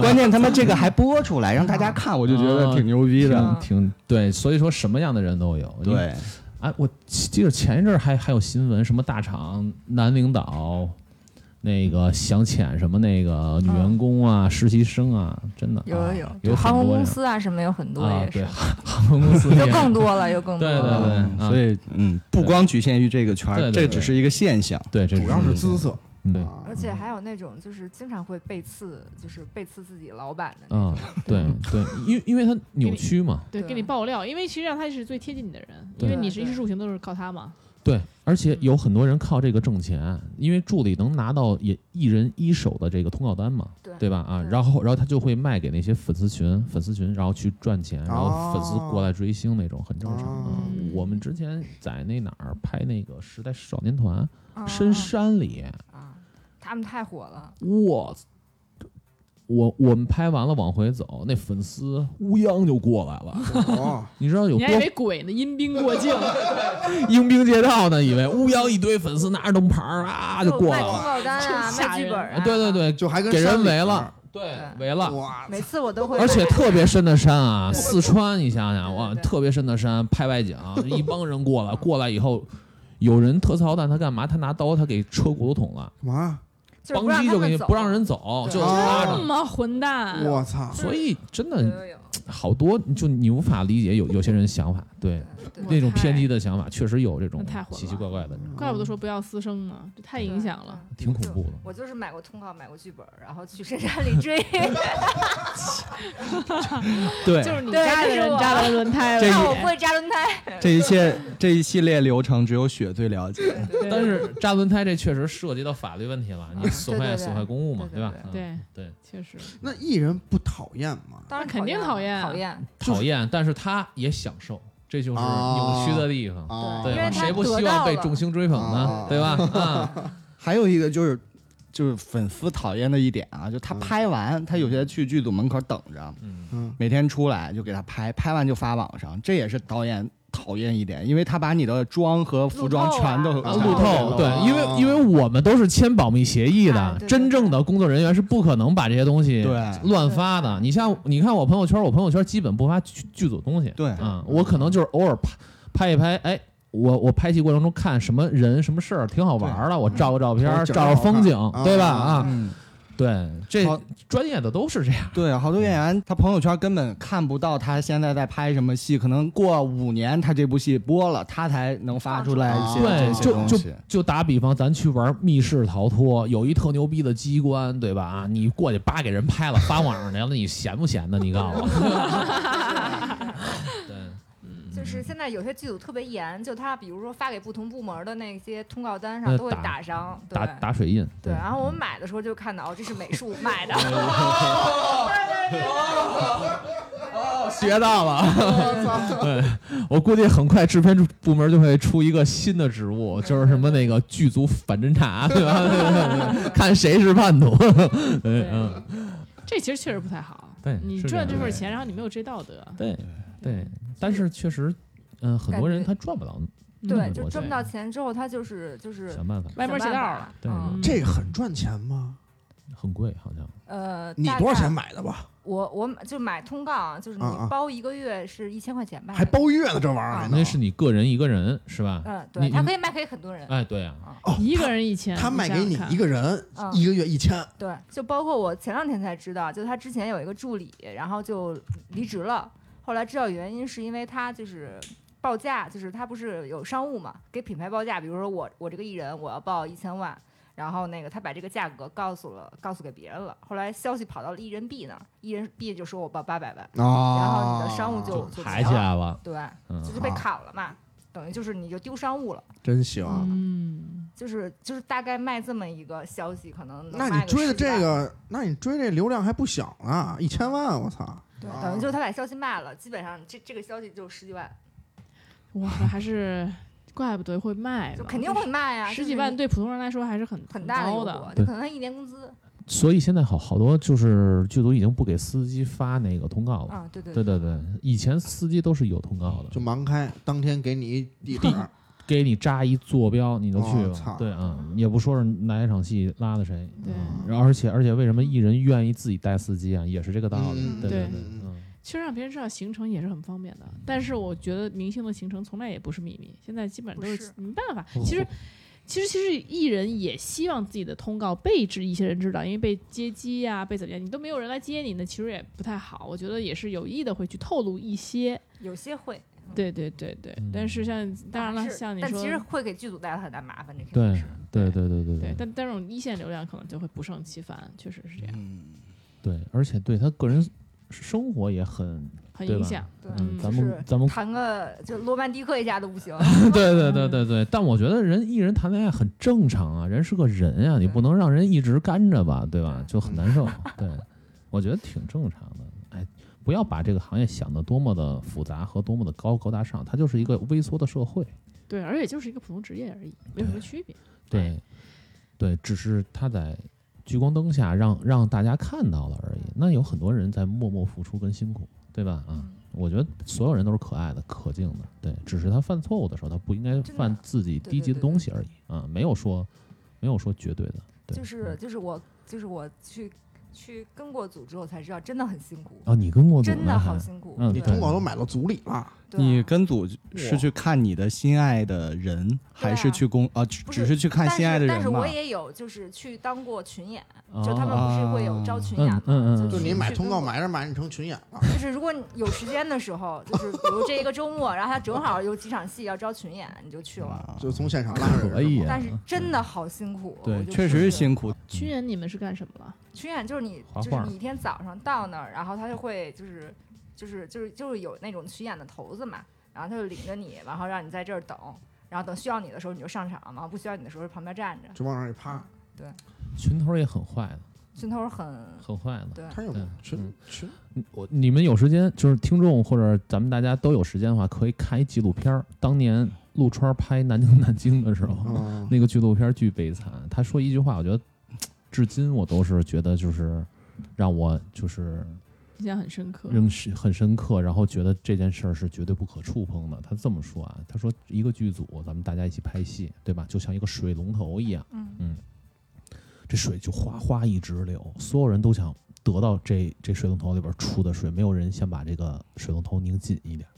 Speaker 6: 关键他们这个还播出来让大家看，我就觉
Speaker 2: 哦
Speaker 6: 得挺牛逼的
Speaker 2: 挺。挺对，所以说什么样的人都有，你
Speaker 6: 对，
Speaker 2: 哎，我记得前一阵儿还还有新闻，什么大厂男领导那个想遣什么那个女员工啊、实习生啊，真的
Speaker 5: 嗯有
Speaker 2: 啊
Speaker 5: 有
Speaker 2: 有
Speaker 5: 有，就航
Speaker 2: 很
Speaker 5: 空
Speaker 2: 多
Speaker 5: 公
Speaker 2: 人
Speaker 5: 司啊什么有很多
Speaker 2: 啊，
Speaker 5: 也
Speaker 2: 对
Speaker 5: 是，
Speaker 2: 航 航空公司
Speaker 5: 就
Speaker 2: 也
Speaker 5: 更多了，又更多
Speaker 2: 对对
Speaker 5: 了。
Speaker 2: 对
Speaker 6: 嗯
Speaker 2: 啊
Speaker 6: 所以嗯，不光局限于这个圈
Speaker 2: 对
Speaker 6: 儿，
Speaker 2: 对
Speaker 6: 这
Speaker 2: 对
Speaker 6: 只是一个现象。
Speaker 2: 对，这
Speaker 3: 主要是啊姿
Speaker 2: 色，
Speaker 3: 色，
Speaker 2: 嗯对，
Speaker 5: 而且还有那种就是经常会背刺，就是背刺自己老板的那种
Speaker 2: 嗯，对对，因为因为它扭曲嘛，
Speaker 4: 对，
Speaker 5: 对
Speaker 4: 给你爆料，因为其实际上他是最贴近你的人，
Speaker 2: 对
Speaker 4: 因为你是衣食住行都是靠他嘛。
Speaker 2: 对，而且有很多人靠这个挣钱，因为助理能拿到也一人一手的这个通告单嘛，
Speaker 5: 对
Speaker 2: 对吧？啊，
Speaker 5: 对
Speaker 2: 然后然后他就会卖给那些粉丝群，粉丝群然后去赚钱，然后粉丝过来追星那种，很正常啊
Speaker 3: 哦。
Speaker 4: 嗯
Speaker 2: 我们之前在那哪儿拍那个时代少年团，
Speaker 5: 啊
Speaker 2: 深山里，
Speaker 5: 啊，他们太火了，
Speaker 2: 我我我们拍完了往回走，那粉丝乌泱就过来了，
Speaker 3: 哦，
Speaker 2: 你知道有
Speaker 4: 你
Speaker 2: 多啊
Speaker 4: 还以为鬼呢，阴兵过 境，
Speaker 2: 迎宾街道呢？以为乌泱一堆粉丝拿着灯牌儿啊就过来
Speaker 5: 卖通
Speaker 2: 了，
Speaker 5: 告单啊，
Speaker 4: 真吓
Speaker 5: 卖剧
Speaker 4: 人
Speaker 5: 本
Speaker 2: 啊
Speaker 5: 啊，
Speaker 2: 对对，对，
Speaker 3: 就还跟
Speaker 2: 给人
Speaker 3: 山里
Speaker 2: 围
Speaker 3: 似的
Speaker 2: 了，对围了。
Speaker 3: 哇，
Speaker 5: 每次我都会买，
Speaker 2: 而且特别深的山啊，
Speaker 5: 对
Speaker 2: 四川，你想想哇，
Speaker 5: 对对对
Speaker 2: 特别深的山，拍外 景，一帮人过来，过来以后，有人特操蛋，他干嘛？他拿刀，他给车骨头捅了，
Speaker 3: 干嘛？
Speaker 5: 就是
Speaker 2: 邦
Speaker 5: 不让
Speaker 2: 基
Speaker 5: 他
Speaker 2: 就
Speaker 5: 们
Speaker 2: 给你
Speaker 5: 走
Speaker 2: 不让人走，就
Speaker 5: 对哦
Speaker 2: 拉
Speaker 4: 这
Speaker 2: 着。
Speaker 4: 么混蛋！
Speaker 3: 我操！
Speaker 2: 所以真
Speaker 5: 有
Speaker 2: 的
Speaker 5: 有有，
Speaker 2: 好多，就你无法理解有有些人想法，对
Speaker 5: 对
Speaker 2: 那种
Speaker 4: 太
Speaker 2: 偏激的想法，确实有这种
Speaker 4: 那太混了
Speaker 2: 奇奇怪怪的，
Speaker 5: 嗯
Speaker 4: 怪不得说不要私生呢，这太影响了。。
Speaker 2: 挺恐怖的。
Speaker 5: 我就是买过通告，买过剧本，然后去深山里追，
Speaker 6: 对
Speaker 4: 就是你
Speaker 5: 对
Speaker 4: 扎的
Speaker 5: 这是
Speaker 4: 人
Speaker 5: 我
Speaker 4: 扎了轮 胎了，
Speaker 6: 这
Speaker 5: 看
Speaker 6: 一
Speaker 5: 我会扎轮胎。
Speaker 6: 这一切这一系列流程，只有雪最了解。
Speaker 4: 对
Speaker 2: 但是扎轮胎这确实涉及到法律问题了，你损
Speaker 5: 对
Speaker 2: 害
Speaker 5: 对对
Speaker 2: 损害公物嘛，
Speaker 5: 对对
Speaker 2: 吧？
Speaker 4: 对
Speaker 2: 嗯对，
Speaker 4: 确实
Speaker 3: 那艺人不讨厌吗？
Speaker 5: 当然
Speaker 4: 肯定讨
Speaker 5: 讨
Speaker 4: 厌
Speaker 5: 讨厌，
Speaker 2: 讨厌，但是他也享受，这就是扭曲的地方，
Speaker 3: 啊，
Speaker 2: 对
Speaker 5: 因
Speaker 2: 吧？
Speaker 5: 为他
Speaker 2: 谁不
Speaker 5: 得
Speaker 2: 希
Speaker 5: 到
Speaker 2: 望被
Speaker 5: 了
Speaker 2: 众星追捧呢
Speaker 3: 啊？
Speaker 2: 对吧？啊，
Speaker 6: 还有一个就是，就是粉丝讨厌的一点啊，就他拍完，他有些去剧组门口等着，
Speaker 2: 嗯
Speaker 3: 嗯，
Speaker 6: 每天出来就给他拍，拍完就发网上，这也是导演讨厌一点，因为他把你的妆和服装全都
Speaker 5: 路透啊
Speaker 2: 啊
Speaker 6: 全
Speaker 2: 路
Speaker 6: 都给
Speaker 2: 透
Speaker 6: 了
Speaker 2: 对，因
Speaker 3: 啊
Speaker 2: 为因为我们都是签保密协议
Speaker 5: 啊
Speaker 2: 的
Speaker 5: 对，对
Speaker 2: 真正的工作人员是不可能把这些东西
Speaker 6: 对嗯
Speaker 2: 乱发的。你像你看我朋友圈，我朋友圈基本不发剧剧组东西，
Speaker 6: 对
Speaker 2: 啊，我可能就是偶尔拍拍一拍，哎。我我拍戏过程中看什么人什么事儿挺好玩儿的，我照个照片儿，
Speaker 3: 景
Speaker 2: 照
Speaker 3: 儿
Speaker 2: 照
Speaker 3: 好看
Speaker 2: 风景，对吧？
Speaker 3: 啊
Speaker 2: 啊，
Speaker 6: 嗯，
Speaker 2: 对，这
Speaker 6: 好
Speaker 2: 专业的都是这样。
Speaker 6: 对，好多演员他朋友圈根本看不到他现在在拍什么戏，可能过五年他这部戏播了，他才能发出来一些
Speaker 2: 对
Speaker 6: 啊
Speaker 5: 啊
Speaker 6: 这些
Speaker 2: 就
Speaker 6: 东
Speaker 2: 就
Speaker 6: 西。
Speaker 2: 就打比方，咱去玩密室逃脱，有一特牛逼的机关，对吧？啊，你过去叭给人拍了，发网上去了，你闲不闲的？你告诉我。 对，
Speaker 4: 嗯
Speaker 5: 就是现在有些剧组特别严，就他比如说发给不同部门的那些通告单上
Speaker 2: 呃
Speaker 5: 都会
Speaker 2: 打
Speaker 5: 打上，对
Speaker 2: 打打水印。
Speaker 5: 对。啊然后我们买的时候就看到哦，这是美术买的，
Speaker 2: 学到了。对，我估计很快制片部门就会出一个新的职务，就是什么那个剧组反侦查，对吧？ 对对对 看谁是叛徒。 对，嗯。
Speaker 4: 这其实确实不太好。
Speaker 2: 对
Speaker 4: 你
Speaker 2: 是
Speaker 4: 赚
Speaker 2: 这
Speaker 4: 这
Speaker 2: 样
Speaker 4: 份钱，然后你没有追道德，
Speaker 2: 对对，但是确实，嗯、很多人
Speaker 5: 感
Speaker 2: 他
Speaker 5: 觉
Speaker 2: 赚不到，
Speaker 5: 对，
Speaker 2: 嗯
Speaker 5: 就
Speaker 2: 我
Speaker 5: 赚不
Speaker 2: 对
Speaker 5: 到钱之后，他就是就是
Speaker 2: 想办法，
Speaker 4: 歪门邪道了。
Speaker 2: 对
Speaker 5: 嗯
Speaker 3: 这个很赚钱吗？
Speaker 2: 很贵，好像
Speaker 5: 呃，
Speaker 3: 你
Speaker 5: 大
Speaker 3: 多少
Speaker 5: 概
Speaker 3: 钱？买的吧？
Speaker 5: 我我买就买通告啊，就是你
Speaker 3: 啊啊
Speaker 5: 包一个月是一千块钱吧，
Speaker 3: 还包月呢，这玩意儿
Speaker 4: 啊
Speaker 3: 还能
Speaker 2: 那是你个人一个人是吧？
Speaker 5: 嗯，
Speaker 2: 你
Speaker 5: 对，他
Speaker 2: 你
Speaker 5: 可以卖给很多人，
Speaker 2: 哎，对啊，
Speaker 3: 哦，
Speaker 4: 一个人一千，
Speaker 3: 他卖给你一
Speaker 4: 个，
Speaker 3: 个人
Speaker 5: 嗯
Speaker 3: 一个月一千，
Speaker 5: 对，就包括我前两天才知道，就他之前有一个助理，然后就离职了，后来知道原因是因为他就是。报价就是他不是有商务嘛，给品牌报价，比如说我我这个艺人我要报一千万，然后那个他把这个价格告诉了告诉给别人了，后来消息跑到了艺人 B 那儿，艺人 B 就说我报八百万，然后你的商务
Speaker 4: 哦
Speaker 5: 就就
Speaker 2: 抬
Speaker 5: 结
Speaker 2: 啊起
Speaker 5: 了
Speaker 2: 来
Speaker 4: 啊
Speaker 2: 了，
Speaker 5: 对，
Speaker 2: 嗯
Speaker 5: 就是被
Speaker 3: 啊
Speaker 5: 砍了嘛，等于就是你就丢商务了，
Speaker 3: 真行。
Speaker 4: 嗯，
Speaker 5: 就是就是大概卖这么一个消息，可能能
Speaker 3: 那
Speaker 5: 卖
Speaker 3: 你
Speaker 5: 个
Speaker 3: 追的
Speaker 5: 10
Speaker 3: 这
Speaker 5: 万
Speaker 3: 个，那你追这流量还不小呢，一千万，我操！
Speaker 5: 对，
Speaker 3: 啊
Speaker 5: 嗯等于就是他把消息卖了，基本上这这个消息就十几
Speaker 4: 啊
Speaker 5: 万，
Speaker 4: 我还是怪不得会卖呢，
Speaker 5: 就肯定会卖呀，
Speaker 4: 十
Speaker 5: 就
Speaker 4: 几
Speaker 5: 是
Speaker 4: 万
Speaker 5: 你
Speaker 4: 对普通人来说还是很
Speaker 5: 很大的
Speaker 4: 高
Speaker 5: 诱
Speaker 4: 的
Speaker 5: 惑，。就可能他一年工资
Speaker 2: 所以现在好好多就是剧组已经不给司机发那个通
Speaker 4: 哦
Speaker 2: 告了。
Speaker 5: 啊，
Speaker 4: 嗯
Speaker 5: 对对
Speaker 2: 对对对，以前司机都是有通告的，
Speaker 3: 就盲开，当天给你一地址，
Speaker 2: 给你扎一坐标，你都去
Speaker 3: 哦
Speaker 2: 吧
Speaker 3: 操。
Speaker 2: 对啊，
Speaker 4: 嗯
Speaker 2: 也不说是哪一场戏拉的谁。
Speaker 4: 对，
Speaker 2: 然后而且而且，为什么艺人愿意自己带司机啊？也是这个道理。
Speaker 3: 嗯
Speaker 2: 对
Speaker 4: 对
Speaker 2: 对，
Speaker 3: 嗯
Speaker 2: 嗯，
Speaker 4: 其实让别人知道行程也是很方便的，但是我觉得明星的行程从来也不是秘密，现在基本上都
Speaker 5: 不
Speaker 4: 是
Speaker 5: 是
Speaker 4: 没办法。
Speaker 2: 哦嗯
Speaker 4: 其实，其实其实艺人也希望自己的通告被知一些人知道，因为被接机呀、被怎么样，你都没有人来接你，那其实也不太好。我觉得也是有意的会去透露一些，
Speaker 5: 有些会，
Speaker 4: 对对对对。
Speaker 2: 嗯
Speaker 4: 但是像当然了，
Speaker 5: 是
Speaker 4: 像你
Speaker 5: 但
Speaker 4: 说
Speaker 5: 其，实会给剧组带来很大麻烦，这肯定
Speaker 2: 对
Speaker 5: 是。
Speaker 2: 对对对对
Speaker 4: 对，但但这种一线流量可能就会不胜其烦，确实是这样，
Speaker 6: 嗯，
Speaker 2: 对，而且对他个人生活也很
Speaker 4: 很
Speaker 2: 对
Speaker 4: 影
Speaker 2: 吧
Speaker 4: 响。
Speaker 5: 对，
Speaker 2: 嗯，
Speaker 5: 就
Speaker 2: 咱
Speaker 5: 是
Speaker 2: 们咱们
Speaker 5: 谈个就罗曼蒂克一下都不行。
Speaker 2: 对对对对对，但我觉得人艺人谈恋爱很正常啊，人是个人啊，你不能让人一直干着吧，对吧？就很难受。对，我觉得挺正常的。哎，不要把这个行业想得多么的复杂和多么的高高大上，它就是一个微缩的社会。
Speaker 4: 对，而且就是一个普通职业而已，没有什
Speaker 2: 对
Speaker 4: 么区别。
Speaker 2: 对，对，只是他在聚光灯下让让大家看到了而已。那有很多人在默默付出跟辛苦，对吧？啊，我觉得所有人都是可爱的、可敬的，对，只是他犯错误的时候，他不应该
Speaker 5: 真的
Speaker 2: 犯自己低级的东西而已啊，没有说没有说绝对的，对，
Speaker 5: 就是就是我就是我去去跟过组之后才知道，真的很辛苦，
Speaker 2: 啊，你跟过组
Speaker 5: 真
Speaker 2: 呢
Speaker 5: 的好
Speaker 2: 还
Speaker 5: 辛苦。
Speaker 2: 嗯
Speaker 3: 你
Speaker 5: 对
Speaker 3: 通稿都买到组里了，
Speaker 5: 对啊
Speaker 6: 你跟组
Speaker 3: 哇
Speaker 6: 是去看你的心爱的人，还是去公啊？只
Speaker 5: 啊不是
Speaker 6: 只是去看
Speaker 5: 但
Speaker 6: 心爱
Speaker 5: 是
Speaker 6: 的
Speaker 5: 但是
Speaker 6: 人嘛
Speaker 5: 我？也有就是去当过群演，
Speaker 2: 哦
Speaker 5: 就他们不是会有招群演嘛？
Speaker 2: 嗯嗯嗯嗯
Speaker 5: 就
Speaker 3: 就是你买
Speaker 5: 去
Speaker 3: 通
Speaker 5: 跟
Speaker 3: 告
Speaker 5: 我
Speaker 3: 买着买着你成群演了，
Speaker 5: 就是如果你有时间的时候， 就是比如这一个周末，然后他正好有几场戏要招群演，你就去
Speaker 6: 嗯
Speaker 5: 了。
Speaker 3: 就从现场拉人。
Speaker 2: 可以、啊，
Speaker 5: 但是真的好辛苦，我
Speaker 6: 对，
Speaker 5: 就
Speaker 6: 确
Speaker 5: 说
Speaker 6: 实是
Speaker 5: 是
Speaker 6: 辛苦。
Speaker 4: 群演你们是干什么了？
Speaker 5: 群演就是你，
Speaker 2: 画
Speaker 5: 就
Speaker 2: 画
Speaker 5: 是你一天早上到那儿，然后他就会就是就是就是就是有那种群演的头子嘛，然后他就领着你，然后让你在这儿等，然后等需要你的时候你就上场嘛，然后不需要你的时候就旁边站着。
Speaker 3: 就往那儿一趴，
Speaker 2: 群头也很坏的，
Speaker 5: 群头很
Speaker 2: 很坏的。
Speaker 5: 对，
Speaker 3: 他有
Speaker 2: 嗯
Speaker 3: 群群
Speaker 2: 我你们有时间，就是听众或者咱们大家都有时间的话，可以看一纪录片儿。当年陆川拍《南京南京》的时候，
Speaker 3: 啊，
Speaker 2: 那个纪录片儿巨悲惨。他说一句话，我觉得至今我都是觉得就是让我就是
Speaker 4: 印象很深刻。
Speaker 2: 认识很深刻，然后觉得这件事儿是绝对不可触碰的。他这么说啊，他说一个剧组咱们大家一起拍戏，对吧？就像一个水龙头一样，
Speaker 5: 嗯
Speaker 2: 这水就哗哗一直流，所有人都想得到这这水龙头里边出的水，没有人想把这个水龙头拧紧一点。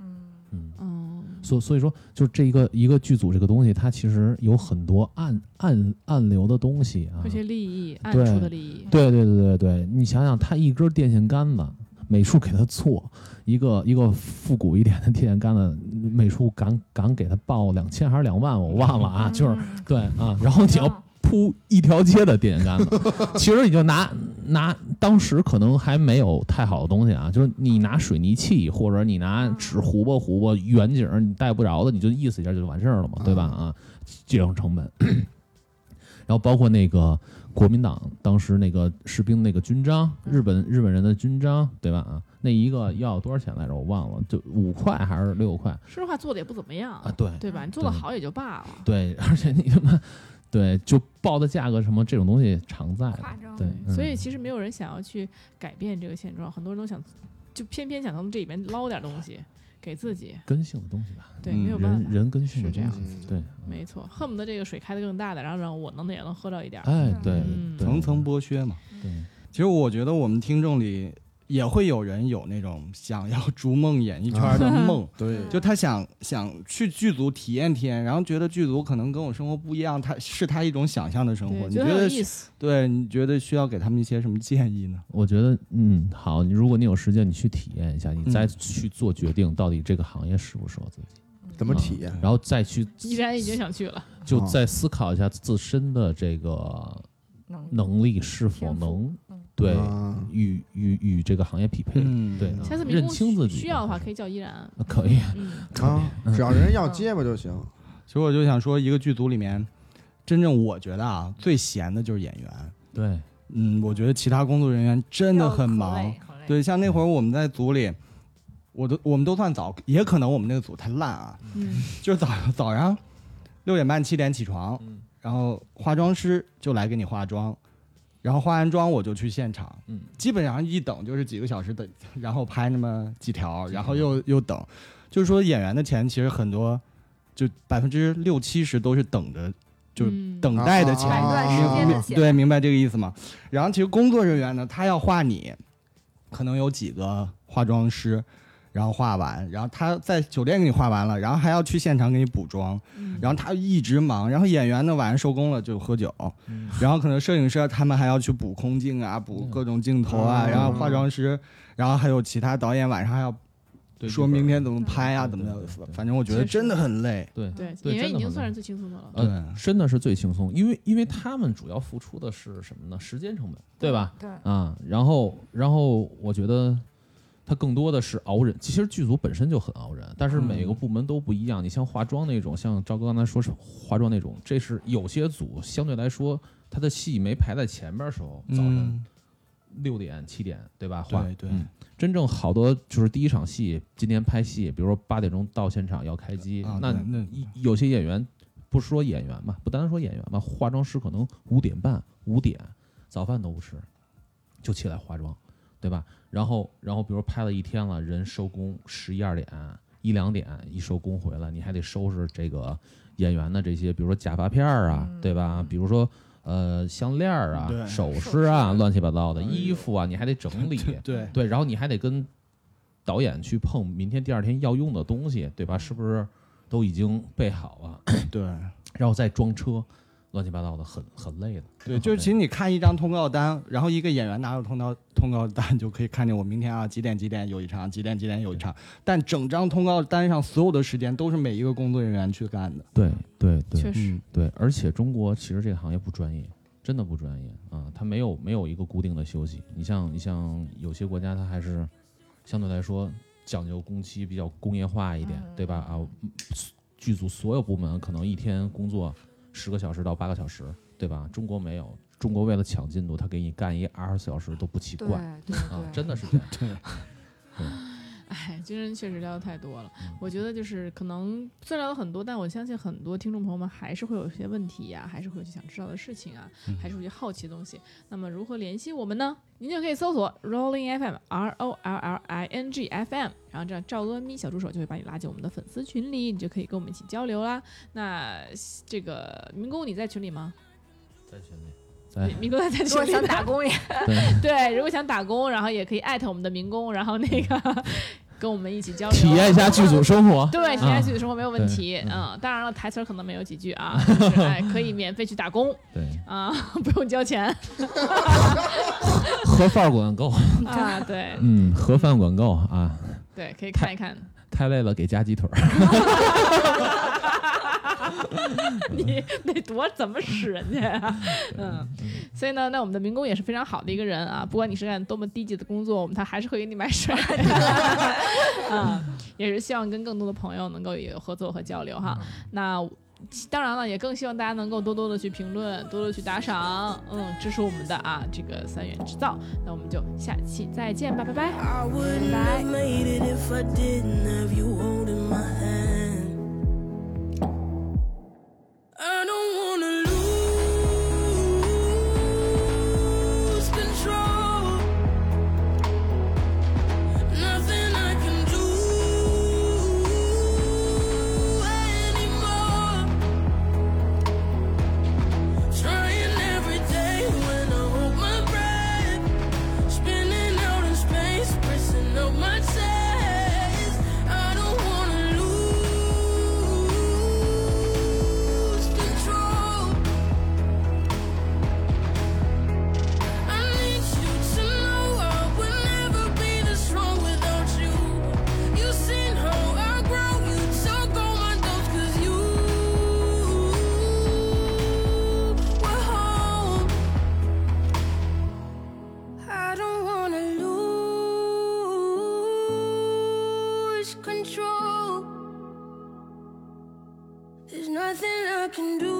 Speaker 5: 嗯，
Speaker 2: 嗯，
Speaker 4: 嗯，
Speaker 2: 所所以说，就是这一个一个剧组这个东西，它其实有很多暗暗暗流的东西啊
Speaker 4: 这。些利益，暗
Speaker 2: 对
Speaker 4: 处的利益，
Speaker 2: 对对对对对，你想想，它一根电线杆子，美术给它做一个一个复古一点的电线杆子，美术敢敢给它报两千还是两万，我忘了啊，就是
Speaker 5: 嗯
Speaker 2: 对啊，然后你要
Speaker 5: 嗯
Speaker 2: 铺一条街的电线杆 子。其实你就拿拿当时可能还没有太好的东西啊，就是你拿水泥砌或者你拿纸糊吧糊吧，远景儿你带不着的，你就意思一下就完事儿了嘛，对吧？啊，节省成本。 然后包括那个国民党当时那个士兵那个军章，日本日本人的军章，对吧？啊，那一个要多少钱来着？我忘了，就五块还是六块
Speaker 4: 说实话做的也不怎么样，
Speaker 2: 啊？对，
Speaker 4: 对吧？你做的
Speaker 2: 对
Speaker 4: 好也就罢了。
Speaker 2: 对， 而且你他妈，对，就报的价格什么这种东西常在的，
Speaker 5: 夸张，
Speaker 2: 对，嗯
Speaker 4: 所以其实没有人想要去改变这个现状，很多人都想，就偏偏想从这里面捞点东西给自己。
Speaker 2: 根性的东西吧，
Speaker 4: 对，
Speaker 6: 嗯
Speaker 4: 没有办
Speaker 2: 人
Speaker 4: 法，
Speaker 2: 人根性的
Speaker 4: 是这
Speaker 2: 东
Speaker 4: 样
Speaker 2: 西，
Speaker 3: 嗯
Speaker 2: 对，
Speaker 4: 没错，恨不得这个水开得更大的，然后让我能也能喝到一点儿。
Speaker 2: 哎，对，
Speaker 4: 嗯
Speaker 2: 对
Speaker 6: 层层，剥削嘛。
Speaker 5: 嗯
Speaker 2: 对，
Speaker 6: 其实我觉得我们听众里也会有人有那种想要逐梦演艺圈的梦，
Speaker 5: 嗯
Speaker 3: 对
Speaker 6: 就他想想去剧组体验体验，然后觉得剧组可能跟我生活不一样，他是他一种想象的生
Speaker 4: 对，
Speaker 6: 活。你
Speaker 4: 觉
Speaker 6: 觉
Speaker 4: 得很有
Speaker 6: 得
Speaker 4: 意思。
Speaker 6: 对？你觉得需要给他们一些什么建议呢？
Speaker 2: 我觉得，嗯，好，你如果你有时间，你去体验一下，你
Speaker 6: 嗯
Speaker 2: 再去做决定，到底这个行业适不适合自己，
Speaker 5: 嗯
Speaker 3: 怎么
Speaker 2: 啊
Speaker 3: 体验？
Speaker 2: 然后再去
Speaker 6: 啊
Speaker 4: 依然已经想去了，
Speaker 2: 就
Speaker 3: 啊
Speaker 2: 再思考一下自身的这个
Speaker 5: 能
Speaker 2: 能力是否
Speaker 5: 天赋
Speaker 2: 能
Speaker 5: 嗯
Speaker 2: 对
Speaker 3: 啊
Speaker 2: 与与与这个行业匹配，
Speaker 6: 嗯
Speaker 2: 对啊
Speaker 4: 下次迷
Speaker 2: 认
Speaker 4: 宫
Speaker 2: 清自己
Speaker 4: 需要的
Speaker 2: 还
Speaker 4: 话可以叫依然。
Speaker 2: 是可以。
Speaker 4: 嗯，
Speaker 3: 啊，只要人要结巴就行。
Speaker 6: 其实我就想说，一个剧组里面，真正我觉得啊，最闲的就是演员。
Speaker 2: 对，
Speaker 6: 嗯，我觉得其他工作人员真的很
Speaker 5: 要
Speaker 6: 忙
Speaker 5: 很累。，很累，
Speaker 6: 对，像那会儿我们在组里，我都我们都算早，也可能我们那个组太烂啊，
Speaker 4: 嗯，
Speaker 6: 就是早早上六点半七点起床，
Speaker 2: 嗯
Speaker 6: 然后化妆师就来给你化妆，然后化完妆我就去现场，
Speaker 2: 嗯
Speaker 6: 基本上一等就是几个小时等， 然后拍那么几条，然后又又等，就是说演员的钱其实很多，就百分之六七十都是等着，就是
Speaker 4: 嗯
Speaker 6: 等待的
Speaker 3: 啊
Speaker 6: 钱，
Speaker 5: 买段时间的
Speaker 3: 啊
Speaker 5: 钱，
Speaker 6: 对，明白这个意思吗？然后其实工作人员呢，他要画你，可能有几个化妆师，然后画完，然后他在酒店给你画完了，然后还要去现场给你补妆，
Speaker 4: 嗯
Speaker 6: 然后他一直忙，然后演员呢晚上收工了就喝酒，然后可能摄影师他们还要去补空镜啊，补各种镜头啊，
Speaker 3: 嗯
Speaker 6: 然后化妆师，然后还有其他导演晚上还要
Speaker 2: 对
Speaker 6: 说
Speaker 2: 日本
Speaker 6: 明天
Speaker 2: 人
Speaker 6: 怎么拍啊，
Speaker 2: 对
Speaker 6: 怎么
Speaker 2: 对对
Speaker 6: 的
Speaker 2: 对，
Speaker 6: 反正我觉得
Speaker 4: 确实
Speaker 6: 真的很累，
Speaker 2: 对
Speaker 4: 对，
Speaker 2: 对
Speaker 4: 演员
Speaker 2: 真
Speaker 4: 已
Speaker 2: 的
Speaker 4: 经
Speaker 2: 很
Speaker 4: 算
Speaker 2: 累
Speaker 4: 是最轻松的了。
Speaker 2: 呃，
Speaker 6: 对
Speaker 2: 真的是最轻松，因为因为他们主要付出的是什么呢？时间成本，对吧？
Speaker 5: 对，
Speaker 2: 啊，然后然后我觉得它更多的是熬人。其实剧组本身就很熬人，但是每个
Speaker 6: 嗯
Speaker 2: 部门都不一样。你像化妆那种，像赵哥刚才说是化妆那种，这是有些组相对来说他的戏没排在前边的时候，早晨
Speaker 6: 嗯，
Speaker 2: 六点七点对吧？化
Speaker 6: 对对，
Speaker 2: 嗯真正好多就是第一场戏，今天拍戏，比如说八点钟到现场要开机，
Speaker 6: 啊
Speaker 2: 那
Speaker 6: 对那
Speaker 2: 一有些演员不说演员吧，不单说演员吧，化妆师可能五点半、五点早饭都不吃，就起来化妆，对吧？然后，然后比如拍了一天了，人收工十一二点、一两点一收工回来，你还得收拾这个演员的这些，比如说假发片儿啊，对吧？比如说。呃，项链儿啊，
Speaker 6: 嗯对
Speaker 2: 首
Speaker 5: 首
Speaker 2: 饰啊，
Speaker 5: 饰
Speaker 2: 乱七八糟的
Speaker 6: 哎呦
Speaker 2: 衣服啊，你还得整 理。
Speaker 6: 对
Speaker 2: 对，然后你还得跟导演去碰明天第二天要用的东西，对吧？是不是都已经备好了？
Speaker 6: 对
Speaker 2: 然后再装车，乱七八糟的，很很累的。
Speaker 6: 对，就是其实你看一张通告单，然后一个演员拿着通告通告单就可以看见我明天啊几点几点有一场，几点几点有一场，但整张通告单上所有的时间都是每一个工作人员去干的。
Speaker 2: 对对
Speaker 4: 确
Speaker 2: 对
Speaker 4: 实，
Speaker 2: 对，而且中国其实这个行业不专业，真的不专业啊！它没有没有一个固定的休息。你像你像有些国家，它还是相对来说讲究工期比较工业化一点，对吧？啊，剧组所有部门可能一天工作十个小时到八个小时，对吧？中国没有，中国为了抢进度，他给你干一二十四小时都不奇
Speaker 5: 对
Speaker 2: 怪
Speaker 5: 对
Speaker 2: 啊，
Speaker 5: 对，
Speaker 2: 真的是这样。
Speaker 4: 哎，今天确实聊的太多了。我觉得就是可能虽然聊了很多，但我相信很多听众朋友们还是会有一些问题呀、还是会有一些想知道的事情啊，还是有一些好奇的东西。那么如何联系我们呢？您就可以搜索 Rolling FM R O L L I N G F M，然后这样赵阿咪小助手就会把你拉进我们的粉丝群里，你就可以跟我们一起交流啦。那这个民工你在群里吗？
Speaker 2: 在群里，在
Speaker 4: 民工在群
Speaker 5: 如果
Speaker 4: 里
Speaker 5: 想
Speaker 4: 呢
Speaker 5: 打工也
Speaker 4: 对，如果想打工，然后也可以艾特我们的民工，然后那 个跟我们一起交流，
Speaker 2: 体验一下剧组生活。
Speaker 4: 对，体验自己的生活没有问
Speaker 2: 对
Speaker 4: 题。嗯，当然了，台词儿可能没有几句啊，就是哎，可以免费去打工
Speaker 2: 对，
Speaker 4: 啊， 不用 交钱
Speaker 2: 盒饭管够，
Speaker 4: 啊，对
Speaker 2: 嗯，盒饭管够啊，
Speaker 4: 对，可以看一看。
Speaker 2: 太累了给加鸡腿儿。
Speaker 4: 你 得多怎么使人家呀、 嗯，所以呢，那我们的民工也是非常好的一个人啊，不管你是干多么低级的工作，我们他还是会给你买 水。啊，也是希望跟更多的朋友能够有合作和交流哈。那。当然了，也更希望大家能够多多的去评论，多多地去打赏，嗯，支持我们的啊这个三元制造。那我们就下期再见吧，拜拜。
Speaker 1: I wouldn't have made it if I didn't have you holding my hand. I don't wanna lose control. Nothing I can do anymore. Trying every day when I hold my breath. Spinning out in space, pressing out my chest. I don't wanna lose control. I need you to know I would never be this strong without you. You seen how I grow, you took all my doubts 'cause you were home. I don't wanna lose control. There's nothing I can do. Oh,